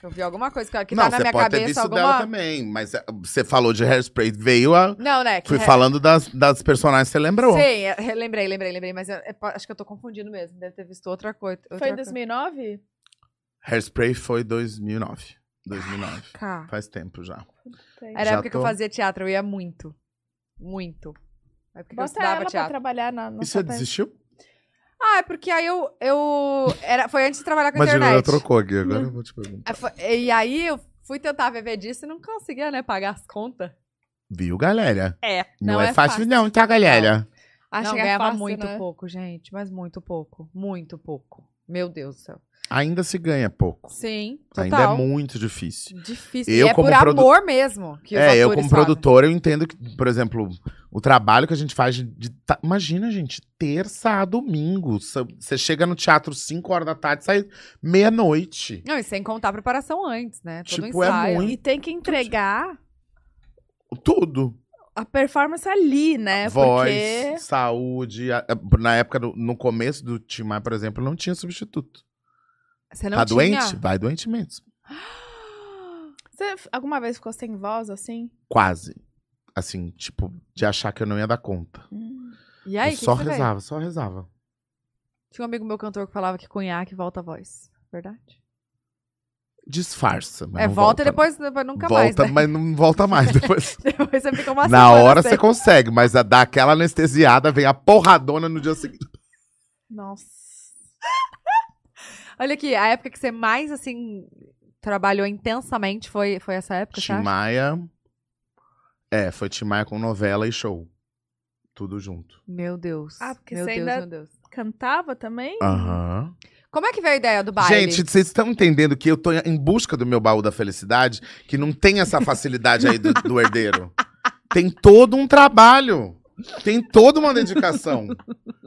Speaker 2: Eu vi alguma coisa que, que
Speaker 3: não,
Speaker 2: tá na
Speaker 3: você
Speaker 2: minha
Speaker 3: pode
Speaker 2: cabeça.
Speaker 3: ter visto
Speaker 2: alguma...
Speaker 3: dela também, mas eh, você falou de hairspray, veio a.
Speaker 2: Não, né? que
Speaker 3: Fui
Speaker 2: re-
Speaker 3: falando das, das personagens, você lembrou?
Speaker 2: Sim, é, re- lembrei, lembrei, lembrei. Mas eu- é po- acho que eu tô confundindo mesmo. Deve ter visto outra coisa. Outra
Speaker 1: Foi em
Speaker 2: coisa.
Speaker 1: 2009?
Speaker 3: Hairspray foi 2009. 2009.
Speaker 2: Cá.
Speaker 3: Faz tempo já.
Speaker 2: Tá.
Speaker 1: É,
Speaker 2: Era a
Speaker 3: Já
Speaker 2: época que eu
Speaker 3: tô.
Speaker 2: fazia teatro. Eu ia muito. Muito. É porque eu
Speaker 1: Bota
Speaker 2: estudava
Speaker 1: ela pra
Speaker 2: teatro.
Speaker 1: trabalhar na
Speaker 3: E
Speaker 1: nossa
Speaker 3: você
Speaker 1: peça.
Speaker 3: desistiu?
Speaker 2: Ah, é porque aí eu... eu era, foi antes de trabalhar com a
Speaker 3: Imagina, ela
Speaker 2: internet.
Speaker 3: trocou aqui, agora eu vou te perguntar.
Speaker 2: Aí foi- E aí eu fui tentar viver disso e não conseguia, né? Pagar as contas.
Speaker 3: Viu, galera?
Speaker 1: É.
Speaker 3: Não, é, fácil, não, tá, galera?
Speaker 2: Acho
Speaker 1: Não,
Speaker 2: que
Speaker 1: ganhava
Speaker 2: ganhava
Speaker 1: fácil,
Speaker 2: muito
Speaker 1: né?
Speaker 2: pouco, gente. Mas muito pouco. Muito pouco. Meu Deus do céu.
Speaker 3: Ainda se ganha pouco.
Speaker 2: Sim, total.
Speaker 3: Ainda é muito difícil.
Speaker 2: Difícil.
Speaker 3: Eu
Speaker 2: e é
Speaker 3: como
Speaker 2: por
Speaker 3: produ-
Speaker 2: amor mesmo que os
Speaker 3: é, eu
Speaker 2: atores fazem.
Speaker 3: como produtor, eu entendo que, por exemplo, o trabalho que a gente faz de. de ta- Imagina, gente, terça a domingo. Você chega no teatro 5 horas da tarde, sai meia-noite.
Speaker 2: Não, e sem contar a preparação antes, né? Todo
Speaker 3: Tipo, é
Speaker 2: ensaio.
Speaker 3: muito-
Speaker 1: E tem que entregar
Speaker 3: Tudo.
Speaker 1: a performance ali, né?
Speaker 2: É
Speaker 3: Voz,
Speaker 1: Porque
Speaker 3: saúde. a- na época, do- no começo do Timar, por exemplo, não tinha substituto.
Speaker 2: Você não
Speaker 3: tá
Speaker 2: tinha?
Speaker 3: doente? Vai doente mesmo.
Speaker 1: Você f- alguma vez ficou sem voz assim?
Speaker 3: Quase. Assim, tipo, de achar que eu não ia dar conta.
Speaker 1: Hum.
Speaker 2: E aí,
Speaker 3: eu
Speaker 2: o que
Speaker 3: só
Speaker 2: que você fez?
Speaker 3: rezava, só rezava.
Speaker 2: Tinha um amigo meu cantor que falava que conhaque volta a voz. Verdade?
Speaker 3: Disfarça. mas
Speaker 2: é,
Speaker 3: não
Speaker 2: volta e depois, depois nunca mais,
Speaker 3: volta,
Speaker 2: né?
Speaker 3: mas não volta mais depois.
Speaker 2: Depois você fica uma
Speaker 3: Na
Speaker 2: semana
Speaker 3: hora
Speaker 2: sem.
Speaker 3: você consegue, mas a, dá aquela anestesiada, vem a porradona no dia seguinte.
Speaker 1: Nossa.
Speaker 2: Olha aqui, a época que você mais, assim, trabalhou intensamente foi, foi essa época, você acha?
Speaker 3: Timaia. É, foi Timaia com novela e show. Tudo junto.
Speaker 2: Meu Deus.
Speaker 1: Ah, porque
Speaker 2: meu
Speaker 1: você
Speaker 2: Deus,
Speaker 1: ainda-
Speaker 2: meu Deus.
Speaker 1: Cantava também?
Speaker 3: Ah. Aham.
Speaker 2: Como é que veio a ideia do baile?
Speaker 3: Gente, vocês estão entendendo que eu tô em busca do meu baú da felicidade, que não tem essa facilidade aí do, do herdeiro. Tem todo um trabalho. Tem toda uma dedicação.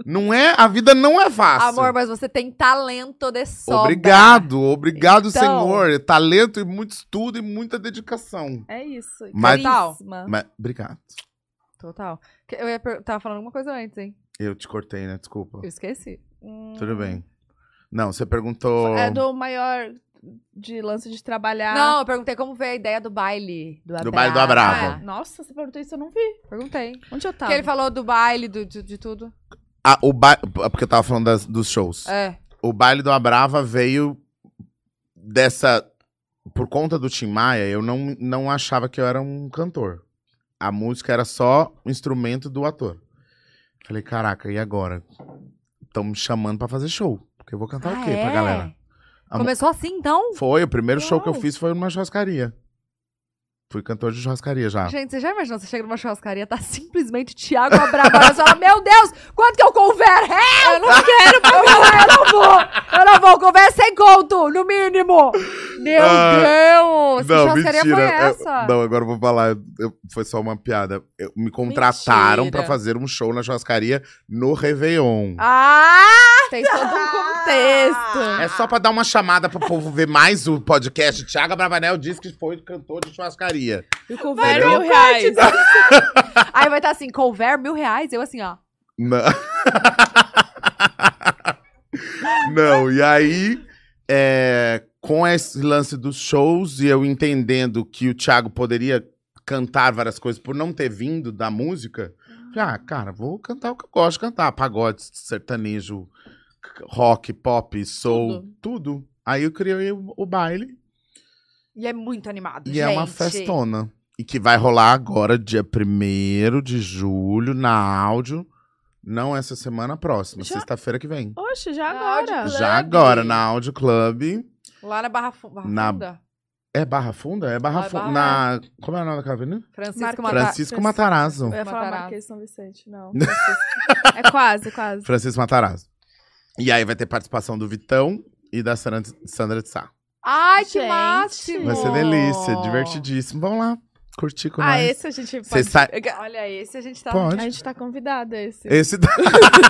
Speaker 3: Não é, a vida não é fácil.
Speaker 2: Amor, mas você tem talento de sobra.
Speaker 3: Obrigado, obrigado,
Speaker 2: Então.
Speaker 3: senhor. É Talento e muito estudo e muita dedicação.
Speaker 1: É isso.
Speaker 3: Mas-
Speaker 1: Carisma.
Speaker 3: Mas, obrigado.
Speaker 2: Total. Que- Eu ia per... tava falando alguma coisa antes, hein?
Speaker 3: Eu te cortei, né? Desculpa.
Speaker 2: Eu esqueci.
Speaker 1: Hum.
Speaker 3: Tudo bem. Não, você perguntou.
Speaker 1: É do maior de lance de trabalhar.
Speaker 2: Não, eu perguntei como veio a ideia do baile. Do,
Speaker 3: Do baile do Abrava.
Speaker 1: Ah, nossa, você perguntou isso, eu não vi.
Speaker 2: É, perguntei.
Speaker 1: Onde eu tava?
Speaker 2: Porque ele falou do baile, do, de, de tudo.
Speaker 3: Ah, o ba... Porque eu tava falando das- dos shows.
Speaker 2: É.
Speaker 3: o baile do Abrava veio dessa. Por conta do Tim Maia, eu não, não achava que eu era um cantor. A música era só o instrumento do ator. Falei, caraca, e agora? Estão me chamando pra fazer show. Porque eu vou cantar o
Speaker 2: Ah,
Speaker 3: quê Então tá pra
Speaker 2: é?
Speaker 3: galera? A mu-
Speaker 2: Começou assim, então?
Speaker 3: Foi, o primeiro show que eu
Speaker 1: Uau.
Speaker 3: fiz foi numa churrascaria. Fui cantor de churrascaria já.
Speaker 2: Gente, você já imaginou? Você chega numa churrascaria, tá simplesmente Thiago Abravanel. Você fala, meu Deus, quanto que eu converso? "É, Eu não quero, eu não, eu não vou. Eu não vou, conversa sem conto, no mínimo. Meu
Speaker 3: Ah,
Speaker 2: Deus, que churrascaria foi
Speaker 3: eu-
Speaker 2: essa?
Speaker 3: é, não, agora eu vou falar. eu- foi só uma piada. Eu- me contrataram
Speaker 2: Mentira.
Speaker 3: pra fazer um show na churrascaria no Réveillon.
Speaker 2: Ah, tem todo um contexto.
Speaker 3: É só pra dar uma chamada pro povo ver mais o podcast. Tiago Bravanel disse que foi cantor de churrascaria.
Speaker 1: E com velho
Speaker 3: Entendeu?
Speaker 1: mil reais.
Speaker 2: Aí vai estar assim, couver mil reais, eu assim, ó.
Speaker 3: Não, Não, e aí, é, com esse lance dos shows e eu entendendo que o Thiago poderia cantar várias coisas por não ter vindo da música, falei, ah, cara, vou cantar o que eu gosto de cantar: pagode, sertanejo, c- rock, pop, soul, tudo. Aí eu criei o- o baile.
Speaker 2: E é muito animado,
Speaker 3: E
Speaker 2: gente.
Speaker 3: é uma festona. E que vai rolar agora, dia 1 de julho, na áudio. Não essa semana, a próxima,
Speaker 1: Já-
Speaker 3: sexta-feira que vem.
Speaker 1: Oxe, já
Speaker 2: Na
Speaker 1: agora.
Speaker 2: Audio
Speaker 3: Já
Speaker 2: Club.
Speaker 3: agora, na Áudio Club.
Speaker 2: Lá na Barra, Fu- Barra
Speaker 3: Na-
Speaker 2: Funda,
Speaker 3: É Barra Funda? É Barra
Speaker 2: Ah, é
Speaker 3: Funda.
Speaker 2: Barra-
Speaker 3: Na... Como é o nome daquela avenida?
Speaker 2: Francisco
Speaker 1: Mata-
Speaker 2: Matar.
Speaker 3: Francisco Matarazzo.
Speaker 1: Eu ia falar
Speaker 2: Matarazzo.
Speaker 1: Marquês de São Vicente, não. Francisco. é quase, quase.
Speaker 3: Francisco Matarazzo. E aí vai ter participação do Vitão e da Sandra, Sandra de Sá.
Speaker 2: Ai, que
Speaker 1: Gente.
Speaker 2: máximo!
Speaker 3: Vai ser delícia, divertidíssimo. Vamos lá, curtir com
Speaker 1: Ah,
Speaker 3: nós.
Speaker 1: esse a gente
Speaker 3: Cê
Speaker 1: pode...
Speaker 3: sa...
Speaker 2: Olha, esse a gente tá...
Speaker 1: A
Speaker 3: Pode.
Speaker 1: gente tá convidado a esse.
Speaker 3: Esse...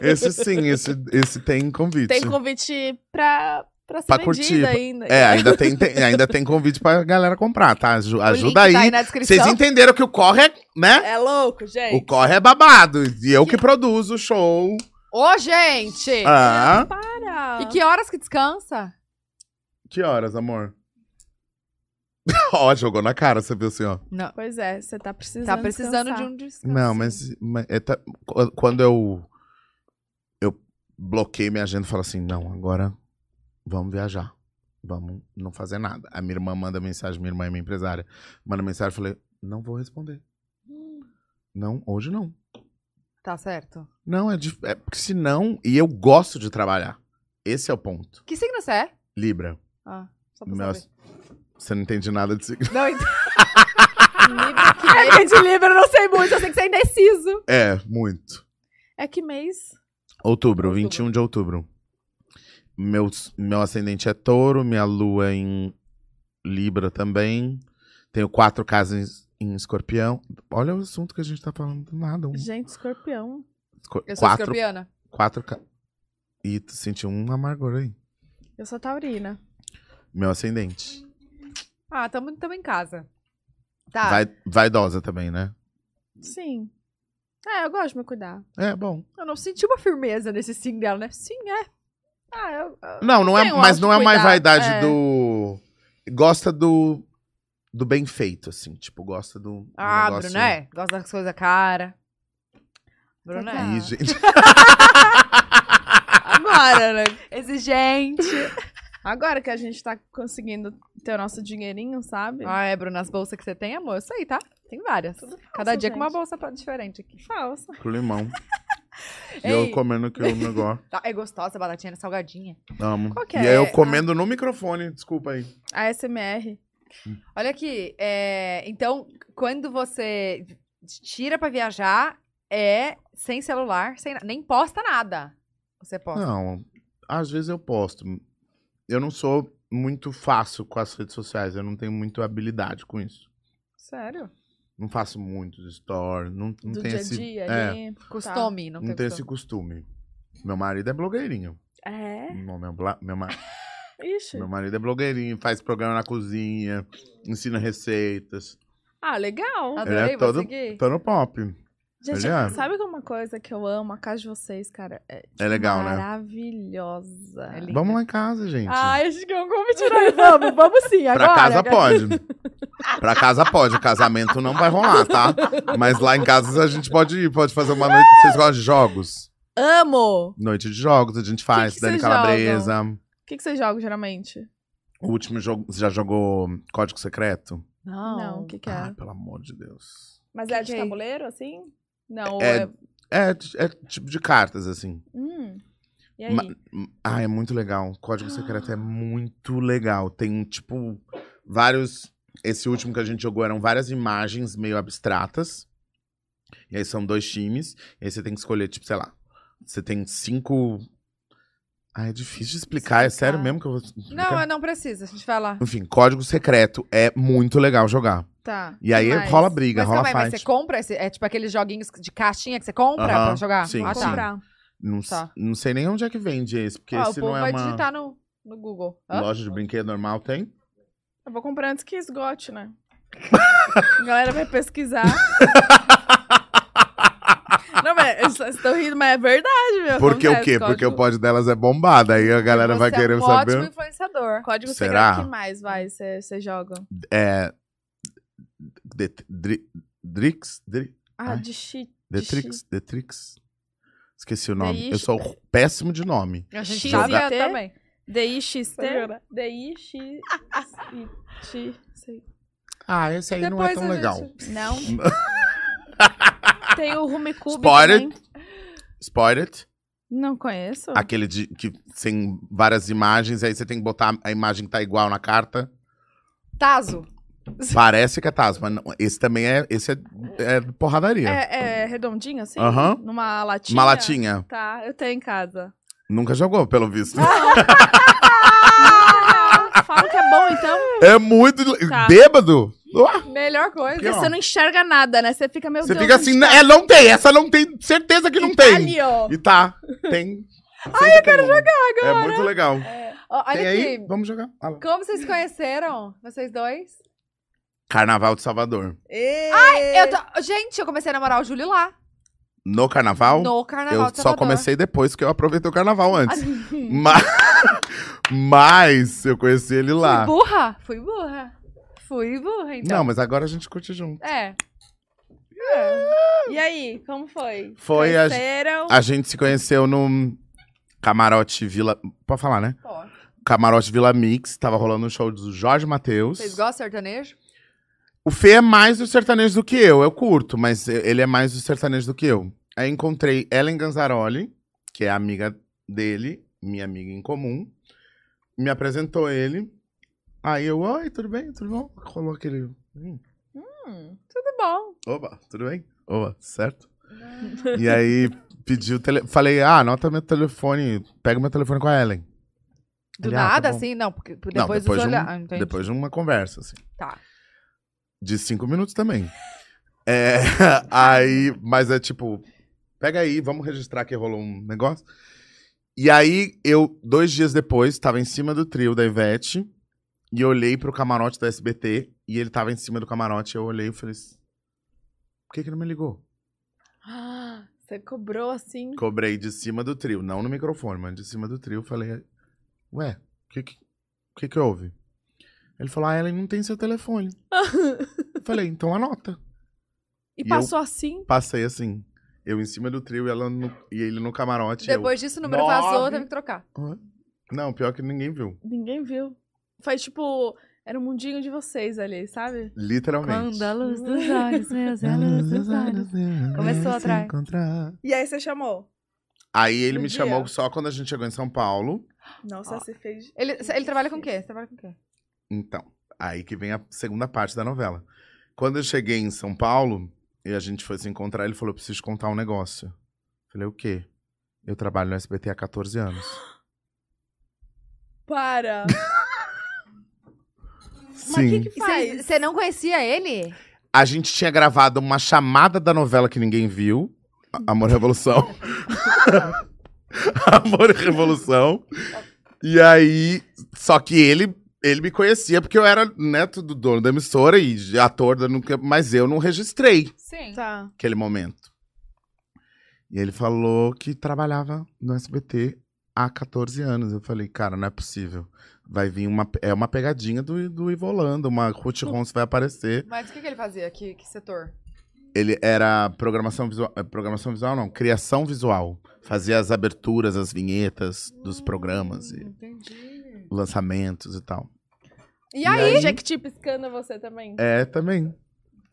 Speaker 3: esse sim, esse, esse tem convite.
Speaker 1: Tem convite pra, pra ser
Speaker 3: Pra
Speaker 1: vendida
Speaker 3: curtir, pra-
Speaker 1: ainda.
Speaker 2: tá
Speaker 3: É, ainda tem, tem- ainda tem convite pra galera comprar, tá? Aju-
Speaker 2: O link
Speaker 3: ajuda
Speaker 2: Tá aí
Speaker 3: aí.
Speaker 2: na
Speaker 3: Vocês
Speaker 2: descrição.
Speaker 3: entenderam que o corre é, né?
Speaker 1: É louco,
Speaker 3: O
Speaker 1: gente.
Speaker 3: corre é babado. E eu que produzo o show.
Speaker 2: Ô, gente!
Speaker 3: Ah.
Speaker 1: Para.
Speaker 2: E que horas que descansa?
Speaker 3: Que horas, amor? Ó, jogou na cara, você viu assim, ó.
Speaker 2: Não.
Speaker 1: Pois é, você tá precisando
Speaker 2: Tá precisando
Speaker 1: descansar.
Speaker 2: de um descanso.
Speaker 3: Não, mas, mas é tá- qu- quando eu eu bloqueei minha agenda, eu falo assim, não, agora vamos viajar, vamos não fazer nada. A minha irmã manda mensagem, minha irmã é minha empresária, manda mensagem, eu falei, não vou responder.
Speaker 2: um
Speaker 3: Não, hoje não.
Speaker 2: Tá certo.
Speaker 3: Não, é, dif- é porque senão, e eu gosto de trabalhar. Esse é o ponto.
Speaker 2: Que signo você é?
Speaker 3: Libra.
Speaker 2: Ah, só pra
Speaker 3: Meu,
Speaker 2: saber.
Speaker 3: você não entende nada de signo.
Speaker 2: Não, então...
Speaker 1: um
Speaker 2: Libra, É que meio de Libra, eu não sei muito, eu sei que você é indeciso.
Speaker 3: É, muito.
Speaker 1: É que mês?
Speaker 3: Outubro,
Speaker 1: Outubro.
Speaker 3: 21 de outubro. Meu, meu ascendente é touro, minha lua é em Libra também. Tenho quatro casas em, em escorpião. Olha o assunto que a gente tá falando do nada. Um,
Speaker 1: Gente, escorpião.
Speaker 3: esco-
Speaker 2: Eu sou
Speaker 3: quatro,
Speaker 2: escorpiana.
Speaker 3: quatro ca- E tu sentiu um amargor aí.
Speaker 1: Eu sou taurina.
Speaker 3: Meu ascendente.
Speaker 2: Ah, tamo, tamo em casa. Tá.
Speaker 3: Vai, vaidosa também, né?
Speaker 1: Sim. É, eu gosto de me cuidar.
Speaker 3: É, bom.
Speaker 2: Eu não senti uma firmeza nesse sim dela, né? Sim, é. Ah, eu. eu-
Speaker 3: Não, não é,
Speaker 2: Tem um
Speaker 3: mas não é mais
Speaker 2: autocuidado,
Speaker 3: vaidade
Speaker 2: é.
Speaker 3: do... Gosta do... Do bem feito, assim. Tipo, gosta do... do
Speaker 2: Ah,
Speaker 3: negócio-
Speaker 2: Bruné. Gosta das coisas cara. é?
Speaker 1: Tá
Speaker 2: Bruné.
Speaker 1: claro.
Speaker 3: Ih, gente.
Speaker 2: Agora, né? Exigente.
Speaker 1: Agora que a gente tá conseguindo ter o nosso dinheirinho, sabe?
Speaker 2: Ah, é, Bruna, as bolsas que você tem, amor. Isso aí, tá? Tem várias. Cada
Speaker 1: falso,
Speaker 2: dia com uma
Speaker 1: gente.
Speaker 2: bolsa pra- diferente aqui.
Speaker 1: Falsa.
Speaker 3: Com limão. E
Speaker 2: Ei.
Speaker 3: eu comendo que eu não gosto.
Speaker 2: Tá, é gostosa a batatinha salgadinha.
Speaker 3: Amo.
Speaker 1: Qual que
Speaker 3: E
Speaker 1: é?
Speaker 3: aí eu comendo no microfone, desculpa aí.
Speaker 1: A SMR.
Speaker 2: Olha aqui, é, então, quando você tira pra viajar, é sem celular, sem, na- nem posta nada. Você posta.
Speaker 3: Não, às vezes eu posto. Eu não sou muito fácil com as redes sociais, eu não tenho muita habilidade com isso.
Speaker 1: Sério?
Speaker 3: Não faço muito de story, não, não
Speaker 1: Do
Speaker 3: tenho
Speaker 1: dia a
Speaker 3: esse,
Speaker 1: dia
Speaker 3: é,
Speaker 1: ali.
Speaker 2: Costume, não,
Speaker 3: não
Speaker 2: tem
Speaker 3: tenho esse
Speaker 2: costume.
Speaker 3: costume. Meu marido é blogueirinho.
Speaker 1: É.
Speaker 3: Não, Meu, bla- meu ma-
Speaker 1: Ixi.
Speaker 3: meu marido é blogueirinho, faz programa na cozinha, ensina receitas.
Speaker 1: Ah, legal.
Speaker 3: Ele
Speaker 2: Adorei,
Speaker 3: é
Speaker 2: Tá vou
Speaker 3: todo-
Speaker 2: seguir.
Speaker 3: Tô no pop.
Speaker 1: Gente,
Speaker 3: Olha.
Speaker 1: sabe que é uma coisa que eu amo? A casa de vocês, cara, é
Speaker 3: É legal, né?
Speaker 1: maravilhosa.
Speaker 2: É lindo.
Speaker 3: Vamos lá em casa, gente.
Speaker 1: Ai, acho que é um convite nós. Vamos, vamos sim, agora.
Speaker 3: Pra casa
Speaker 1: galera.
Speaker 3: pode. Pra casa pode. O casamento não vai rolar, tá? Mas lá em casa a gente pode ir, pode fazer uma noite. Vocês gostam de jogos?
Speaker 1: Amo!
Speaker 3: Noite de jogos, a gente faz.
Speaker 1: que
Speaker 3: Dani
Speaker 1: vocês
Speaker 3: Calabresa.
Speaker 1: O que, que vocês jogam geralmente?
Speaker 3: O último jogo. Você já jogou Código Secreto?
Speaker 2: Não.
Speaker 1: Não, o que, que é?
Speaker 3: Ai, pelo amor de Deus.
Speaker 1: Mas
Speaker 2: que
Speaker 1: é de
Speaker 2: que é
Speaker 1: tabuleiro, assim? Não, ou
Speaker 3: É-
Speaker 1: é.
Speaker 3: É, é tipo de cartas, assim.
Speaker 1: Hum. E aí?
Speaker 3: Ma- Ah, é muito legal. Código Secreto é muito legal. Tem, tipo, vários. Esse último que a gente jogou eram várias imagens meio abstratas. E aí são dois times. E aí você tem que escolher, tipo, sei lá. Você tem cinco. Ah, é difícil de explicar. É sério
Speaker 1: Explicar.
Speaker 3: mesmo que eu vou.
Speaker 2: Não,
Speaker 3: explicar?
Speaker 2: eu não preciso, a gente vai lá.
Speaker 3: Enfim, código secreto é muito legal jogar.
Speaker 1: Tá.
Speaker 3: E aí
Speaker 1: que mais?
Speaker 3: rola briga,
Speaker 2: Mas
Speaker 3: rola
Speaker 2: calma aí, mas
Speaker 3: fight.
Speaker 2: você compra? esse- é tipo aqueles joguinhos de caixinha que você compra
Speaker 3: Aham,
Speaker 2: pra jogar?
Speaker 3: sim,
Speaker 2: ah,
Speaker 1: Vou
Speaker 3: sim.
Speaker 2: tá.
Speaker 1: comprar.
Speaker 3: Não, s-
Speaker 2: Tá.
Speaker 3: não sei nem onde é que vende esse, porque
Speaker 2: Ó, o
Speaker 3: esse
Speaker 2: povo
Speaker 3: não é
Speaker 2: vai
Speaker 3: uma
Speaker 2: digitar no, no Google. Hã?
Speaker 3: loja de brinquedo normal, tem?
Speaker 1: Eu vou comprar antes que esgote, né? A galera vai pesquisar. Não, mas vocês estão rindo, mas é verdade, meu.
Speaker 3: Porque o
Speaker 1: Acontece,
Speaker 3: quê? Porque o
Speaker 1: código-
Speaker 3: pódio delas é bombado. Aí a galera vai
Speaker 2: Você
Speaker 3: querer
Speaker 2: é um
Speaker 3: saber.
Speaker 2: ótimo influenciador.
Speaker 1: Código
Speaker 3: Será?
Speaker 1: secreto, que mais vai? Vocês jogam?
Speaker 3: É. Det- Dri- Drix? Dri-
Speaker 1: Ah,
Speaker 3: Ai.
Speaker 1: de cheat.
Speaker 3: Detrix? Detrix? Esqueci o nome.
Speaker 1: Deix-
Speaker 3: Eu sou ru- péssimo de nome.
Speaker 2: A gente
Speaker 1: X
Speaker 2: já
Speaker 1: e T?
Speaker 2: também.
Speaker 1: DIXT?
Speaker 2: Vai jogar.
Speaker 1: DIXT?
Speaker 3: Ah, esse aí não é
Speaker 2: Depois
Speaker 3: tão
Speaker 2: a
Speaker 3: legal.
Speaker 2: gente-
Speaker 1: Não. Tem o Rumicube
Speaker 3: Spotted.
Speaker 1: também.
Speaker 3: Spotted,
Speaker 1: Não conheço.
Speaker 3: aquele de, que tem várias imagens, aí você tem que botar a imagem que tá igual na carta.
Speaker 2: Tazo.
Speaker 3: Parece que é Taz, mas não, esse também é. Esse é, é porradaria.
Speaker 1: É, é redondinho assim?
Speaker 3: Aham.
Speaker 1: Numa latinha?
Speaker 3: Uma latinha.
Speaker 1: Tá, eu tenho em casa.
Speaker 3: Nunca jogou, pelo visto.
Speaker 1: Fala que é bom, então.
Speaker 3: É muito. le-
Speaker 1: Tá.
Speaker 3: Bêbado! Ah,
Speaker 2: Melhor coisa.
Speaker 3: Que
Speaker 1: Porque você não enxerga nada, né? Você fica, meu
Speaker 3: você
Speaker 1: Deus.
Speaker 3: fica
Speaker 1: onde
Speaker 3: assim,
Speaker 1: tá?
Speaker 3: é, não tem, essa não tem, certeza que não tem.
Speaker 1: Ali, ó.
Speaker 3: E tá, tem. Ai, eu quero jogar agora. É muito legal.
Speaker 2: Ó, olha
Speaker 3: Tem
Speaker 2: aqui.
Speaker 3: aí, vamos jogar. Ah lá.
Speaker 2: Como vocês se conheceram, vocês dois?
Speaker 3: Carnaval de Salvador.
Speaker 2: Ai, eu tô- Gente, eu comecei a namorar o Júlio lá.
Speaker 3: No carnaval,
Speaker 2: No Carnaval
Speaker 3: eu
Speaker 2: de
Speaker 3: só
Speaker 2: Salvador.
Speaker 3: comecei depois, que eu aproveitei o carnaval antes. Mas, mas eu conheci ele
Speaker 2: Fui
Speaker 3: lá.
Speaker 2: burra? Fui burra. Fui burra, então.
Speaker 3: Não, mas agora a gente curte junto.
Speaker 2: É.
Speaker 1: E aí, como foi?
Speaker 3: Foi a-
Speaker 1: Cresceram?
Speaker 3: A gente se conheceu no Camarote Vila. Pode falar, né?
Speaker 2: Pô.
Speaker 3: Camarote Vila Mix, tava rolando um show do Jorge Matheus.
Speaker 2: Vocês gostam de sertanejo?
Speaker 3: O Fê é mais do sertanejo do que eu, eu curto, mas e- ele é mais do sertanejo do que eu. Aí encontrei Ellen Ganzaroli, que é amiga dele, minha amiga em comum, me apresentou ele. Aí eu, oi, tudo bem, tudo bom? Rolou aquele. "Hum,
Speaker 1: Hum.
Speaker 2: Tudo bom.
Speaker 3: Oba, tudo bem? Oba, certo? E aí pediu o tele... Falei, ah, anota meu telefone, pega meu telefone com a Ellen.
Speaker 2: Do
Speaker 3: Ele, ah, tá
Speaker 2: nada,
Speaker 3: bom.
Speaker 2: assim? Não, porque depois,
Speaker 3: Não, depois
Speaker 2: dos
Speaker 3: de um-
Speaker 2: olhar. Ah, entendi.
Speaker 3: Depois de uma conversa, assim.
Speaker 2: Tá.
Speaker 3: De cinco minutos também. É, aí, mas é tipo, pega aí, vamos registrar que rolou um negócio. E aí, eu, dois dias depois, tava em cima do trio da Ivete e eu olhei pro camarote da SBT e ele tava em cima do camarote. Eu olhei e falei: assim, por que, que não me ligou?
Speaker 1: Ah, Você cobrou assim.
Speaker 3: Cobrei de cima do trio, não no microfone, mas de cima do trio. Falei: ué, o que, que, que que houve? Ele falou: ah, ela não tem seu telefone. Eu falei: então anota.
Speaker 1: e
Speaker 3: E
Speaker 1: passou assim?
Speaker 3: passei assim. Eu em cima do trio e, ela no- e ele no camarote. eu-
Speaker 2: Depois disso, o número
Speaker 3: Nove.
Speaker 2: vazou, teve que trocar.
Speaker 3: Não, pior que ninguém viu.
Speaker 1: Ninguém viu. Foi tipo, era um mundinho de vocês ali, sabe?
Speaker 3: Literalmente.
Speaker 2: luz dos olhos meus, Começou
Speaker 3: se
Speaker 2: atrás.
Speaker 3: encontrar.
Speaker 1: E aí você chamou.
Speaker 3: Aí ele
Speaker 1: No
Speaker 3: me
Speaker 1: dia.
Speaker 3: chamou só quando a gente chegou em São Paulo.
Speaker 1: Nossa,
Speaker 3: Ah.
Speaker 2: Ó.
Speaker 1: você fez.
Speaker 2: Ele, ele trabalha com o quê? Você trabalha com o quê?
Speaker 3: Então, aí que vem a segunda parte da novela. Quando eu cheguei em São Paulo e a gente foi se encontrar, ele falou: "Eu preciso te contar um negócio. Eu Falei: o quê? Eu trabalho no SBT há 14 anos.
Speaker 1: Para! Mas o
Speaker 3: Sim.
Speaker 1: que, que faz?
Speaker 2: Você não conhecia ele?
Speaker 3: A gente tinha gravado uma chamada da novela que ninguém viu. A- Amor e Revolução. Amor e Revolução. E aí, só que ele, ele me conhecia porque eu era neto do dono da emissora e de ator, da nunca- mas eu não registrei
Speaker 2: Sim.
Speaker 1: Tá.
Speaker 3: aquele momento. E ele falou que trabalhava no SBT há 14 anos. Eu falei, cara, não é possível. Vai vir uma. É uma pegadinha do, do Ivolanda, uma Ruth Rons vai aparecer.
Speaker 2: Mas o que, que ele fazia? Que, que setor?
Speaker 3: Ele era programação visual. eh, Programação visual, não, criação visual. Fazia as aberturas, as vinhetas dos
Speaker 1: Hum,
Speaker 3: programas e
Speaker 2: Entendi.
Speaker 3: lançamentos e tal.
Speaker 2: E
Speaker 3: E
Speaker 2: aí?
Speaker 3: aí?
Speaker 1: Jequiti tipo, piscando você também.
Speaker 3: É, também.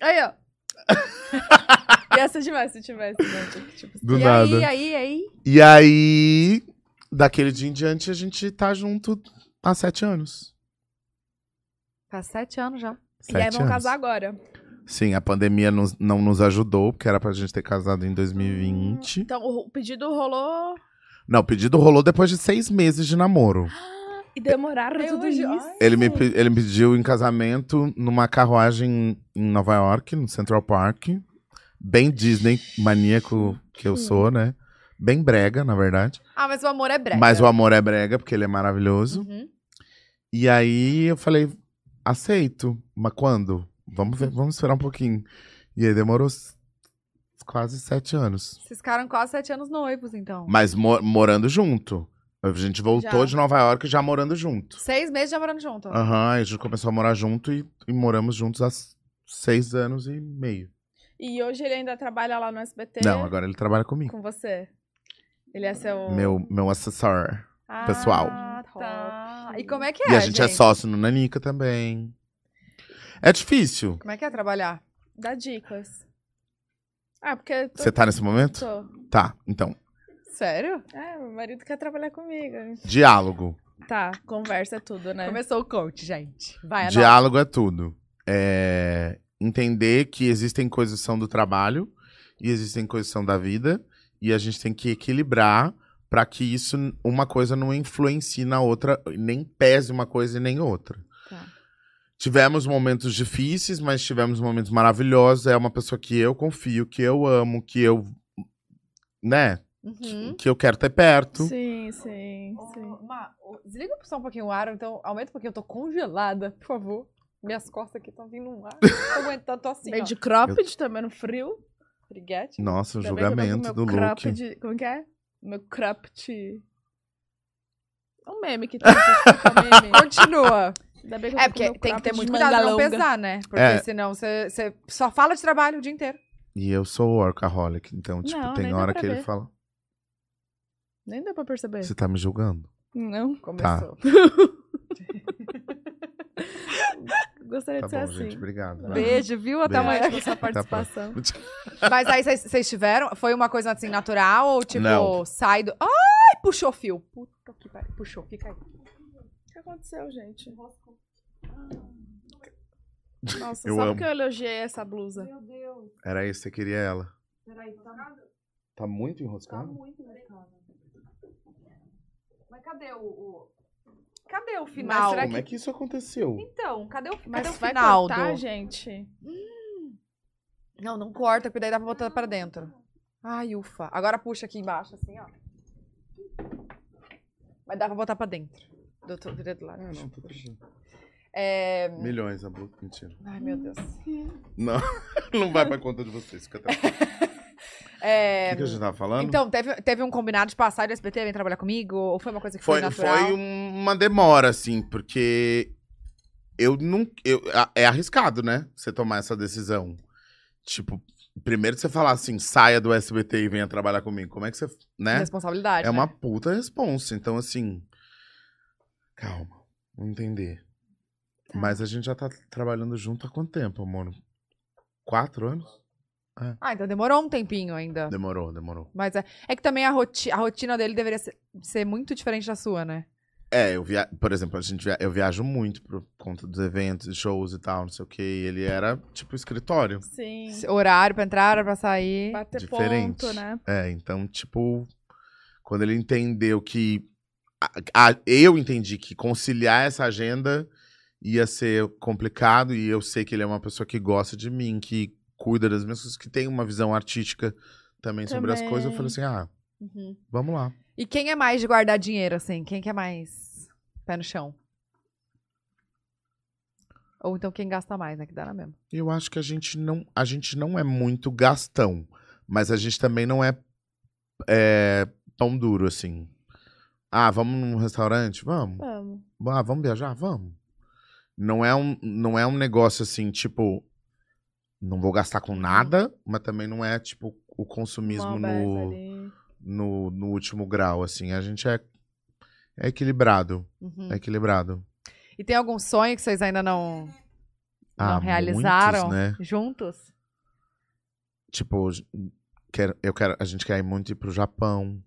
Speaker 2: Aí, ó.
Speaker 1: Ia ser demais se tivesse, né? Jequiti piscando.
Speaker 3: Do
Speaker 2: e
Speaker 3: nada.
Speaker 2: aí, aí, aí?
Speaker 3: E aí, daquele dia em diante, a gente tá junto há sete anos.
Speaker 2: Tá sete anos já.
Speaker 1: E aí
Speaker 3: Sete
Speaker 1: vão
Speaker 3: anos.
Speaker 1: casar agora.
Speaker 3: Sim, a pandemia nos- não nos ajudou, porque era pra gente ter casado em 2020.
Speaker 1: Então o o pedido rolou
Speaker 3: Não, o pedido rolou depois de seis meses de namoro.
Speaker 1: e demoraram
Speaker 2: É
Speaker 1: tudo
Speaker 2: hoje,
Speaker 1: isso.
Speaker 2: ai.
Speaker 3: Ele me, pe- ele me pediu em casamento numa carruagem em Nova York, no Central Park. Bem Disney, maníaco que eu sou, né? Bem brega, na verdade.
Speaker 2: Ah, mas o amor é breve.
Speaker 3: Mas o amor é brega, porque ele é maravilhoso.
Speaker 2: Uhum.
Speaker 3: E aí eu falei, aceito, mas quando? Vamos ver, vamos esperar um pouquinho. E aí demorou s- quase sete anos.
Speaker 2: Vocês ficaram quase sete anos noivos, então.
Speaker 3: Mas mo- morando junto. A gente voltou
Speaker 1: Já.
Speaker 3: de Nova York já morando junto.
Speaker 2: Seis meses já morando junto.
Speaker 3: Aham, a gente começou a morar junto e, e moramos juntos há s- seis anos e meio.
Speaker 1: E hoje ele ainda trabalha lá no SBT
Speaker 3: Não, agora ele trabalha comigo.
Speaker 1: com você. Ele é seu.
Speaker 3: Meu, meu assessor. pessoal.
Speaker 2: Ah, tá. E como é que é,
Speaker 3: e a gente, é sócio no Nanica também. É difícil.
Speaker 2: Como é que é trabalhar?
Speaker 1: Dá dicas. Ah, porque. Tô,
Speaker 3: Você tá nesse momento?
Speaker 1: tô.
Speaker 3: Tá, então.
Speaker 2: Sério?
Speaker 1: É, meu marido quer trabalhar comigo.
Speaker 3: Diálogo.
Speaker 1: Tá, conversa é tudo, né?
Speaker 2: Começou o coach, gente. Vai, anota.
Speaker 3: Diálogo é tudo. É entender que existem coisas que são do trabalho e existem coisas que são da vida e a gente tem que equilibrar para que isso uma coisa não influencie na outra, nem pese uma coisa e nem outra.
Speaker 2: Tá.
Speaker 3: Tivemos momentos difíceis, mas tivemos momentos maravilhosos. É uma pessoa que eu confio, que eu amo, que eu, né,
Speaker 2: Uhum.
Speaker 3: que eu quero ter perto.
Speaker 1: Sim, sim, sim.
Speaker 2: Ô, Ma, ô, desliga só um pouquinho o ar, então aumenta um pouquinho, eu tô congelada, por favor. Minhas costas aqui estão vindo um ar. Não tô aguentando, tô assim.
Speaker 1: Meio
Speaker 2: ó.
Speaker 1: de cropped também no frio.
Speaker 2: Briguete.
Speaker 3: Nossa, o
Speaker 1: Ainda bem que eu tô com
Speaker 3: julgamento do
Speaker 1: meu
Speaker 3: look.
Speaker 1: cropped- Como que é? Meu cropped. É um meme que tem. que é meme.
Speaker 2: Continua.
Speaker 1: Ainda bem que eu
Speaker 2: É,
Speaker 1: tô com meu
Speaker 2: porque tem que
Speaker 1: cropped
Speaker 2: ter
Speaker 1: de
Speaker 2: muito
Speaker 1: manga
Speaker 2: cuidado pra não
Speaker 1: longa.
Speaker 2: pesar, né? Porque
Speaker 3: É.
Speaker 2: senão você você só fala de trabalho o dia inteiro.
Speaker 3: E eu sou workaholic, então, tipo,
Speaker 1: Não, nem
Speaker 3: tem
Speaker 1: dá
Speaker 3: hora
Speaker 1: pra
Speaker 3: que ele
Speaker 1: ver.
Speaker 3: fala.
Speaker 1: Nem deu pra perceber.
Speaker 3: Você tá me julgando? Tá.
Speaker 1: Não.
Speaker 2: É. Começou.
Speaker 1: Gostaria
Speaker 3: Tá
Speaker 1: de ser
Speaker 3: bom,
Speaker 1: assim.
Speaker 3: gente. Tá Obrigado. vai.
Speaker 2: Beijo, viu? Até
Speaker 3: Beijo.
Speaker 2: amanhã.
Speaker 1: Obrigada pela sua
Speaker 3: Até a
Speaker 1: participação.
Speaker 2: Mas aí vocês- vocês tiveram? Foi uma coisa assim natural ou tipo,
Speaker 3: Não.
Speaker 2: sai do. Ai, puxou fio. Puta que pariu. Puxou, fica aí.
Speaker 1: O que aconteceu, gente? Nossa,
Speaker 3: Eu
Speaker 1: só
Speaker 3: amo.
Speaker 1: porque eu elogiei essa blusa.
Speaker 2: É
Speaker 3: Era isso, você queria ela. Tá muito enroscado?
Speaker 2: Mas cadê o.
Speaker 5: Cadê o final?
Speaker 3: Como
Speaker 2: será
Speaker 3: é que isso aconteceu?
Speaker 5: Então, cadê o, cadê
Speaker 2: Mas
Speaker 5: o
Speaker 2: vai
Speaker 5: final?
Speaker 1: Tá,
Speaker 5: do-
Speaker 1: gente.
Speaker 2: Não, não corta, porque daí dá pra botar pra dentro. Ai, ufa. Agora puxa aqui embaixo, assim, ó. Mas dá pra botar pra dentro. Do outro, vira do lado.
Speaker 3: Ah, não, tô tranquilo.
Speaker 2: É...
Speaker 3: Milhões, amor. Mentira.
Speaker 2: Ai,
Speaker 5: Hum.
Speaker 2: meu Deus.
Speaker 3: Não, não vai pra conta de vocês. Fica tranquilo. O
Speaker 2: É...
Speaker 3: que, que a gente tava falando?
Speaker 2: Então, teve, teve um combinado de passar do SBT vem trabalhar comigo? Ou foi uma coisa que foi,
Speaker 3: foi,
Speaker 2: natural?
Speaker 3: foi um- uma demora, assim, porque eu não. Eu, a- é arriscado, né? Você tomar essa decisão. Tipo, primeiro você falar assim, saia do SBT e venha trabalhar comigo. Como é que você. Né?
Speaker 2: Responsabilidade.
Speaker 3: É
Speaker 2: né?
Speaker 3: uma puta responsa. Então, assim. Calma. Vamos entender.
Speaker 1: Tá.
Speaker 3: Mas a gente já tá trabalhando junto há quanto tempo, amor? Quatro anos?
Speaker 2: Ah, então demorou um tempinho ainda.
Speaker 3: Demorou, demorou.
Speaker 2: Mas é, é que também a, roti a rotina dele deveria ser, ser muito diferente da sua, né?
Speaker 3: É, eu via... por exemplo, a gente via... eu viajo muito por conta dos eventos, shows e tal, não sei o quê. E ele era, tipo, escritório.
Speaker 1: Sim.
Speaker 2: Esse Horário pra entrar, hora pra sair.
Speaker 1: Bater
Speaker 3: é Diferente.
Speaker 1: ponto, né?
Speaker 3: É, então, tipo, quando ele entendeu que. a- a- eu entendi que conciliar essa agenda ia ser complicado e eu sei que ele é uma pessoa que gosta de mim, que cuida das minhas coisas, que tem uma visão artística também, sobre as
Speaker 1: Também.
Speaker 3: coisas. Eu falei assim: ah,
Speaker 2: Uhum.
Speaker 3: vamos lá.
Speaker 2: E quem é mais de guardar dinheiro, assim? Quem que é mais pé no chão? Ou então quem gasta mais, né? Que dá na mesma.
Speaker 3: Eu acho que a gente não, a gente não é muito gastão, mas a gente também não é, é, pão duro, assim. Ah, vamos num restaurante? Vamos.
Speaker 1: Vamos.
Speaker 3: Ah, vamos viajar? Vamos. Não é um, não é um negócio assim, tipo, não vou gastar com nada, mas também não é, tipo, o consumismo
Speaker 1: Malbec
Speaker 3: no,
Speaker 1: ali.
Speaker 3: no, no último grau, assim. A gente é, é equilibrado,
Speaker 2: Hum.
Speaker 3: é equilibrado.
Speaker 2: E tem algum sonho que vocês ainda não, não
Speaker 3: Ah,
Speaker 2: realizaram
Speaker 3: muitos, né?
Speaker 2: juntos?
Speaker 3: Tipo, j- quero, eu quero, a gente quer ir muito ir pro Japão,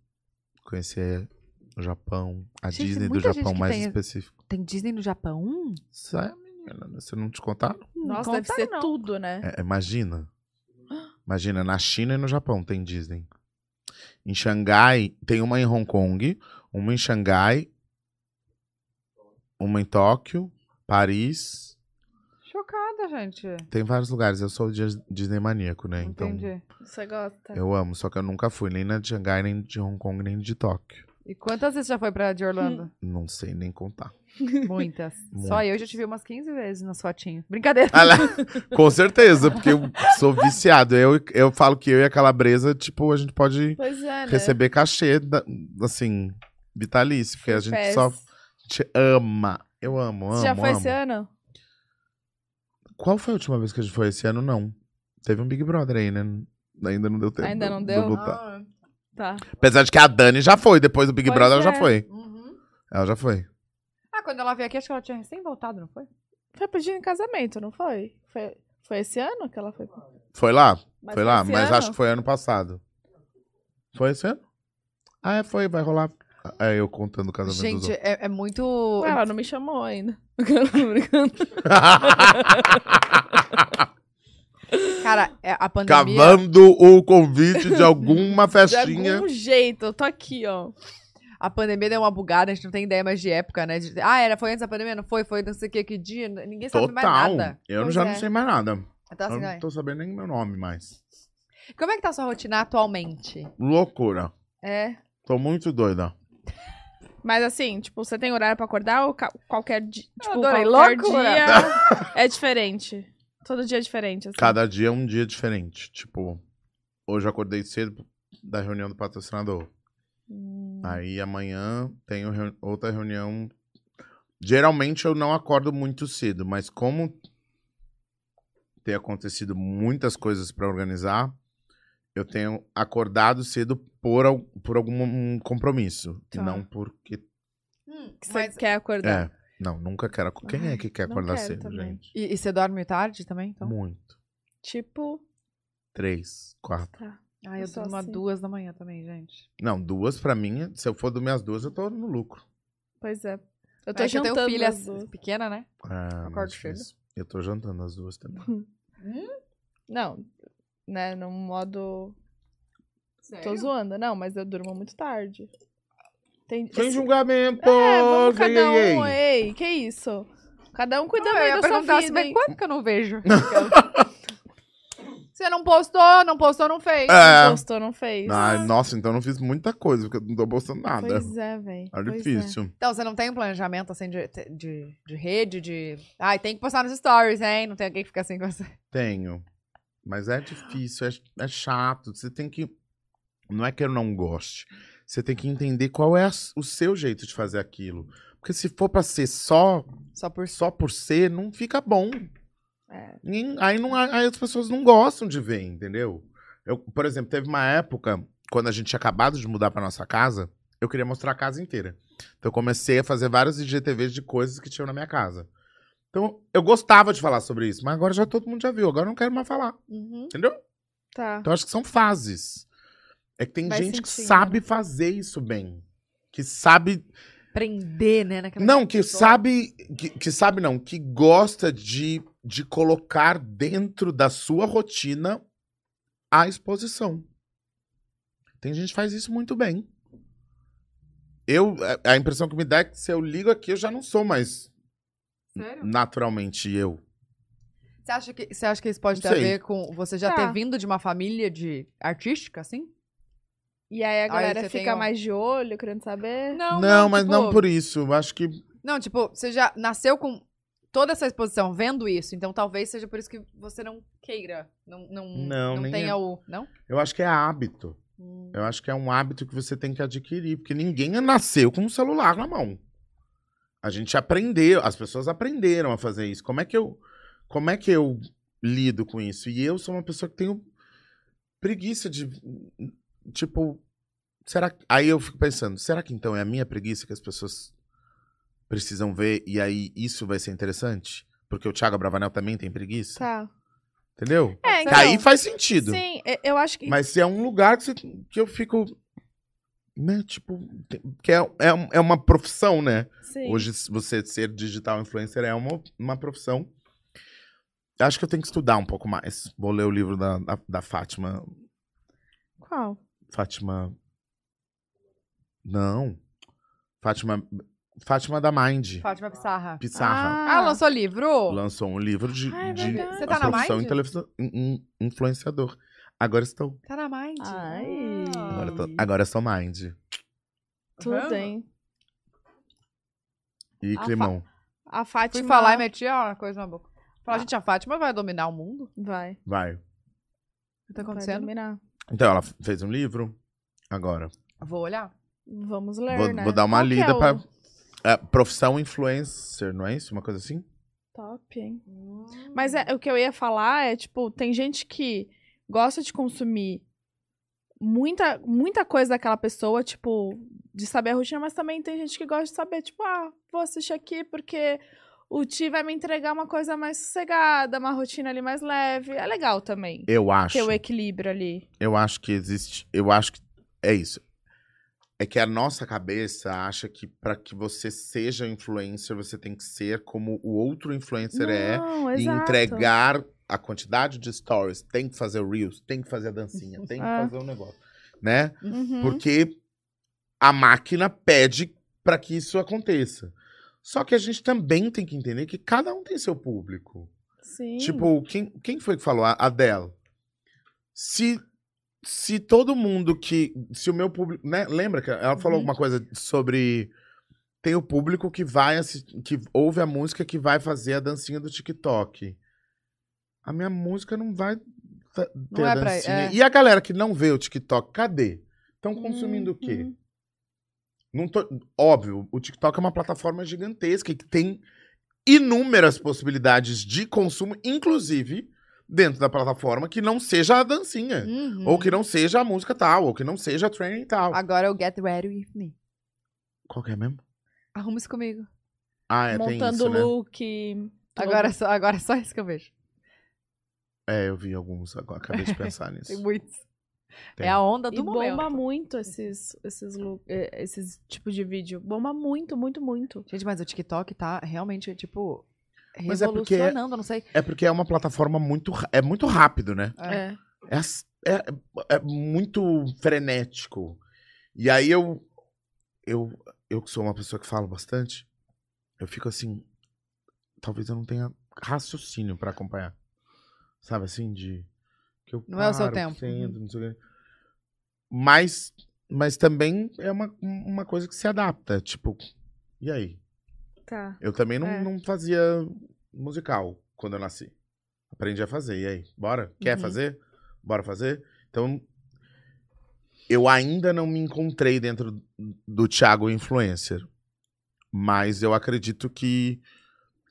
Speaker 3: conhecer o Japão, a
Speaker 2: Gente,
Speaker 3: Disney do
Speaker 2: muita gente
Speaker 3: Japão
Speaker 2: que
Speaker 3: mais
Speaker 2: tem-
Speaker 3: específico.
Speaker 2: Tem Disney no Japão?
Speaker 3: Sai, menina, né? se eu não te contar,
Speaker 1: Nossa,
Speaker 2: Não
Speaker 1: deve
Speaker 2: contaram,
Speaker 1: ser
Speaker 2: não.
Speaker 1: tudo, né?
Speaker 3: É, imagina. Imagina, na China e no Japão tem Disney. Em Xangai, tem uma em Hong Kong, uma em Xangai, uma em Tóquio, Paris.
Speaker 2: Chocada, gente.
Speaker 3: Tem vários lugares. Eu sou Dis- Disney maníaco, né? É, Então,
Speaker 2: Entendi.
Speaker 1: Você gosta.
Speaker 3: eu amo. Só que eu nunca fui nem na de Xangai, nem de Hong Kong, nem de Tóquio.
Speaker 2: E quantas vezes você já foi pra de Orlando?
Speaker 3: Não sei nem contar.
Speaker 2: Muitas. Só
Speaker 3: Muitas.
Speaker 2: eu já te vi umas 15 vezes nas fotinhas. Brincadeira.
Speaker 3: Ah lá, com certeza, porque eu sou viciado. Eu, eu falo que eu e a Calabresa, tipo, a gente pode
Speaker 1: Pois é, né?
Speaker 3: receber cachê, da- assim, vitalício, porque a gente só
Speaker 1: Fez.
Speaker 3: te ama. Eu amo, amo.
Speaker 1: Você já foi
Speaker 3: amo.
Speaker 1: esse ano?
Speaker 3: Qual foi a última vez que a gente foi esse ano? Não. Teve um Big Brother aí, né? Ainda não deu tempo.
Speaker 1: Ainda
Speaker 3: de-
Speaker 1: não
Speaker 3: de
Speaker 1: deu?
Speaker 3: lutar.
Speaker 2: Ah,
Speaker 1: Tá.
Speaker 3: Apesar de que a Dani já foi, depois do Big
Speaker 1: Pois
Speaker 3: Brother ela
Speaker 1: é.
Speaker 3: já foi.
Speaker 2: Uhum.
Speaker 3: Ela já foi.
Speaker 2: Ah, quando ela veio aqui, acho que ela tinha recém voltado, não foi?
Speaker 1: Foi pedindo em casamento, não foi? Foi, foi esse ano que ela foi?
Speaker 3: Foi lá?
Speaker 1: Mas "Ah,
Speaker 3: foi lá,
Speaker 1: esse
Speaker 3: mas
Speaker 1: ano?
Speaker 3: acho que foi ano passado. Foi esse ano? Ah, é, foi, vai rolar. É, eu contando o casamento dos
Speaker 2: Gente,
Speaker 3: outros.
Speaker 2: é, é muito.
Speaker 1: Ah, Ela não me chamou ainda. Tô brincando.
Speaker 2: Cara, é- a pandemia.
Speaker 3: Cavando o convite de alguma
Speaker 1: De
Speaker 3: festinha.
Speaker 1: algum jeito, eu tô aqui, ó.
Speaker 2: A pandemia deu uma bugada, a gente não tem ideia mais de época, né? De- ah, era, foi antes da pandemia? Não foi? Foi não sei o que, que dia? Ninguém sabe mais
Speaker 3: Total.
Speaker 2: nada.
Speaker 3: Eu
Speaker 2: Pois
Speaker 3: já
Speaker 2: é.
Speaker 3: não sei mais nada.
Speaker 2: Então, assim,
Speaker 3: eu
Speaker 2: ai.
Speaker 3: não tô sabendo nem meu nome mais.
Speaker 2: Como é que tá a sua rotina atualmente?
Speaker 3: Loucura.
Speaker 2: É.
Speaker 3: Tô muito doida.
Speaker 1: Mas assim, tipo, você tem horário pra acordar ou ca- qualquer dia? Tipo,
Speaker 2: adorei,
Speaker 1: qualquer
Speaker 2: loucura.
Speaker 1: dia é diferente. Todo dia é diferente, assim.
Speaker 3: Cada dia é um dia diferente. Tipo, hoje eu acordei cedo da reunião do patrocinador.
Speaker 1: Hum,
Speaker 3: Aí amanhã tenho reu- outra reunião. Geralmente eu não acordo muito cedo, mas como tem acontecido muitas coisas pra organizar, eu tenho acordado cedo por, al- por algum um compromisso. e
Speaker 1: Tá.
Speaker 3: Não porque
Speaker 1: que você
Speaker 2: Hum, Mas-
Speaker 1: quer acordar.
Speaker 3: É. Não, nunca quero. aco- Quem é que quer
Speaker 1: Tá. não
Speaker 3: acordar
Speaker 1: quero
Speaker 3: cedo,
Speaker 1: também.
Speaker 3: gente?
Speaker 2: E, e você dorme tarde também? Então?
Speaker 3: Muito.
Speaker 1: Tipo,
Speaker 3: Três, quatro.
Speaker 1: tá.
Speaker 2: Ah,
Speaker 1: eu
Speaker 2: eu
Speaker 1: sou
Speaker 2: durmo às
Speaker 1: assim.
Speaker 2: duas da manhã também, gente.
Speaker 3: Não, duas pra mim. Se eu for dormir às duas, eu tô no lucro.
Speaker 1: Pois é. Eu
Speaker 2: Eu,
Speaker 1: tô
Speaker 2: é que eu
Speaker 1: jantando.
Speaker 2: tenho filha
Speaker 1: as duas.
Speaker 2: pequena, né?
Speaker 3: Ah,
Speaker 2: Acordo
Speaker 3: mais
Speaker 2: cedo.
Speaker 3: difícil. Eu tô jantando às duas também.
Speaker 1: Não, né, num modo... Tô zoando. Não, mas eu durmo muito tarde. Tem... assim,
Speaker 3: Sem julgamento.
Speaker 1: É, vamos
Speaker 3: sem
Speaker 1: cada
Speaker 3: ei,
Speaker 1: um,
Speaker 3: ei.
Speaker 1: ei, que isso? Cada um cuida
Speaker 2: Ah,
Speaker 4: Eu
Speaker 1: bem
Speaker 4: ia
Speaker 1: da sua
Speaker 4: perguntar
Speaker 1: vida,
Speaker 4: assim, mas
Speaker 1: hein?
Speaker 4: quanto que eu não vejo? Você não postou, não postou, não fez.
Speaker 1: Não
Speaker 3: É.
Speaker 1: gostou, não fez.
Speaker 3: Ah, nossa, então eu não fiz muita coisa, porque eu não tô postando nada.
Speaker 1: Pois é, velho.
Speaker 3: É difícil.
Speaker 4: Então, você não tem um planejamento assim de, de, de rede, de. Ai, tem que postar nos stories, hein? Não tem alguém que fica assim com você.
Speaker 3: Tenho. Mas é difícil, é, é chato. Você tem que. Não é que eu não goste. Você tem que entender qual é a s- o seu jeito de fazer aquilo. Porque se for pra ser só,
Speaker 4: Só por
Speaker 3: só por ser, não fica bom.
Speaker 1: É.
Speaker 3: Nem- Aí, não, aí as pessoas não gostam de ver, entendeu? Eu, por exemplo, teve uma época, quando a gente tinha acabado de mudar pra nossa casa, eu queria mostrar a casa inteira. Então eu comecei a fazer vários IGTVs de coisas que tinham na minha casa. Então, eu gostava de falar sobre isso, mas agora já todo mundo já viu, agora eu não quero mais falar.
Speaker 1: Uhum.
Speaker 3: Entendeu?
Speaker 1: Tá.
Speaker 3: Então, acho que são fases. É que tem
Speaker 1: Vai
Speaker 3: gente que
Speaker 1: sentindo,
Speaker 3: sabe fazer isso bem. Que sabe.
Speaker 4: prender, né? Naquela
Speaker 3: Não, que
Speaker 4: pessoa.
Speaker 3: sabe. Que, que sabe, não. Que gosta de, de colocar dentro da sua rotina a exposição. Tem gente que faz isso muito bem. Eu, a- a impressão que me dá é que se eu ligo aqui, eu já não sou mais
Speaker 2: Sério?
Speaker 3: naturalmente eu.
Speaker 4: Você acha que, você acha que isso pode
Speaker 3: Não
Speaker 4: ter a
Speaker 3: sei.
Speaker 4: ver com você já
Speaker 1: Tá.
Speaker 4: ter vindo de uma família de artística, assim?
Speaker 1: E aí a galera
Speaker 4: você tem
Speaker 1: fica
Speaker 4: um-
Speaker 1: mais de olho, querendo saber.
Speaker 4: Não,
Speaker 3: não, mas
Speaker 4: tipo-
Speaker 3: não por isso. Eu Acho que
Speaker 4: Não, tipo, você já nasceu com toda essa exposição, vendo isso. Então talvez seja por isso que você não queira. Não, não,
Speaker 3: Não, nem
Speaker 4: tenha
Speaker 3: é.
Speaker 4: o. Não?
Speaker 3: Eu acho que é hábito. Eu acho que é um hábito que você tem que adquirir, porque ninguém nasceu com um celular na mão. A gente aprendeu, as pessoas aprenderam a fazer isso. Como é que eu, como é que eu lido com isso? E eu sou uma pessoa que tenho preguiça de tipo, será que- aí eu fico pensando, será que então é a minha preguiça que as pessoas precisam ver e aí isso vai ser interessante? Porque o Thiago Bravanel também tem preguiça,
Speaker 1: Tá.
Speaker 3: entendeu?
Speaker 1: É,
Speaker 3: Que
Speaker 1: então,
Speaker 3: aí faz sentido.
Speaker 1: Sim, e- eu acho que.
Speaker 3: Mas se é um lugar que, você- que eu fico. Né, tipo, tem- que é, é, um- é uma profissão, né?
Speaker 1: Sim.
Speaker 3: Hoje, s- você ser digital influencer é uma, uma profissão. Acho que eu tenho que estudar um pouco mais. Vou ler o livro da, da, da Fátima.
Speaker 1: Qual?
Speaker 3: Fátima. Não. Fátima. Fátima da Mind.
Speaker 4: Fátima Pissarra.
Speaker 3: Pissarra.
Speaker 4: Ah, lançou livro?
Speaker 3: Lançou um livro de,
Speaker 1: Ah, é
Speaker 3: de
Speaker 1: verdade.
Speaker 4: Você tá na
Speaker 3: profissão
Speaker 4: Mind?
Speaker 3: intelef- in- in- influenciador. Agora estou.
Speaker 4: Tá na Mind.
Speaker 1: Ai.
Speaker 4: Ah.
Speaker 3: Agora, tô, agora sou Mind.
Speaker 4: tá
Speaker 1: Tudo, hein?
Speaker 3: E
Speaker 4: A Ah, fa-
Speaker 3: Climão.
Speaker 1: A
Speaker 4: Fui
Speaker 1: Fátima.
Speaker 4: falar e meti ó, uma coisa na boca. Falar, gente, a Fátima vai dominar o mundo?
Speaker 1: Vai.
Speaker 3: Vai.
Speaker 4: O que tá
Speaker 1: Vai
Speaker 4: acontecendo?
Speaker 1: dominar.
Speaker 3: Então, ela fez um livro. Agora.
Speaker 4: Vou olhar.
Speaker 1: Vamos ler,
Speaker 3: Vou,
Speaker 1: né?
Speaker 3: vou dar uma
Speaker 1: Qual que
Speaker 3: lida
Speaker 1: é o
Speaker 3: pra. é, profissão influencer, não é isso? Uma coisa assim?
Speaker 1: Top, hein? Mas é, o que eu ia falar é, tipo, tem gente que gosta de consumir muita, muita coisa daquela pessoa, tipo, de saber a rotina, mas também tem gente que gosta de saber, tipo, ah, vou assistir aqui porque o Ti vai me entregar uma coisa mais sossegada, uma rotina ali mais leve. É legal também
Speaker 3: Eu acho.
Speaker 1: ter o equilíbrio ali.
Speaker 3: Eu acho que existe. Eu acho que. É isso. É que a nossa cabeça acha que para que você seja influencer, você tem que ser como o outro influencer é.
Speaker 1: Não,
Speaker 3: E
Speaker 1: exato.
Speaker 3: entregar a quantidade de stories. Tem que fazer o Reels, tem que fazer a dancinha, tem que
Speaker 1: Ah.
Speaker 3: fazer o negócio. Né?
Speaker 1: Uhum.
Speaker 3: Porque a máquina pede para que isso aconteça. Só que a gente também tem que entender que cada um tem seu público.
Speaker 1: Sim.
Speaker 3: Tipo, quem, quem foi que falou? A Adele. Se, se todo mundo que. Se o meu público. né, Lembra que ela falou
Speaker 1: Uhum.
Speaker 3: alguma coisa sobre. Tem o público que vai assistir, que ouve a música que vai fazer a dancinha do TikTok. A minha música não vai fa- ter
Speaker 4: Não
Speaker 3: a
Speaker 4: é pra-
Speaker 3: dancinha.
Speaker 4: é.
Speaker 3: E a galera que não vê o TikTok, cadê? Estão consumindo o quê?
Speaker 1: Uhum.
Speaker 3: Não tô- Óbvio, o TikTok é uma plataforma gigantesca que tem inúmeras possibilidades de consumo, inclusive dentro da plataforma, que não seja a dancinha.
Speaker 4: Uhum.
Speaker 3: Ou que não seja a música tal, ou que não seja a training tal.
Speaker 4: Agora eu get ready with me.
Speaker 3: Qual que é mesmo?
Speaker 4: Arruma-se comigo.
Speaker 3: Ah, é,
Speaker 1: Montando
Speaker 3: tem isso, né?
Speaker 1: look. tudo.
Speaker 4: Agora é, só, agora é só isso que eu vejo.
Speaker 3: É, eu vi alguns agora, acabei de pensar nisso.
Speaker 4: Tem muitos.
Speaker 3: Tem.
Speaker 4: É a onda
Speaker 1: E
Speaker 4: do momento.
Speaker 1: bomba muito esses, esses, look- eh, esses tipo de vídeo. Bomba muito, muito, muito.
Speaker 4: Gente, mas o TikTok tá realmente, tipo,
Speaker 3: Mas é porque-
Speaker 4: revolucionando, eu não sei.
Speaker 3: É porque é uma plataforma muito... ra- É muito rápido, né?
Speaker 4: É.
Speaker 3: É, ass- é- é muito frenético. E aí eu eu, eu que sou uma pessoa que fala bastante, eu fico assim, talvez eu não tenha raciocínio pra acompanhar. Sabe assim, de que eu
Speaker 2: Não é o seu
Speaker 3: paro,
Speaker 2: tempo.
Speaker 3: sento, não sei o quê. Mas mas também é uma, uma coisa que se adapta, tipo, e aí?
Speaker 1: Tá.
Speaker 3: Eu também não,
Speaker 1: É.
Speaker 3: não fazia musical quando eu nasci. Aprendi a fazer. E aí? Bora? Quer
Speaker 2: Uhum.
Speaker 3: fazer? Bora fazer? Então, eu ainda não me encontrei dentro do Thiago Influencer. Mas eu acredito que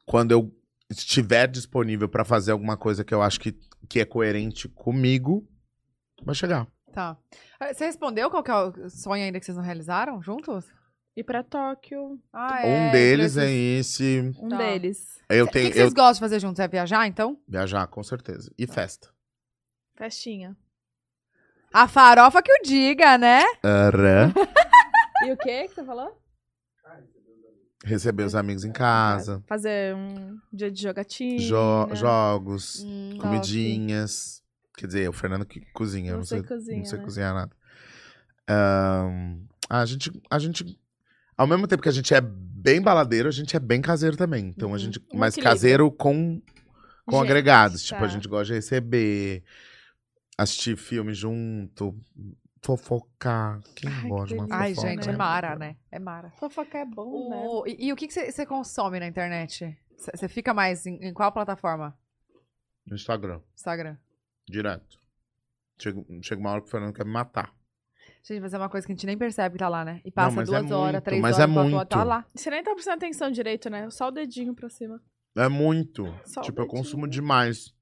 Speaker 3: quando eu estiver disponível pra fazer alguma coisa que eu acho que, que é coerente comigo, vai chegar.
Speaker 2: Tá. Ah, Você respondeu qual que é o sonho ainda que vocês não realizaram juntos?
Speaker 1: E pra Tóquio,
Speaker 2: Ah,
Speaker 3: um deles
Speaker 2: é.
Speaker 3: é esse.
Speaker 1: um
Speaker 2: Tá.
Speaker 1: deles.
Speaker 3: Eu
Speaker 2: O que,
Speaker 3: tenho.
Speaker 2: que
Speaker 3: eu...
Speaker 2: vocês gostam de fazer juntos? É viajar, então?
Speaker 3: Viajar, com certeza. E festa.
Speaker 1: Festinha.
Speaker 2: A farofa que o diga, né?
Speaker 3: Arã.
Speaker 1: E o que que você falou?
Speaker 3: Receber os amigos em casa,
Speaker 1: Fazer um dia de jogatina.
Speaker 3: jo-
Speaker 1: né?
Speaker 3: jogos,
Speaker 2: Hum,
Speaker 3: comidinhas. Quer dizer, o Fernando que cozinha, eu
Speaker 1: Não
Speaker 3: não
Speaker 1: sei
Speaker 3: sei,
Speaker 1: cozinhar,
Speaker 3: não sei
Speaker 1: né?
Speaker 3: cozinhar nada. Ahn, a gente, a gente, ao mesmo tempo que a gente é bem baladeiro, a gente é bem caseiro também. Então a gente,
Speaker 1: Um
Speaker 3: mas
Speaker 1: equilíbrio.
Speaker 3: caseiro com com
Speaker 1: Gente,
Speaker 3: agregados. Tipo,
Speaker 1: tá.
Speaker 3: a gente gosta de receber, assistir filme junto, fofocar. Quem
Speaker 1: Ai, que
Speaker 3: gosta de uma
Speaker 1: delícia.
Speaker 3: fofoca?
Speaker 2: Ai, gente, é
Speaker 1: né?
Speaker 2: mara, né? É mara.
Speaker 1: Fofoca é bom, né?
Speaker 2: O- e, e o que que você você consome na internet? Você você fica mais em, em qual plataforma?
Speaker 3: No Instagram,
Speaker 2: Instagram?
Speaker 3: direto. Chega, chega uma hora que o Fernando quer me matar.
Speaker 2: Gente, mas é uma coisa que a gente nem percebe que tá lá, né? E passa
Speaker 3: mas é
Speaker 2: duas horas,
Speaker 3: muito,
Speaker 2: três
Speaker 3: mas
Speaker 2: horas,
Speaker 3: é
Speaker 2: quatro horas,
Speaker 3: muito.
Speaker 2: tá lá.
Speaker 1: Você nem tá prestando atenção direito, né? Só o dedinho pra cima.
Speaker 3: É muito.
Speaker 1: Só o
Speaker 3: tipo, eu
Speaker 1: dedinho.
Speaker 3: consumo
Speaker 2: né?
Speaker 3: demais.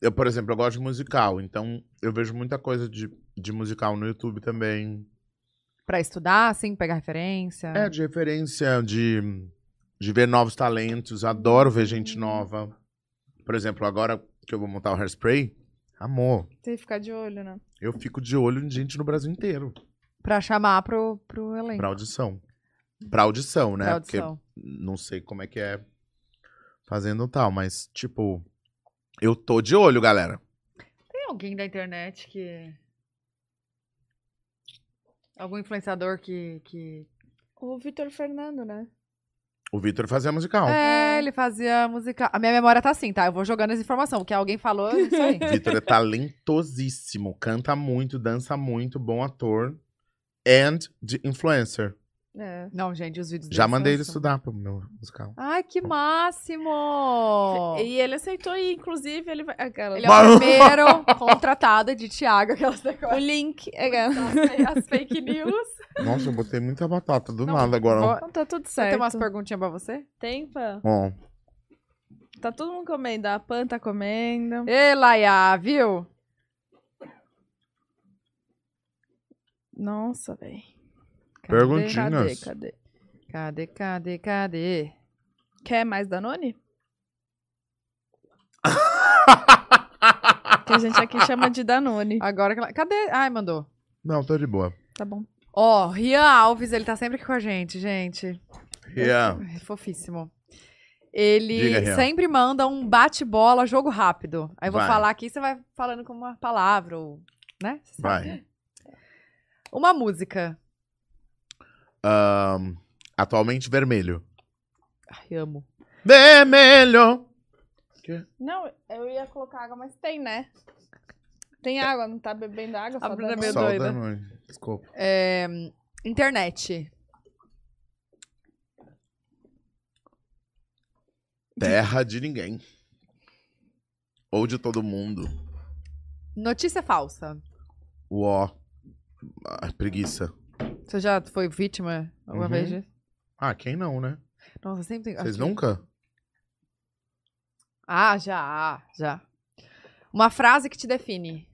Speaker 3: Eu, por exemplo, eu gosto de musical, então eu vejo muita coisa de, de musical no YouTube também.
Speaker 2: Pra estudar, assim, pegar referência.
Speaker 3: É, de referência, de, de ver novos talentos. Adoro ver
Speaker 2: Uhum.
Speaker 3: gente nova. Por exemplo, agora que eu vou montar o hairspray, amor,
Speaker 1: Tem que ficar de olho, né?
Speaker 3: eu fico de olho em gente no Brasil inteiro.
Speaker 2: Pra chamar pro, pro elenco.
Speaker 3: Pra audição. Pra audição, né?
Speaker 2: pra
Speaker 3: Porque
Speaker 2: audição.
Speaker 3: não sei como é que é fazendo tal, mas, tipo, eu tô de olho, galera.
Speaker 2: Tem alguém da internet que. Algum influenciador que. que...
Speaker 1: O Vitor Fernando, né?
Speaker 3: O Vitor fazia musical.
Speaker 2: É, ele fazia música. A minha memória tá assim, tá? Eu vou jogando essa informação, porque alguém falou é isso aí.
Speaker 3: Vitor é talentosíssimo, canta muito, dança muito, bom ator. And de influencer.
Speaker 1: É.
Speaker 2: Não, gente, os vídeos
Speaker 3: Já
Speaker 2: dele
Speaker 3: mandei
Speaker 2: são-
Speaker 3: ele estudar pro meu musical.
Speaker 2: Ai, que máximo!
Speaker 1: E ele aceitou e, inclusive, ele vai. Aquela...
Speaker 2: Ele é o primeiro contratado de Thiago, aquelas
Speaker 1: O
Speaker 2: decorações.
Speaker 1: link. É, cara.
Speaker 2: As fake news.
Speaker 3: Nossa, eu botei muita batata do nada agora.
Speaker 2: vou-
Speaker 1: Então tá tudo
Speaker 2: Tem
Speaker 1: certo.
Speaker 2: umas perguntinhas pra você?
Speaker 1: Tem, Pan?
Speaker 3: Ó,
Speaker 1: Tá todo mundo comendo. A Pan tá comendo.
Speaker 2: Ei, Laia, viu?
Speaker 1: Nossa, velho.
Speaker 2: Cadê?
Speaker 3: Perguntinha.
Speaker 1: Cadê,
Speaker 3: Tinhas.
Speaker 1: cadê?
Speaker 2: Cadê, cadê, cadê?
Speaker 1: Quer mais Danone? Que a gente aqui chama de Danone.
Speaker 2: Agora que ela... Cadê? Ai, mandou.
Speaker 3: Não, tô de boa.
Speaker 1: Tá bom.
Speaker 2: Ó, Rian Alves, ele tá sempre aqui com a gente, gente.
Speaker 3: Yeah.
Speaker 2: É fofíssimo. Ele
Speaker 3: Diga, Rian.
Speaker 2: sempre manda um bate-bola, jogo rápido. Aí eu vou
Speaker 3: Vai.
Speaker 2: falar aqui, você vai falando com uma palavra, ou, né? Você sabe.
Speaker 3: Vai.
Speaker 2: Uma música.
Speaker 3: Ahn, atualmente vermelho.
Speaker 2: Ai, amo.
Speaker 3: Vermelho!
Speaker 2: É
Speaker 1: Não, eu ia colocar água, mas tem, né? Tem água, não tá bebendo água?
Speaker 2: A
Speaker 1: só
Speaker 2: Bruna
Speaker 1: Danone?
Speaker 2: Meu
Speaker 3: Sol
Speaker 2: doida.
Speaker 3: da noite. Desculpa.
Speaker 2: É, internet.
Speaker 3: Terra de ninguém. Ou de todo mundo.
Speaker 2: Notícia falsa.
Speaker 3: Uó. Ah, preguiça.
Speaker 2: Você já foi vítima alguma
Speaker 3: Uhum.
Speaker 2: vez disso?
Speaker 3: Ah, quem não, né?
Speaker 2: Nossa, sempre tem.
Speaker 3: Vocês
Speaker 2: aqui.
Speaker 3: nunca?
Speaker 2: Ah, já, já. Uma frase que te define.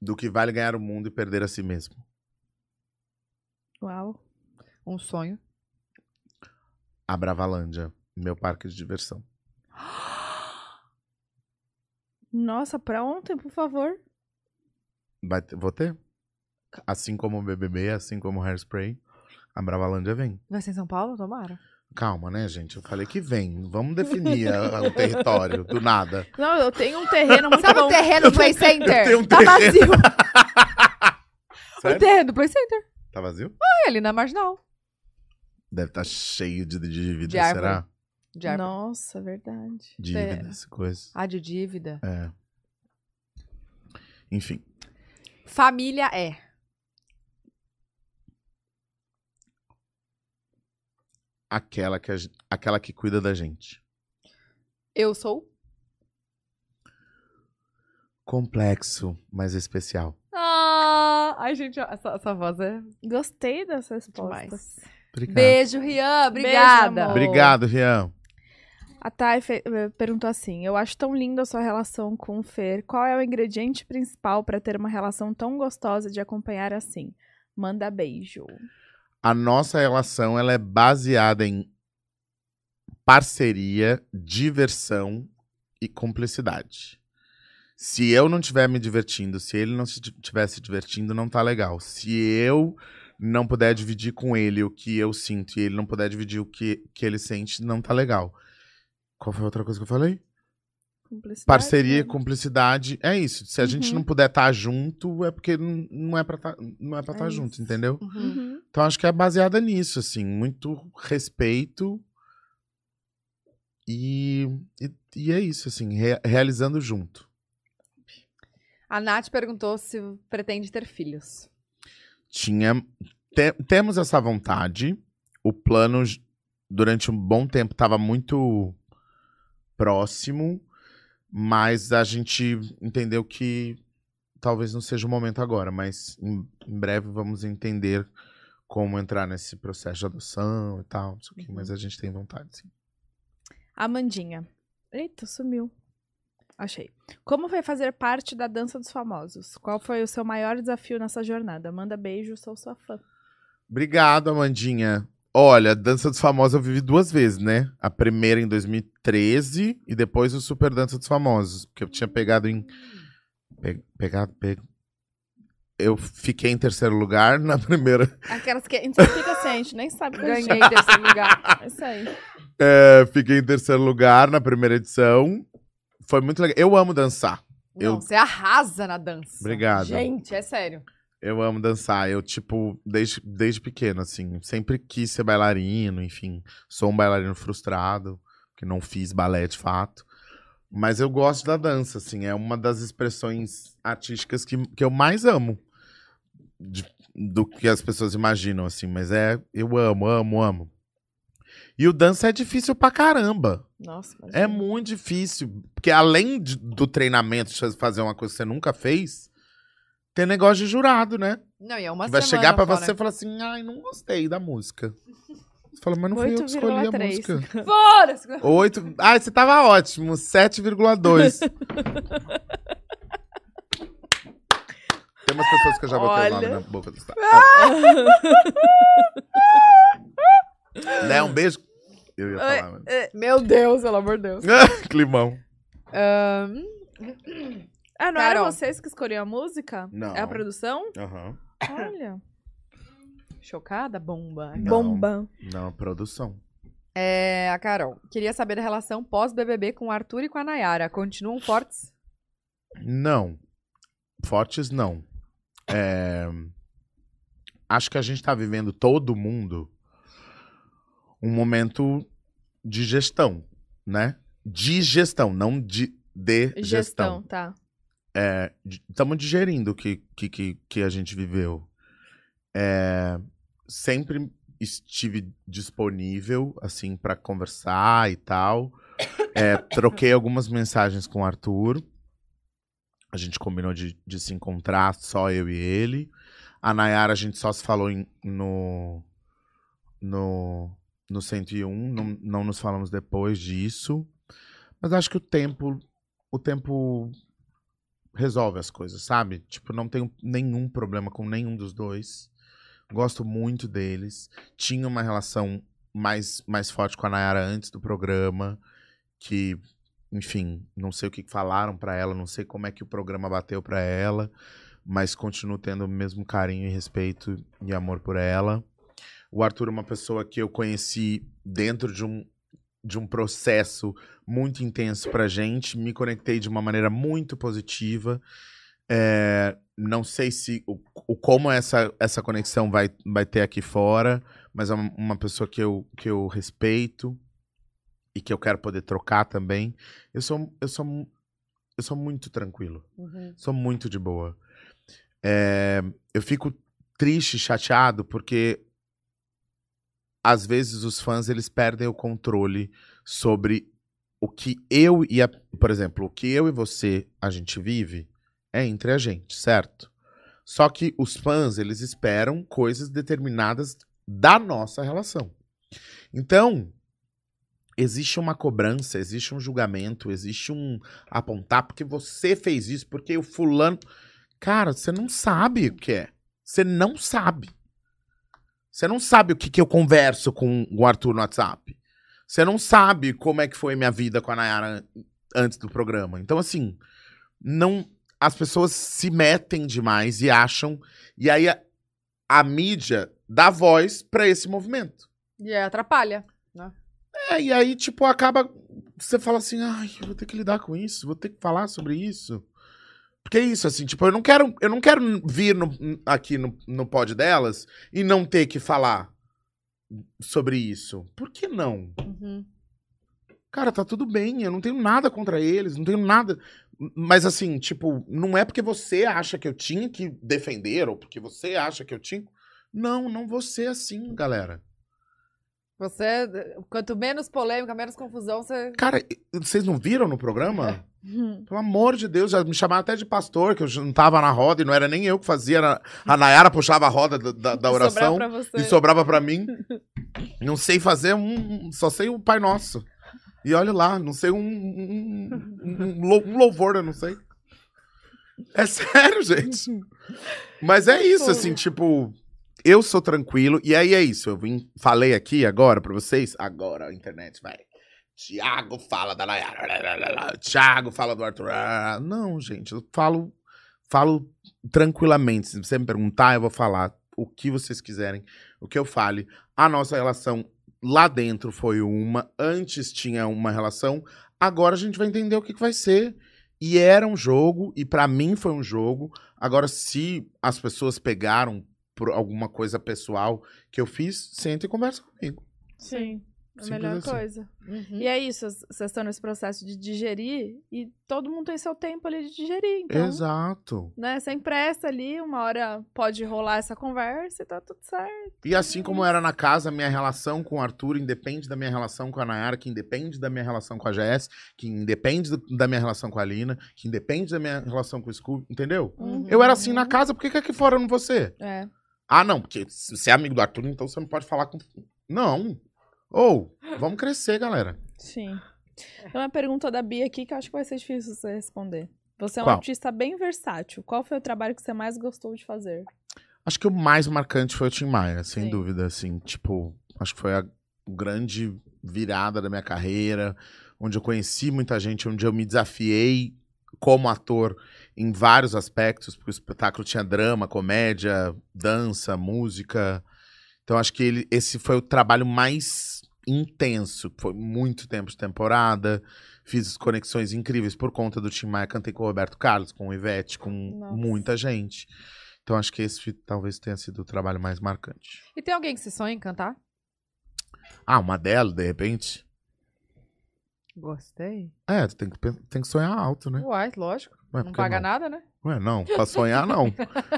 Speaker 3: Do que vale ganhar o mundo e perder a si mesmo.
Speaker 1: Uau.
Speaker 2: Um sonho.
Speaker 3: A Bravalândia, meu parque de diversão.
Speaker 1: Nossa, pra ontem, por favor.
Speaker 3: Vai ter- vou ter? Assim como o BBB, assim como o Hairspray, a Bravalândia vem.
Speaker 2: Vai ser em São Paulo? Tomara.
Speaker 3: Calma, né, gente? Eu falei que vem. Vamos definir a- o território, do nada.
Speaker 1: Não, eu tenho um terreno muito
Speaker 2: Sabe
Speaker 1: bom.
Speaker 2: o terreno do Play Center?
Speaker 3: Eu tenho um
Speaker 2: tá
Speaker 3: terreno.
Speaker 2: vazio.
Speaker 4: O
Speaker 3: Sério?
Speaker 4: terreno do Play Center.
Speaker 3: Tá vazio?
Speaker 4: Ah, ele na marginal.
Speaker 3: Deve estar cheio de dívidas,
Speaker 4: De árvore.
Speaker 3: será?
Speaker 4: De árvore.
Speaker 1: é? Nossa, verdade.
Speaker 3: Dívidas, coisas.
Speaker 4: Ah, de dívida.
Speaker 3: É. Enfim.
Speaker 4: Família é.
Speaker 3: Aquela que, a gen- aquela que cuida da gente.
Speaker 4: Eu sou.
Speaker 3: Complexo, mas especial.
Speaker 4: Ah, ai, gente, ó, essa, essa voz é
Speaker 1: Gostei dessa resposta.
Speaker 4: demais.
Speaker 3: Obrigado.
Speaker 4: Beijo, Rian. Obrigada.
Speaker 1: amor.
Speaker 3: Obrigado, Rian.
Speaker 1: A Thay fe- eh, perguntou assim: Eu acho tão linda a sua relação com o Fer. Qual é o ingrediente principal pra ter uma relação tão gostosa de acompanhar assim? Manda beijo.
Speaker 3: A nossa relação ela é baseada em parceria, diversão e cumplicidade. Se eu não estiver me divertindo, se ele não estiver se divertindo, não tá legal. Se eu não puder dividir com ele o que eu sinto e ele não puder dividir o que, que ele sente, não tá legal. Qual foi a outra coisa que eu falei?
Speaker 1: Cumplicidade,
Speaker 3: Parceria e
Speaker 1: né?
Speaker 3: cumplicidade é isso. Se a gente
Speaker 1: Uhum.
Speaker 3: não puder estar junto, é porque não não é pra tá, não é para
Speaker 1: É
Speaker 3: estar junto,
Speaker 1: isso.
Speaker 3: entendeu?
Speaker 4: Uhum.
Speaker 1: Uhum.
Speaker 3: Então acho que é baseada nisso, assim, muito respeito e, e, e é isso, assim, re- realizando junto.
Speaker 4: A Nath perguntou se pretende ter filhos.
Speaker 3: Tinha te- temos essa vontade. O plano j- durante um bom tempo estava muito próximo, mas a gente entendeu que talvez não seja o momento agora, mas em, em breve vamos entender como entrar nesse processo de adoção e tal, não sei o quê, mas a gente tem vontade, sim.
Speaker 1: Amandinha. Eita, sumiu. Achei. Como foi fazer parte da Dança dos Famosos? Qual foi o seu maior desafio nessa jornada? Manda beijo, sou sua fã.
Speaker 3: Obrigado, Amandinha. Olha, Dança dos Famosos eu vivi duas vezes, né? A primeira em 2013 e depois o Super Dança dos Famosos, porque eu tinha pegado em pe- pegado pe- eu fiquei em terceiro lugar na primeira.
Speaker 1: Aquelas que a gente só fica assim, a gente nem sabe que
Speaker 4: Ganhei terceiro lugar.
Speaker 1: É isso aí.
Speaker 3: É, fiquei em terceiro lugar na primeira edição. Foi muito legal. Eu amo dançar. Eu-
Speaker 4: Não, você arrasa na dança.
Speaker 3: Obrigado.
Speaker 4: Gente, é sério.
Speaker 3: Eu amo dançar. Eu, tipo, desde, desde pequeno, assim, sempre quis ser bailarino, enfim. Sou um bailarino frustrado, que não fiz balé de fato. Mas eu gosto da dança, assim, é uma das expressões artísticas que, que eu mais amo. de- do que as pessoas imaginam, assim, mas é. Eu amo, amo, amo. E o dança é difícil pra caramba.
Speaker 1: Nossa, mas.
Speaker 3: É muito difícil. Porque além de- do treinamento, de você fazer uma coisa que você nunca fez, tem negócio de jurado, né?
Speaker 4: Não, e é uma
Speaker 3: Que vai
Speaker 4: semana
Speaker 3: chegar pra
Speaker 4: fora.
Speaker 3: você e falar assim, ai, não gostei da música. Você fala, mas não fui eu que escolhi a
Speaker 1: 8,3.
Speaker 3: música.
Speaker 4: Fora!
Speaker 3: Oito. Ai, você tava ótimo. 7,2. Tem umas pessoas que eu já botei o nome
Speaker 1: Olha.
Speaker 3: na boca Ah, do estado. né, um beijo. Eu ia falar, mas...
Speaker 4: Meu Deus, pelo amor de Deus.
Speaker 3: Climão.
Speaker 1: Ah, não
Speaker 4: Carol.
Speaker 1: era vocês que escolhiam a música?
Speaker 3: Não.
Speaker 1: É a produção?
Speaker 3: Aham.
Speaker 1: Olha.
Speaker 4: Chocada, bomba.
Speaker 3: Não.
Speaker 1: Bomba.
Speaker 3: Não, produção.
Speaker 4: É, a Carol. Queria saber da relação pós-BBB com o Arthur e com a Nayara. Continuam fortes?
Speaker 3: Não. Fortes, não. É, Acho que a gente tá vivendo, todo mundo, um momento de gestão, né? De gestão, não de, de
Speaker 1: Gestão,
Speaker 3: gestão.
Speaker 1: tá.
Speaker 3: Estamos É, digerindo o que, que, que, que a gente viveu. É... Sempre estive disponível, assim, para conversar e tal. É, troquei algumas mensagens com o Arthur. A gente combinou de, de se encontrar, só eu e ele. A Nayara, a gente só se falou em- no, no, no 101, não, não nos falamos depois disso. Mas acho que o tempo, o tempo resolve as coisas, sabe? Tipo, não tenho nenhum problema com nenhum dos dois. Gosto muito deles. Tinha uma relação mais, mais forte com a Nayara antes do programa, que, enfim, não sei o que falaram pra ela, não sei como é que o programa bateu pra ela, mas continuo tendo o mesmo carinho e respeito e amor por ela. O Arthur é uma pessoa que eu conheci dentro de um, de um processo muito intenso pra gente, me conectei de uma maneira muito positiva. É, não sei se o, o como essa, essa conexão vai, vai ter aqui fora, mas é uma uma pessoa que eu, que eu respeito e que eu quero poder trocar também. Eu sou, eu sou, mu- eu sou muito tranquilo.
Speaker 4: Uhum.
Speaker 3: Sou muito de boa. É, eu fico triste, chateado, porque às vezes os fãs eles perdem o controle sobre o que eu e a, por exemplo, o que eu e você a gente vive é entre a gente, certo? Só que os fãs eles esperam coisas determinadas da nossa relação. Então, existe uma cobrança, existe um julgamento, existe um apontar porque você fez isso, porque o fulano. Cara, você não sabe o que é. Você não sabe. Você não sabe o que, que eu converso com o Arthur no WhatsApp. Você não sabe como é que foi minha vida com a Nayara an- antes do programa. Então, assim, não. As pessoas se metem demais e acham. E aí a, a mídia dá voz pra esse movimento.
Speaker 4: E aí atrapalha.
Speaker 3: É, e aí, tipo, acaba. Você fala assim, ai, eu vou ter que lidar com isso, vou ter que falar sobre isso. Porque é isso, assim, tipo, eu não quero, eu não quero vir no- aqui no, no pod delas e não ter que falar sobre isso. Por que não?
Speaker 4: Uhum.
Speaker 3: Cara, tá tudo bem, eu não tenho nada contra eles, não tenho nada. Mas assim, tipo, não é porque você acha que eu tinha que defender, ou porque você acha que eu tinha. Não, não vou ser assim, galera.
Speaker 4: Você, quanto menos polêmica, menos confusão, você.
Speaker 3: Cara, e- vocês não viram no programa? Pelo amor de Deus, já me chamaram até de pastor, que eu não tava na roda e não era nem eu que fazia. era- A Nayara puxava a roda da- da, da oração
Speaker 4: Pra você.
Speaker 3: e sobrava pra mim. Não sei fazer um. um- Só sei o Pai Nosso. E olha lá, não sei um. Um, um- um lou- um louvor, eu não sei. É sério, gente. Mas é isso, assim, tipo. Eu sou tranquilo, e aí é isso. Eu vim, falei aqui agora pra vocês. Agora a internet vai. Tiago fala da Nayara. lá, lá, lá, lá. Tiago fala do Arthur. lá, lá, lá. Não, gente, eu falo, falo tranquilamente. Se você me perguntar, eu vou falar o que vocês quiserem, o que eu fale. A nossa relação lá dentro foi uma, antes tinha uma relação, agora a gente vai entender o que, que vai ser. E era um jogo, e pra mim foi um jogo. Agora, se as pessoas pegaram por alguma coisa pessoal que eu fiz, senta e conversa comigo.
Speaker 1: Sim. A
Speaker 3: Simples
Speaker 1: melhor
Speaker 3: assim.
Speaker 1: coisa.
Speaker 4: Uhum.
Speaker 1: E é isso, vocês estão nesse processo de digerir e todo mundo tem seu tempo ali de digerir. Então,
Speaker 3: Exato.
Speaker 1: né, sem pressa ali, uma hora pode rolar essa conversa e tá tudo certo.
Speaker 3: E assim como era na casa, minha relação com o Arthur independe da minha relação com a Nayara, que independe da minha relação com a Jess, que independe do- da minha relação com a Lina, que independe da minha relação com o Scooby, entendeu? Eu
Speaker 1: Uhum.
Speaker 3: era assim na casa, por que que aqui fora eu não você?
Speaker 1: É.
Speaker 3: Ah, não, porque se você é amigo do Arthur, então você não pode falar com. Não. Ou, vamos crescer, galera.
Speaker 1: Sim.
Speaker 3: É.
Speaker 1: Tem uma pergunta da Bia aqui que eu acho que vai ser difícil você responder. Você é um
Speaker 3: Qual?
Speaker 1: artista bem versátil. Qual foi o trabalho que você mais gostou de fazer?
Speaker 3: Acho que o mais marcante foi o Tim Maia, sem
Speaker 1: Sim.
Speaker 3: dúvida, assim, tipo, acho que foi a grande virada da minha carreira, onde eu conheci muita gente, onde eu me desafiei como ator em vários aspectos, porque o espetáculo tinha drama, comédia, dança, música. Então acho que ele- esse foi o trabalho mais intenso, foi muito tempo de temporada, fiz conexões incríveis por conta do Tim Maia, cantei com o Roberto Carlos, com o Ivete, com
Speaker 1: Nossa.
Speaker 3: muita gente. Então acho que esse fi- talvez tenha sido o trabalho mais marcante.
Speaker 4: E tem alguém que se sonha em cantar?
Speaker 3: Ah, uma dela, de repente?
Speaker 4: Gostei.
Speaker 3: É, tu tem que, pen- tem que sonhar alto, né?
Speaker 4: Uai, lógico. não
Speaker 3: Ué, por que
Speaker 4: paga
Speaker 3: não?
Speaker 4: nada, né?
Speaker 3: Ué, não, pra sonhar não.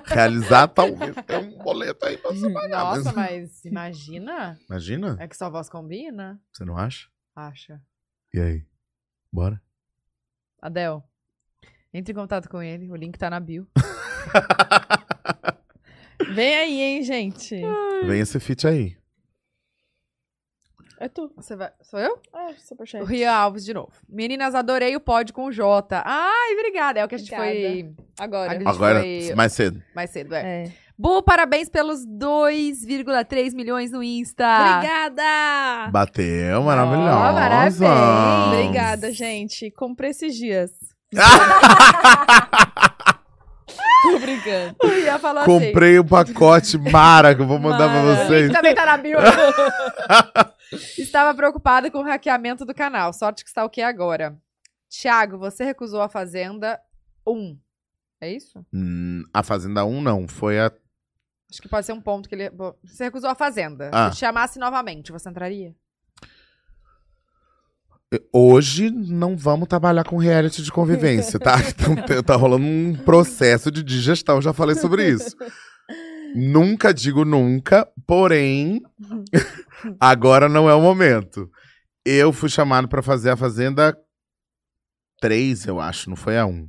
Speaker 3: Realizar talvez tenha um boleto aí pra você pagar. mas-
Speaker 4: Nossa, mas imagina.
Speaker 3: Imagina,
Speaker 4: É que sua voz combina.
Speaker 3: você não acha?
Speaker 4: Acha.
Speaker 3: E aí? Bora?
Speaker 4: Adel, entre em contato com ele. O link tá na bio. Vem aí, hein, gente.
Speaker 3: Vem esse feat aí.
Speaker 1: É tu.
Speaker 4: Você vai... Sou eu?
Speaker 1: É, superchat.
Speaker 4: O Rian Alves de novo. Meninas, adorei o pod com o Jota. Ai, obrigada. É o que a gente
Speaker 1: Obrigada.
Speaker 4: foi
Speaker 1: Agora.
Speaker 4: A gente
Speaker 3: Agora,
Speaker 4: foi-
Speaker 3: mais cedo.
Speaker 4: mais cedo, é.
Speaker 1: É.
Speaker 4: Bu, parabéns pelos 2,3 milhões no
Speaker 3: Ah.
Speaker 4: Insta.
Speaker 1: Obrigada!
Speaker 3: Bateu, maravilhosa.
Speaker 4: Ah. Ó, parabéns.
Speaker 3: Obrigada.
Speaker 1: Obrigada, gente. Comprei esses dias. Tô brincando.
Speaker 4: O Rian falou assim.
Speaker 3: Comprei o pacote Mara que eu vou mandar
Speaker 1: Mara.
Speaker 3: pra vocês.
Speaker 4: Também tá na bio. Estava preocupada com o hackeamento do canal. Sorte que está o que agora. Tiago, você recusou a Fazenda 1.
Speaker 2: É isso?
Speaker 3: Hum, a Fazenda 1 não, foi a.
Speaker 2: Acho que pode ser um ponto que ele. Bom, Você recusou a Fazenda.
Speaker 3: Ah.
Speaker 2: Se te chamasse novamente, você entraria?
Speaker 3: Hoje não vamos trabalhar com reality de convivência, tá? Então tá- tá rolando um processo de digestão, já falei É sobre isso. Nunca digo nunca, porém, agora não é o momento. Eu fui chamado pra fazer a Fazenda 3, eu acho, não foi a 1.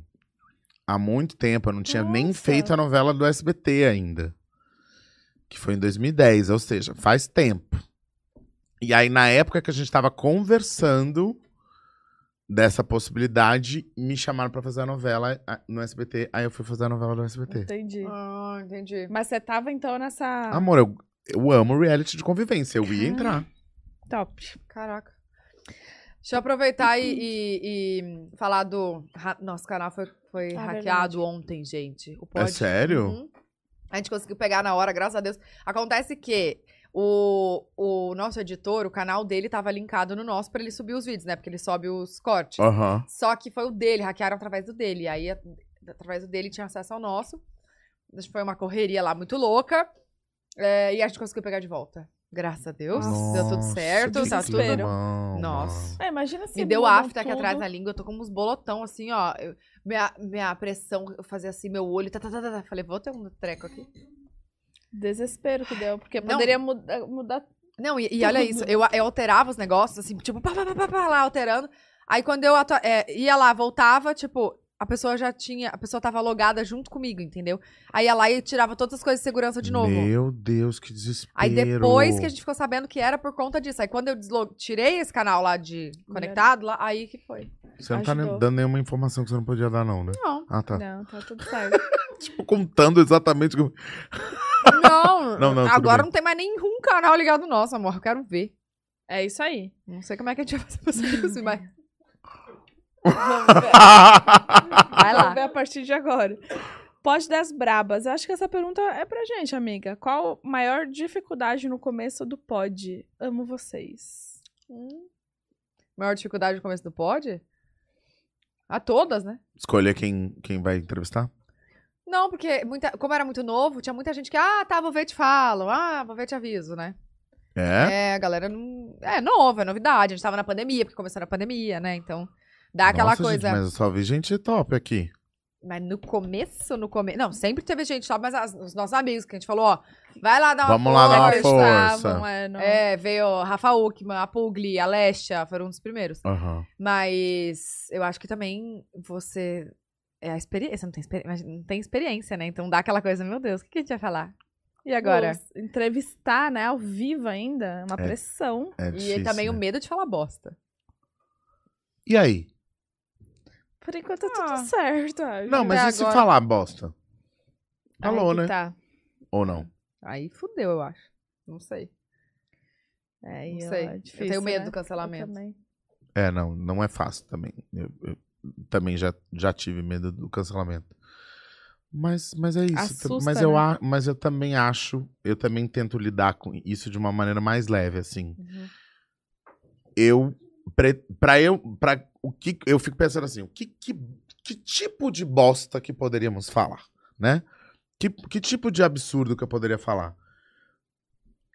Speaker 3: Há muito tempo, eu não tinha nem
Speaker 1: Nossa.
Speaker 3: feito a novela do SBT ainda. Que foi em 2010, ou seja, faz tempo. E aí, na época que a gente tava conversando dessa possibilidade, me chamaram pra fazer a novela ah, no SBT. Aí eu fui fazer a novela do SBT.
Speaker 1: Entendi.
Speaker 2: Ah, entendi.
Speaker 1: Mas você tava então nessa.
Speaker 3: Amor, eu, eu amo reality de convivência. Eu ia entrar.
Speaker 1: Top.
Speaker 2: Caraca. Deixa eu aproveitar e, e- e falar do. ha- Nosso canal foi, foi
Speaker 1: Ah, verdade.
Speaker 2: hackeado ontem, gente. O pod.
Speaker 3: É sério?
Speaker 2: Uhum. A gente conseguiu pegar na hora, graças a Deus. Acontece que o, o nosso editor, o canal dele tava linkado no nosso pra ele subir os vídeos, né? Porque ele sobe os cortes.
Speaker 3: Aham.
Speaker 2: Só que foi o dele, hackearam através do dele. Aí, a- através do dele, tinha acesso ao nosso. Acho que Foi uma correria lá muito louca. É, e a gente conseguiu pegar de volta. Graças a Deus. Deu tudo
Speaker 3: Nossa,
Speaker 2: certo,
Speaker 3: que
Speaker 2: tá tudo.
Speaker 1: desespero.
Speaker 3: climão,
Speaker 2: Nossa.
Speaker 1: É, imagina se.
Speaker 2: Me deu
Speaker 1: mudam
Speaker 2: afta aqui
Speaker 1: tudo.
Speaker 2: atrás da língua, eu tô com uns bolotão assim, ó. Eu- minha, minha pressão, eu fazia assim, meu olho, tá, tá, tá, tá, tá. Falei, vou ter um treco aqui.
Speaker 1: Desespero que deu, porque
Speaker 2: Não.
Speaker 1: poderia muda- mudar.
Speaker 2: Não, e, e olha isso, eu, eu alterava os negócios, assim, tipo, pá, pá, pá, pá, pá, lá, alterando. Aí quando eu atua- é, ia lá, voltava, tipo, a pessoa já tinha, a pessoa tava logada junto comigo, entendeu? Aí ia lá e tirava todas as coisas de segurança de novo.
Speaker 3: Meu Deus, que desespero.
Speaker 2: Aí depois que a gente ficou sabendo que era por conta disso. Aí quando eu deslo- tirei esse canal lá de conectado, lá, aí que foi.
Speaker 3: Você não tá
Speaker 1: ajudou.
Speaker 3: nem- dando nenhuma informação que você não podia dar, não, né?
Speaker 2: Não,
Speaker 3: Ah, tá.
Speaker 1: Não, tá tudo certo.
Speaker 3: Tipo, contando exatamente como.
Speaker 2: não,
Speaker 3: Não, não, tudo
Speaker 2: agora
Speaker 3: bem.
Speaker 2: não tem mais nenhum canal ligado nosso, amor. Eu quero ver.
Speaker 1: É isso aí.
Speaker 2: Não sei como é que a gente vai fazer pra subir isso, mas vai
Speaker 1: Vamos
Speaker 2: lá.
Speaker 1: ver a partir de agora. Pode das brabas. Eu acho que essa pergunta é pra gente, amiga. Qual a maior dificuldade no começo do pod? Amo vocês.
Speaker 2: Maior dificuldade no começo do pod? A todas, né?
Speaker 3: Escolher quem, quem vai entrevistar?
Speaker 2: Não, porque muita, como era muito novo, tinha muita gente que, ah, tá, vou ver te falo, ah, vou ver te aviso, né?
Speaker 3: É?
Speaker 2: É, a galera não. É novo, é novidade. A gente tava na pandemia, porque começou na pandemia, né? Então, dá aquela
Speaker 3: Nossa,
Speaker 2: coisa.
Speaker 3: Gente, mas eu só vi gente top aqui.
Speaker 2: Mas no começo, no começo. Não, sempre teve gente, sabe? Mas as- os nossos amigos, que a gente falou, ó, vai lá dar uma
Speaker 3: Vamos lá dar uma
Speaker 2: força.
Speaker 3: Força.
Speaker 1: Estavam, é, não-
Speaker 2: É, veio o Rafa Uckman, a Pugli, a Lesha, foram um dos primeiros.
Speaker 3: Aham.
Speaker 2: Mas eu acho que também você. É a experiência, não tem, experi- mas não tem experiência, né? Então dá aquela coisa, meu Deus, o que, que a gente vai falar? E agora?
Speaker 1: Pô, entrevistar, né, ao vivo ainda, é uma
Speaker 3: É.
Speaker 1: pressão.
Speaker 3: É
Speaker 2: e
Speaker 3: difícil,
Speaker 2: também o
Speaker 3: né?
Speaker 2: medo de falar bosta.
Speaker 3: E aí?
Speaker 1: Por enquanto tá
Speaker 2: Ah.
Speaker 1: tudo certo, acho.
Speaker 3: Não, mas
Speaker 2: Até
Speaker 3: e se
Speaker 2: agora-
Speaker 3: falar bosta? Falou,
Speaker 2: Aí que
Speaker 3: né?
Speaker 2: Tá.
Speaker 3: Ou não?
Speaker 2: Aí fudeu, eu acho. Não sei.
Speaker 1: É,
Speaker 2: Não
Speaker 1: e, ó,
Speaker 2: sei.
Speaker 1: é
Speaker 2: eu
Speaker 1: difícil,
Speaker 2: tenho medo
Speaker 1: né?
Speaker 2: do
Speaker 1: Eu
Speaker 2: cancelamento.
Speaker 1: também.
Speaker 3: É, não, não é fácil também. Eu, eu também já, já tive medo do cancelamento. Mas, mas é isso.
Speaker 1: Assusta,
Speaker 3: mas, eu,
Speaker 1: né?
Speaker 3: a- mas eu também acho, eu também tento lidar com isso de uma maneira mais leve, assim.
Speaker 2: Uhum.
Speaker 3: Eu, pre- pra eu, pra o que, eu fico pensando assim, o que, que, que tipo de bosta que poderíamos falar, né? Que, que tipo de absurdo que eu poderia falar?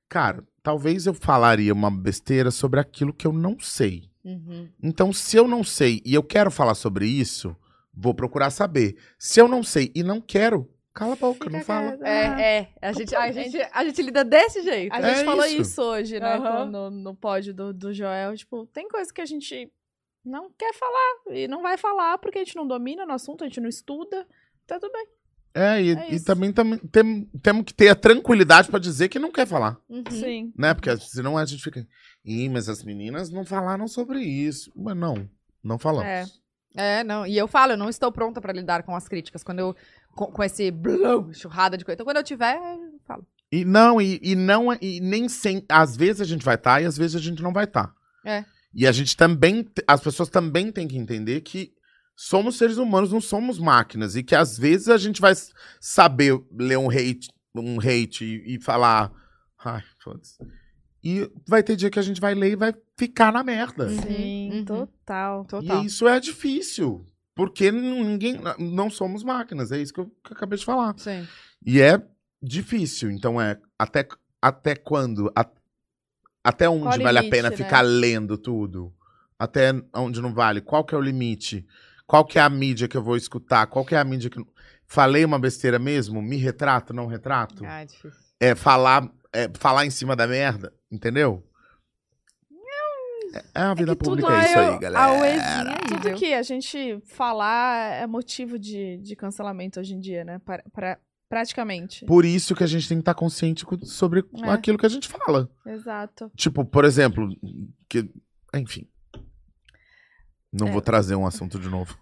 Speaker 3: Cara, talvez eu falaria uma besteira sobre aquilo que eu não sei.
Speaker 2: Uhum.
Speaker 3: Então, se eu não sei e eu quero falar sobre isso, vou procurar saber. Se eu não sei e não quero, cala a boca, não fala.
Speaker 1: É, é.
Speaker 2: É, é. A gente, a, gente, a gente lida desse jeito.
Speaker 1: A
Speaker 3: É
Speaker 1: gente falou
Speaker 3: isso.
Speaker 1: isso, hoje, né,
Speaker 2: Aham.
Speaker 1: no, no pódio do, do Joel, tipo, tem coisa que a gente não quer falar e não vai falar porque a gente não domina no assunto, a gente não estuda, tá tudo bem.
Speaker 3: É, e,
Speaker 1: É
Speaker 3: e
Speaker 1: isso.
Speaker 3: também tam- tem- temos que ter a tranquilidade pra dizer que não quer falar,
Speaker 2: Uhum.
Speaker 1: Sim.
Speaker 3: né? Porque senão a gente fica, ih, mas as meninas não falaram sobre isso. Mas não, não falamos.
Speaker 1: É.
Speaker 2: É, não. E eu falo, eu não estou pronta pra lidar com as críticas. Quando eu. Com, com esse blum, churrada de coisa. Então, quando eu tiver, eu falo.
Speaker 3: E não, e, e não, é, e nem sem. Às vezes a gente vai estar e às vezes a gente não vai estar.
Speaker 2: É.
Speaker 3: E a gente também. te- As pessoas também têm que entender que somos seres humanos, não somos máquinas. E que às vezes a gente vai s- saber ler um hate, um hate e, e falar. Ai, foda-se. E vai ter dia que a gente vai ler e vai ficar na merda.
Speaker 2: Uhum,
Speaker 1: Sim,
Speaker 2: uhum.
Speaker 1: Hum, total.
Speaker 2: Total.
Speaker 3: E isso é difícil. Porque ninguém. Não somos máquinas, é isso que eu, que eu acabei de falar.
Speaker 4: Sim.
Speaker 3: E é difícil, então é até, até quando? A- até onde
Speaker 1: Qual o
Speaker 3: vale a
Speaker 1: limite,
Speaker 3: pena
Speaker 1: né?
Speaker 3: ficar lendo tudo? Até onde não vale? Qual que é o limite? Qual que é a mídia que eu vou escutar? Qual que é a mídia que. Falei uma besteira mesmo? Me retrato, não retrato?
Speaker 4: Ah, é difícil.
Speaker 3: É falar, é falar em cima da merda, entendeu? É, é a vida
Speaker 1: que tudo
Speaker 3: pública, é isso
Speaker 4: Ah,
Speaker 3: aí,
Speaker 4: eu-
Speaker 3: galera.
Speaker 4: A Oezinha aí,
Speaker 1: Tudo
Speaker 4: viu?
Speaker 1: que a gente falar é motivo de, de cancelamento hoje em dia, né? Pra, pra- praticamente.
Speaker 3: Por isso que a gente tem que estar consciente co- sobre
Speaker 1: É.
Speaker 3: aquilo que a gente fala.
Speaker 1: Exato.
Speaker 3: Tipo, por exemplo, que. Enfim. Não
Speaker 4: É.
Speaker 3: vou trazer um assunto de novo.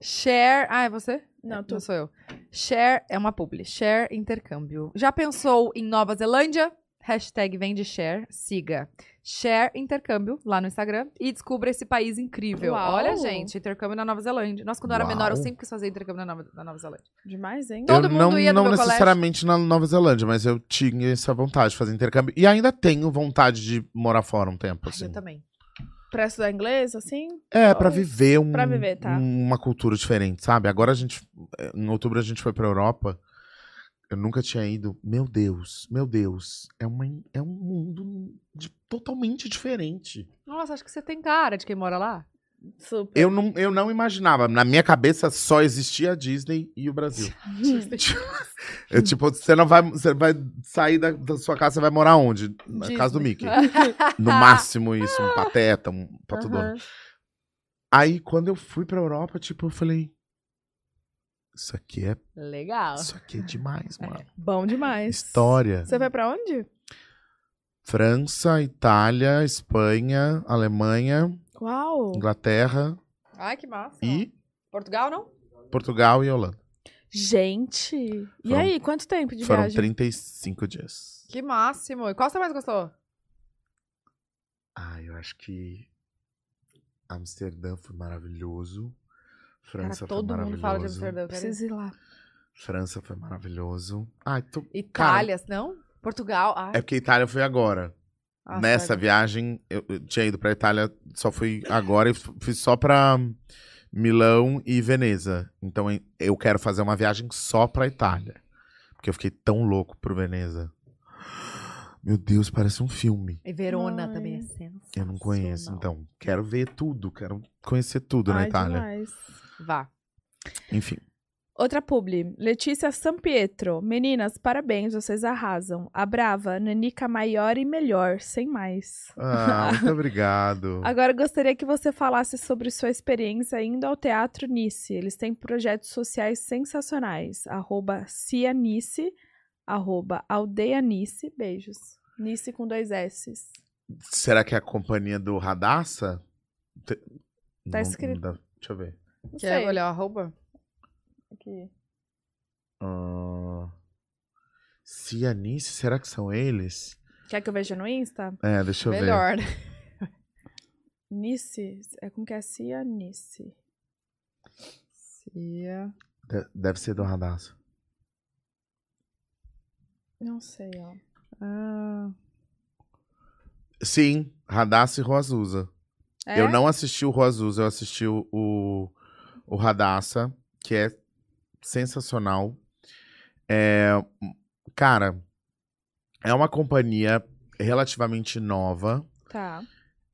Speaker 4: Share. Ah, é você?
Speaker 1: Hum. Não, tu.
Speaker 4: Não sou eu. Share é uma publi. Share intercâmbio. Já pensou em Nova Zelândia? Hashtag vende share, siga. Share intercâmbio lá no Instagram e descubra esse país incrível.
Speaker 1: Uau.
Speaker 4: Olha, gente, intercâmbio na Nova Zelândia. Nossa, quando eu era
Speaker 3: Uau.
Speaker 4: menor, eu sempre quis fazer intercâmbio na Nova, na Nova Zelândia.
Speaker 1: Demais, hein?
Speaker 4: Todo
Speaker 3: eu
Speaker 4: mundo
Speaker 3: não,
Speaker 4: ia no
Speaker 3: não
Speaker 4: meu
Speaker 3: necessariamente na Nova Zelândia, mas eu tinha essa vontade de fazer intercâmbio. E ainda tenho vontade de morar fora um tempo, assim.
Speaker 4: Ah, Eu também.
Speaker 1: Pra estudar inglês, assim?
Speaker 3: É, pra viver, um,
Speaker 1: Pra viver, tá.
Speaker 3: uma cultura diferente, sabe? Agora a gente. eh, Em outubro a gente foi pra Europa. Eu nunca tinha ido. Meu Deus, meu Deus. É, uma, é um mundo de- totalmente diferente.
Speaker 4: Nossa, acho que você tem cara de quem mora lá.
Speaker 1: Super.
Speaker 3: Eu não, eu não imaginava. Na minha cabeça só existia a Disney e o Brasil. É tipo, você não vai, você vai sair da, da sua casa, você vai morar onde? Na
Speaker 1: Disney.
Speaker 3: casa do Mickey. No máximo isso, um pateta, um patudão.
Speaker 1: Aham.
Speaker 3: Aí quando eu fui pra Europa, tipo, eu falei, isso aqui é,
Speaker 4: Legal.
Speaker 3: isso aqui é demais, mano.
Speaker 1: Bom demais.
Speaker 3: História.
Speaker 1: Você foi pra onde?
Speaker 3: França, Itália, Espanha, Alemanha,
Speaker 1: Uau!
Speaker 3: Inglaterra
Speaker 4: Ai, que massa.
Speaker 3: e
Speaker 4: Portugal, não?
Speaker 3: Portugal e Holanda.
Speaker 1: Gente! E
Speaker 3: Foram-
Speaker 1: aí, quanto tempo de
Speaker 3: Foram
Speaker 1: viagem?
Speaker 3: 35 dias.
Speaker 4: Que máximo. E qual você mais gostou?
Speaker 3: Ah, eu acho que Amsterdã foi maravilhoso. França
Speaker 4: Cara, todo
Speaker 3: foi
Speaker 4: mundo
Speaker 3: maravilhoso.
Speaker 4: fala de Amsterdã. eu quero ir.
Speaker 1: Preciso ir lá.
Speaker 3: França foi maravilhoso. Ai, tô...
Speaker 4: Itália, não? Portugal. Ai,
Speaker 3: É porque Itália foi agora.
Speaker 4: nossa, é.
Speaker 3: Nessa viagem, eu, eu tinha ido pra Itália, só fui agora e f- fui só pra Milão e Veneza. Então em- eu quero fazer uma viagem só pra Itália. Porque eu fiquei tão louco pro Veneza. Meu Deus, parece um filme.
Speaker 4: E Verona
Speaker 1: Ai.
Speaker 4: também é sensacional.
Speaker 3: Eu não conheço, então. Quero ver tudo, quero conhecer tudo na
Speaker 1: Ai,
Speaker 3: Itália.
Speaker 1: demais.
Speaker 4: Vá.
Speaker 3: Enfim.
Speaker 1: Outra publi. Letícia Sampietro. Meninas, parabéns, vocês arrasam. A brava, Nanica maior e melhor, sem mais.
Speaker 3: Ah, muito obrigado.
Speaker 1: Agora eu gostaria que você falasse sobre sua experiência indo ao Teatro Nice. Eles têm projetos sociais sensacionais. Arroba Cia Nice, arroba Aldeia Nice. Beijos. Nice com dois S's.
Speaker 3: Será que é a companhia do Radassa? Te- não-
Speaker 1: Tá escrito.
Speaker 3: não dá- Deixa eu ver.
Speaker 1: Não
Speaker 4: Quer
Speaker 1: sei.
Speaker 4: olhar o arroba?
Speaker 1: Aqui.
Speaker 3: Ah, Cianice, será que são eles?
Speaker 1: Quer que eu veja no Insta?
Speaker 3: É, deixa eu ver.
Speaker 4: Melhor. né?
Speaker 1: Nice. É como que é Cia Nice.
Speaker 4: Cia.
Speaker 3: De- deve ser do Radassa.
Speaker 1: Não sei, ó.
Speaker 4: Ah,
Speaker 3: Sim, Radassa e Roazusa.
Speaker 1: É?
Speaker 3: Eu não assisti o Roazusa, eu assisti o, o, o Radassa, que é sensacional. É, cara, é uma companhia relativamente nova
Speaker 1: Tá.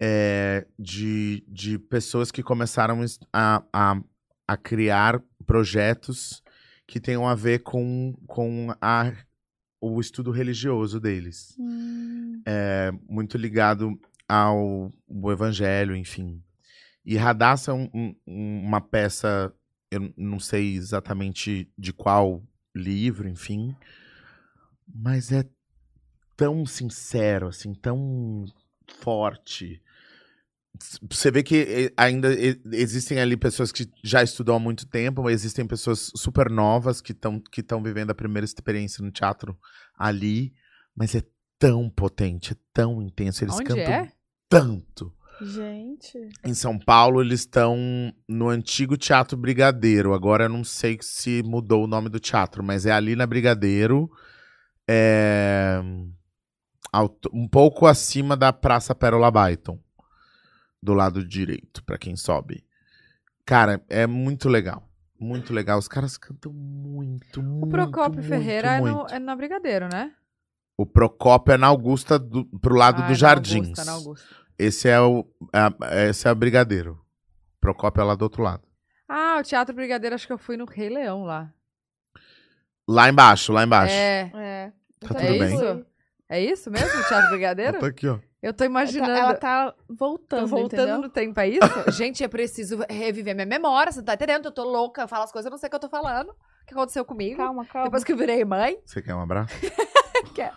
Speaker 3: é, de, de pessoas que começaram es- a, a, a criar projetos que tenham a ver com, com a, o estudo religioso deles
Speaker 1: Hum,
Speaker 3: É. muito ligado ao o evangelho, enfim. E Radassa é um- um- uma peça, eu n- não sei exatamente de qual livro, enfim, mas é tão sincero, assim, tão forte. S- Você vê que eh, ainda e- existem ali pessoas que já estudam há muito tempo, mas existem pessoas super novas que estão que tão vivendo a primeira experiência no teatro ali, mas é tão potente, é tão intenso. Eles
Speaker 4: Onde
Speaker 3: cantam
Speaker 4: é?
Speaker 3: tanto.
Speaker 1: gente.
Speaker 3: Em São Paulo, eles estão no antigo Teatro Brigadeiro. Agora eu não sei se mudou o nome do teatro, mas é ali na Brigadeiro. é, alto- Um pouco acima da Praça Pérola Baiton. do lado direito, pra quem sobe. Cara, é muito legal. Muito legal. Os caras cantam muito, muito.
Speaker 2: O Procopio
Speaker 3: muito,
Speaker 2: Ferreira é
Speaker 3: muito.
Speaker 2: no- é, na Brigadeiro, né?
Speaker 3: O Procópio é na Augusta, do, pro lado
Speaker 2: Ah,
Speaker 3: dos
Speaker 2: na
Speaker 3: Jardins.
Speaker 2: Augusta, na Augusta.
Speaker 3: Esse é o. a- esse é o Brigadeiro. Procópio é lá do outro lado.
Speaker 2: Ah, o Teatro Brigadeiro, acho que eu fui no Rei Leão lá.
Speaker 3: Lá embaixo, lá embaixo.
Speaker 2: É.
Speaker 1: É.
Speaker 3: Tá
Speaker 1: Então,
Speaker 3: tudo
Speaker 1: é
Speaker 3: bem.
Speaker 1: isso?
Speaker 2: É isso mesmo, o Teatro Brigadeiro?
Speaker 3: Eu tô tá aqui, ó.
Speaker 2: Eu tô É imaginando.
Speaker 1: Ela tá voltando,
Speaker 2: Tô voltando
Speaker 1: entendeu?
Speaker 2: no tempo, é isso?
Speaker 4: Gente, eu preciso reviver minha memória, você não tá entendendo? Eu tô louca, eu falo as coisas, eu não sei o que eu tô falando. O que aconteceu comigo?
Speaker 1: Calma, calma.
Speaker 4: Depois que eu virei mãe,
Speaker 3: Você quer um abraço?
Speaker 4: Quero.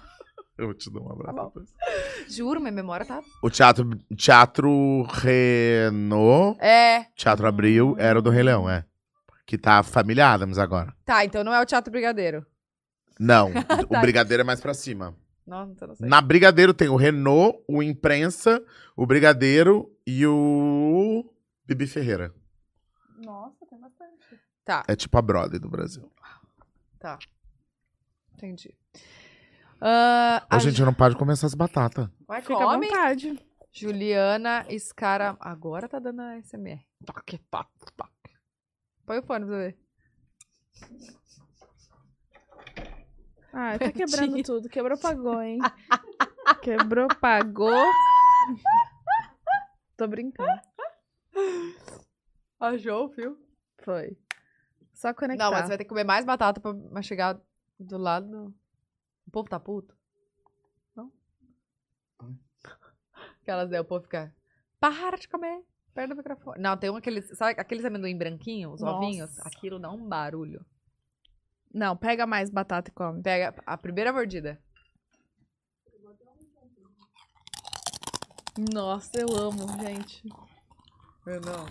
Speaker 3: Eu te dou um abraço.
Speaker 4: Tá bom. juro, minha memória tá.
Speaker 3: o teatro, teatro Renault,
Speaker 4: É.
Speaker 3: Teatro Abril, era o do Rei Leão, é. Que tá a família Adams agora.
Speaker 2: Tá, então não é o Teatro Brigadeiro.
Speaker 3: Não, o Brigadeiro é mais pra cima.
Speaker 2: Nossa, então não sei.
Speaker 3: Na Brigadeiro tem o Renault, o Imprensa, o Brigadeiro e o Bibi Ferreira.
Speaker 1: Nossa, tem bastante.
Speaker 2: Tá,
Speaker 3: É tipo a Brother do Brasil.
Speaker 2: Entendi. Ah,
Speaker 3: A gente não pode comer essas batatas.
Speaker 2: Vai,
Speaker 1: Fica à
Speaker 2: come.
Speaker 1: vontade.
Speaker 2: Juliana Scara. Agora tá dando a SMR. Toque, toque, toque. Põe o fone pra você ver.
Speaker 1: Ah, tá quebrando
Speaker 2: Tadinha.
Speaker 1: tudo. Quebrou, pagou, hein? Quebrou, pagou. Tô brincando.
Speaker 2: Achou, viu? Foi.
Speaker 1: Só conectar.
Speaker 2: Ah, Não, mas você vai ter é que tá? comer mais batata pra mastigar do lado. do- O povo tá puto? Não? Aquelas daí, o povo fica. Para de comer! Perto do microfone. Não, tem um aqueles. Sabe aqueles amendoim branquinho, os
Speaker 1: Nossa.
Speaker 2: ovinhos? Aquilo dá um barulho.
Speaker 1: Não, pega mais batata e come.
Speaker 2: Pega a primeira mordida.
Speaker 1: Nossa, eu amo, gente.
Speaker 2: Eu não.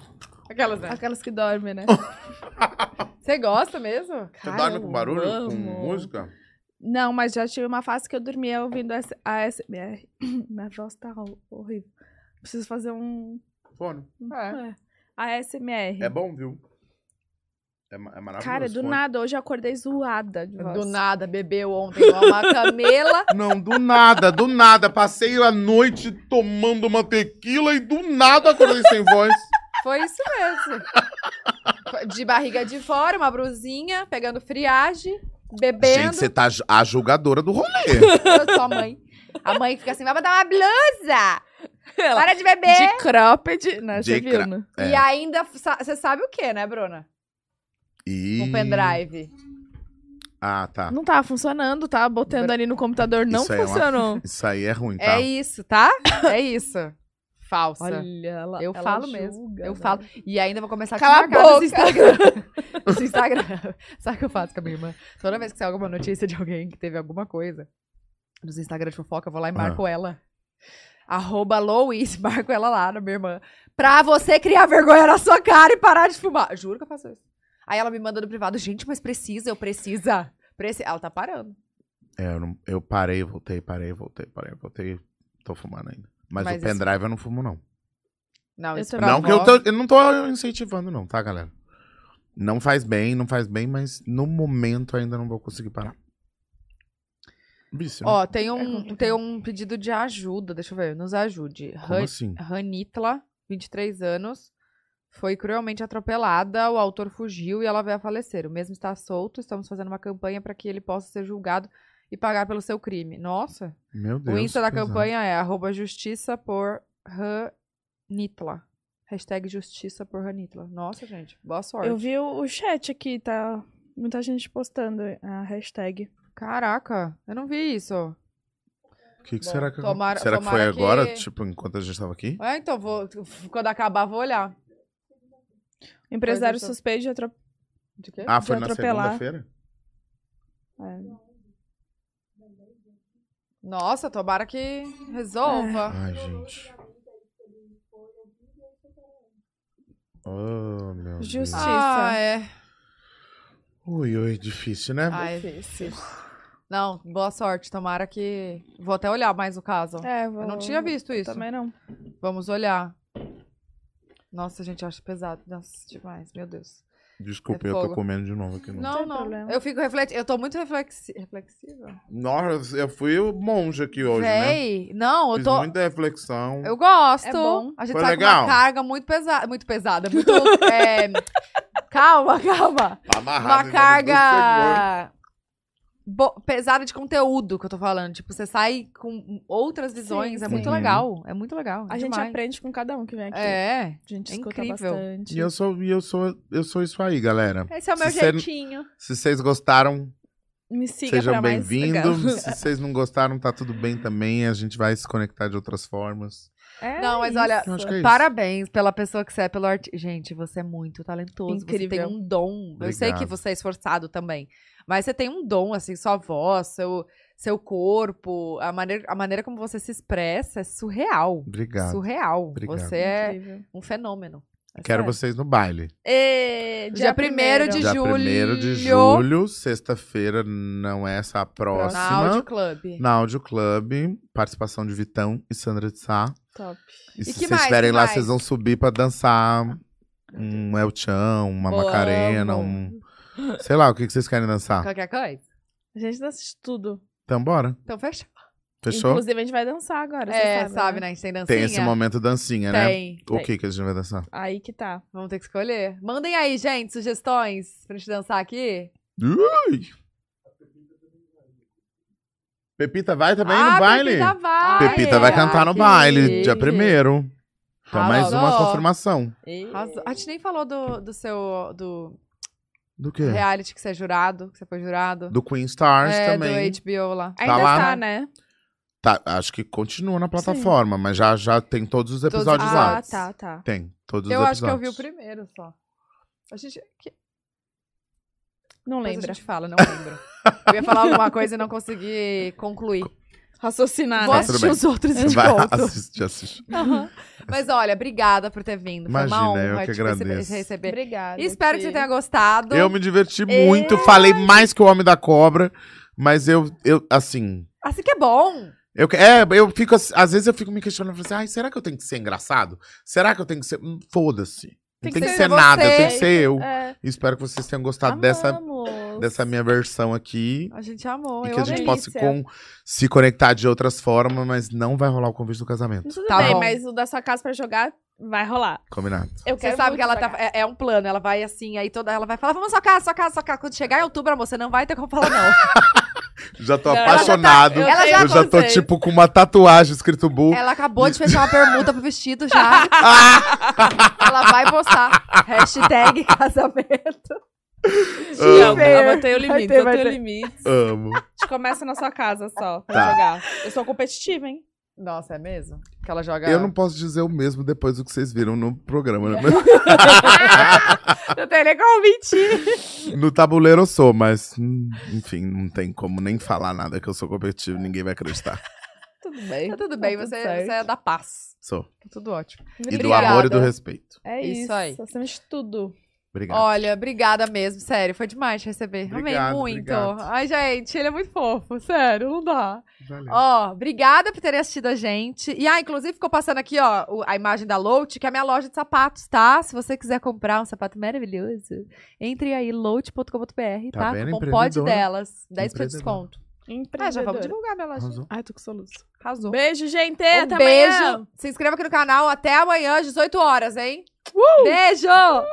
Speaker 2: Aquelas, né?
Speaker 1: Aquelas que dormem, né?
Speaker 2: Você gosta mesmo?
Speaker 3: Você
Speaker 1: Cara,
Speaker 3: dorme com
Speaker 1: Ah, eu
Speaker 3: barulho? Com
Speaker 1: amo.
Speaker 3: música?
Speaker 1: Não, mas já tive uma fase que eu dormia ouvindo S a SMR. Minha voz tá hor- horrível. Preciso fazer um.
Speaker 3: Fone.
Speaker 2: É.
Speaker 1: É. A SMR.
Speaker 3: É bom, viu? É, ma- é maravilhoso.
Speaker 1: Cara, do
Speaker 3: fone.
Speaker 1: nada, hoje eu acordei zoada de voz.
Speaker 2: Do nada, bebeu ontem igual uma camela.
Speaker 3: Não, do nada, do nada. Passei a noite tomando uma tequila e do nada acordei sem voz.
Speaker 2: Foi isso mesmo. Foi De barriga de fora, uma brusinha, pegando friagem, bebendo.
Speaker 3: Gente, você tá ju- a julgadora do rolê.
Speaker 2: Eu sou a mãe. A mãe fica assim, vai botar uma blusa!
Speaker 1: Ela-
Speaker 2: Para de beber!
Speaker 1: De cropped. Né?
Speaker 3: De
Speaker 1: Você viu,
Speaker 3: cra-
Speaker 1: né?
Speaker 3: É.
Speaker 2: E ainda, sa- você sabe o que, né, Bruna?
Speaker 3: E...
Speaker 2: Um pendrive.
Speaker 3: tá. Ah, tá.
Speaker 1: Não tava funcionando, tava botando ali no computador, não
Speaker 3: Isso aí é uma-
Speaker 1: funcionou.
Speaker 3: Isso aí é ruim, tá?
Speaker 2: É isso, tá? É isso. Falsa.
Speaker 1: Olha, ela,
Speaker 2: Eu
Speaker 1: ela
Speaker 2: falo mesmo,
Speaker 1: julga,
Speaker 2: eu
Speaker 1: né?
Speaker 2: falo. E ainda vou começar a te
Speaker 1: Cala a
Speaker 2: marcar nesse
Speaker 1: boca!
Speaker 2: Instagram. Nesse Instagram. Sabe o que eu faço com a minha irmã? Toda vez que sai alguma notícia de alguém que teve alguma coisa nos Instagram de fofoca, eu vou lá e marco ela. Arroba Louis, marco ela lá na minha irmã. Pra você criar vergonha na sua cara e parar de fumar. Juro que eu faço isso. Aí ela me manda no privado, gente, mas precisa, eu precisa. Preci... Ela tá parando.
Speaker 3: É, eu, não- eu parei, voltei, parei, voltei, parei, voltei. Tô fumando ainda. Mas,
Speaker 2: Mas
Speaker 3: o
Speaker 2: isso-
Speaker 3: pendrive eu não fumo, não.
Speaker 2: Não,
Speaker 1: Eu
Speaker 2: isso
Speaker 1: também.
Speaker 3: Não que eu,
Speaker 2: provoca-
Speaker 3: tô- eu não tô incentivando, não, tá, galera? Não faz bem, não faz bem, mas no momento ainda não vou conseguir parar. Vício, né?
Speaker 2: Ó, tem um,
Speaker 1: É complicado.
Speaker 2: tem um pedido de ajuda, deixa eu ver, nos ajude.
Speaker 3: Como
Speaker 2: Han-
Speaker 3: assim?
Speaker 2: Ranitla, 23 anos, foi cruelmente atropelada, o autor fugiu e ela veio a falecer. O mesmo está solto, estamos fazendo uma campanha para que ele possa ser julgado e pagar pelo seu crime. Nossa!
Speaker 3: Meu Deus.
Speaker 2: o Insta da
Speaker 3: pesado.
Speaker 2: campanha é arroba justiça por Ranitla. Hashtag justiça por Ranitla. Nossa, gente, boa sorte.
Speaker 1: Eu vi o o chat aqui, tá muita gente postando a hashtag.
Speaker 2: Caraca, eu não vi isso.
Speaker 3: O que, que
Speaker 2: Bom,
Speaker 3: será que
Speaker 2: tomara-
Speaker 3: aconteceu? Será que foi
Speaker 2: tomara
Speaker 3: agora,
Speaker 2: que-
Speaker 3: tipo, enquanto a gente tava aqui?
Speaker 2: É, então, vou, quando acabar, vou olhar.
Speaker 1: Empresário
Speaker 2: Pois é, tô-
Speaker 1: suspeito de atro...
Speaker 2: De quê?
Speaker 3: Ah,
Speaker 1: de
Speaker 3: foi na
Speaker 1: atropelar.
Speaker 3: segunda-feira?
Speaker 1: é.
Speaker 2: Nossa, tomara que resolva.
Speaker 3: Ai, gente. Oh, meu Deus.
Speaker 1: Justi-
Speaker 2: Ah, é.
Speaker 3: Ui, ui, difícil, né?
Speaker 2: Ai, Não, boa sorte. Tomara que. Vou até olhar mais o caso.
Speaker 1: É, vou...
Speaker 2: Eu não tinha visto isso.
Speaker 1: Também não.
Speaker 2: Vamos olhar. Nossa, gente, eu acho pesado. Nossa, demais. Meu Deus.
Speaker 3: Desculpa,
Speaker 2: É
Speaker 3: eu tô
Speaker 2: fogo.
Speaker 3: comendo de novo aqui. Não.
Speaker 1: tem
Speaker 2: Não, não.
Speaker 1: problema.
Speaker 2: Eu fico refleti... Eu tô muito reflexi... reflexiva.
Speaker 3: Nossa, eu fui o monge aqui hoje, né?
Speaker 2: Véi, não, eu
Speaker 3: Fiz
Speaker 2: tô.
Speaker 3: muita reflexão.
Speaker 2: Eu gosto.
Speaker 1: É bom.
Speaker 2: A gente
Speaker 3: Foi
Speaker 2: tá com
Speaker 3: legal?
Speaker 2: uma carga muito pesada. Muito pesada. Muito. é, Calma, calma.
Speaker 3: Tá
Speaker 2: Uma
Speaker 3: amarrado. em nome do Senhor.
Speaker 2: carga. bo- pesada de conteúdo que eu tô falando. Tipo, você sai com outras visões. é
Speaker 1: sim.
Speaker 2: muito
Speaker 3: Uhum.
Speaker 2: legal. É muito legal.
Speaker 1: A gente
Speaker 2: demais.
Speaker 1: aprende com cada um que vem aqui.
Speaker 2: É.
Speaker 1: A gente
Speaker 2: é
Speaker 1: escuta
Speaker 2: incrível.
Speaker 1: bastante.
Speaker 3: E eu sou, e eu sou, eu sou isso aí, galera.
Speaker 6: Esse é o meu
Speaker 3: Se você-
Speaker 6: jeitinho.
Speaker 3: Se vocês gostaram,
Speaker 1: Me siga
Speaker 3: sejam
Speaker 1: pra mais.
Speaker 3: bem-vindos. Se vocês não gostaram, tá tudo bem também. A gente vai se conectar de outras formas.
Speaker 1: É
Speaker 2: Não, mas olha,
Speaker 1: isso.
Speaker 3: Eu acho que é isso.
Speaker 2: Parabéns pela pessoa que você é, pelo artista. Gente, você é muito talentoso. Você
Speaker 1: Incrível.
Speaker 2: tem um dom. Eu sei que
Speaker 3: Obrigado.
Speaker 2: você é esforçado também. Mas você tem um dom, assim, sua voz, seu, seu corpo, a maneira, a maneira como você se expressa é surreal.
Speaker 3: Obrigado.
Speaker 2: Surreal.
Speaker 3: Obrigado.
Speaker 2: Você é
Speaker 1: Incrível.
Speaker 2: um fenômeno. É
Speaker 3: Quero
Speaker 2: sério.
Speaker 3: vocês no baile.
Speaker 1: E,
Speaker 2: Dia 1º de
Speaker 3: Dia
Speaker 2: julho.
Speaker 3: 1 de julho, sexta-feira, não é essa a
Speaker 2: Na
Speaker 3: próxima.
Speaker 2: Audio Club.
Speaker 3: Na Audio Club, participação de Vitão e Sandra de Sá.
Speaker 1: Top.
Speaker 3: E, se
Speaker 2: que
Speaker 3: vocês
Speaker 2: mais,
Speaker 3: estiverem
Speaker 2: que
Speaker 3: lá,
Speaker 2: mais?
Speaker 3: vocês vão subir pra dançar um El Chão, uma
Speaker 2: Vamos.
Speaker 3: Macarena, um. Sei lá, o que que vocês querem dançar?
Speaker 2: Qualquer coisa?
Speaker 1: A gente assiste tudo.
Speaker 3: Então, bora.
Speaker 2: Então fechou.
Speaker 3: Fechou?
Speaker 1: Inclusive, a gente vai dançar agora. você
Speaker 2: É,
Speaker 1: sabe,
Speaker 2: sabe,
Speaker 1: né?
Speaker 2: né? A gente tem dancinha.
Speaker 3: Tem esse momento dancinha, né?
Speaker 2: Tem.
Speaker 3: O que que a gente vai dançar?
Speaker 1: Aí que tá.
Speaker 2: Vamos ter que escolher. Mandem aí, gente, sugestões pra gente dançar aqui.
Speaker 3: Ui! Pepita vai também
Speaker 2: ah,
Speaker 3: no baile?
Speaker 2: Pepita vai.
Speaker 3: Pepita vai cantar no
Speaker 2: que
Speaker 3: baile, dia
Speaker 2: chique.
Speaker 3: primeiro. Então, mais
Speaker 2: Arrasou.
Speaker 3: uma confirmação.
Speaker 2: Arrasou. A gente nem falou do, do seu do
Speaker 3: Do quê?
Speaker 2: reality que você é jurado, que você foi jurado.
Speaker 3: Do Queen Stars
Speaker 2: é,
Speaker 3: também.
Speaker 2: do HBO lá.
Speaker 1: Ainda tá,
Speaker 3: lá?
Speaker 1: né?
Speaker 3: Tá, acho que continua na plataforma, mas já, já tem todos os episódios
Speaker 2: os
Speaker 3: lá.
Speaker 1: Ah,
Speaker 2: episódios.
Speaker 1: tá, tá.
Speaker 3: Tem, todos
Speaker 2: eu
Speaker 3: os
Speaker 2: acho
Speaker 3: episódios.
Speaker 2: que eu vi o primeiro só. A gente, que,
Speaker 1: Não
Speaker 2: depois
Speaker 1: lembra.
Speaker 2: a gente fala, não lembro. eu ia falar alguma coisa e não consegui concluir.
Speaker 1: Raciocinar,
Speaker 2: Vou
Speaker 1: né?
Speaker 3: Tá, tudo
Speaker 2: assistir
Speaker 3: bem.
Speaker 2: os outros e
Speaker 3: Vai lá,
Speaker 2: volto.
Speaker 3: assiste, assiste.
Speaker 2: Aham. Mas olha, obrigada por ter vindo. Foi uma
Speaker 3: Imagina, eu
Speaker 2: honra
Speaker 3: que
Speaker 2: te rece-
Speaker 3: agradeço.
Speaker 2: receber.
Speaker 1: Obrigada.
Speaker 2: Espero que você tenha gostado.
Speaker 3: Eu me diverti
Speaker 1: É.
Speaker 3: muito, falei mais que o Homem da Cobra, mas eu, eu assim...
Speaker 2: Assim que é bom.
Speaker 3: Eu, que- é, eu fico, ass- às vezes eu fico me questionando, falando assim, ai, será que eu tenho que ser engraçado? Será que eu tenho que ser... Hum, Foda-se.
Speaker 1: Tem
Speaker 3: Não
Speaker 1: que
Speaker 3: tem que
Speaker 1: ser
Speaker 3: ser nada,
Speaker 2: você.
Speaker 3: tem que ser eu.
Speaker 1: É,
Speaker 3: Espero que vocês tenham gostado Uh, tá dessa,
Speaker 1: amamos.
Speaker 3: dessa minha versão aqui.
Speaker 2: A gente amou.
Speaker 3: e
Speaker 2: eu
Speaker 3: que a
Speaker 2: amei.
Speaker 3: gente
Speaker 1: é delícia.
Speaker 3: possa com- se conectar de outras formas, mas não vai rolar o convite do casamento.
Speaker 1: Tudo
Speaker 2: Tá
Speaker 1: bem,
Speaker 2: bom.
Speaker 1: mas o da sua casa pra jogar vai rolar.
Speaker 3: Combinado.
Speaker 1: Eu
Speaker 2: Você
Speaker 1: quero
Speaker 2: sabe
Speaker 1: muito
Speaker 2: que ela
Speaker 1: jogar.
Speaker 2: tá, é, é um plano, ela vai assim, aí toda ela vai falar, vamos na sua casa, sua casa, sua casa. Quando chegar em outubro, amor, você não vai ter como falar não.
Speaker 3: Já tô
Speaker 1: Não, ela já
Speaker 3: apaixonado.
Speaker 1: tá-
Speaker 3: eu,
Speaker 1: eu
Speaker 2: ela
Speaker 1: sei,
Speaker 2: já,
Speaker 3: já tô,
Speaker 1: gostei. É.
Speaker 3: tipo, com uma tatuagem escrito Bull.
Speaker 2: ela acabou de fechar uma bermuda pro vestido já. ela vai postar. Hashtag casamento.
Speaker 3: ah.
Speaker 1: Não,
Speaker 2: Feira.
Speaker 1: eu botei o limite,
Speaker 2: Vai ter,
Speaker 1: eu
Speaker 2: vai
Speaker 1: tenho
Speaker 2: ter.
Speaker 1: limite.
Speaker 3: Amo.
Speaker 1: A gente começa na sua casa só pra
Speaker 3: Tá.
Speaker 1: jogar. Eu sou competitiva, hein?
Speaker 2: Nossa, é mesmo? Que ela joga.
Speaker 3: Eu não posso dizer o mesmo depois do que vocês viram no programa.
Speaker 2: É.
Speaker 3: né?
Speaker 1: Eu tenho nem como mentir.
Speaker 3: No tabuleiro eu sou, mas hum, enfim, não tem como nem falar nada que eu sou competitivo, ninguém vai acreditar.
Speaker 1: Tudo bem.
Speaker 2: Tá tudo bem,
Speaker 1: Tá tudo
Speaker 2: você,
Speaker 1: certo.
Speaker 2: você é da paz.
Speaker 3: Sou.
Speaker 2: Tá tudo ótimo.
Speaker 3: E do
Speaker 2: Obrigada.
Speaker 3: amor e do respeito.
Speaker 1: É
Speaker 2: Isso
Speaker 1: isso.
Speaker 2: aí. Ah,
Speaker 1: Você mexe tudo.
Speaker 3: Obrigado.
Speaker 2: Olha, obrigada mesmo, sério. Foi demais te receber. Amei
Speaker 3: Obrigado,
Speaker 2: muito.
Speaker 3: obrigado.
Speaker 2: Ai, gente, ele é muito fofo, sério, não dá.
Speaker 3: Valeu.
Speaker 2: Ó, obrigada por terem assistido a gente. E, ah, inclusive ficou passando aqui, ó, o- a imagem da Lout, que é a minha loja de sapatos, tá? Se você quiser comprar um sapato maravilhoso, entre aí, lout.com.br,
Speaker 3: Tá
Speaker 2: tá?
Speaker 3: vendo,
Speaker 2: Cupom
Speaker 3: empreendedora?
Speaker 2: pod delas, 10% de
Speaker 3: Empreendedora.
Speaker 2: desconto. Ah, já
Speaker 1: Empreendedora.
Speaker 2: vamos divulgar a minha loja.
Speaker 3: Arrasou.
Speaker 1: Ai, tô com soluço.
Speaker 2: Arrasou.
Speaker 1: Beijo, gente.
Speaker 2: Um
Speaker 1: Até
Speaker 2: beijo.
Speaker 1: amanhã. Uh!
Speaker 2: Se inscreva aqui no canal. Até amanhã, às 18 horas, hein? Beijo!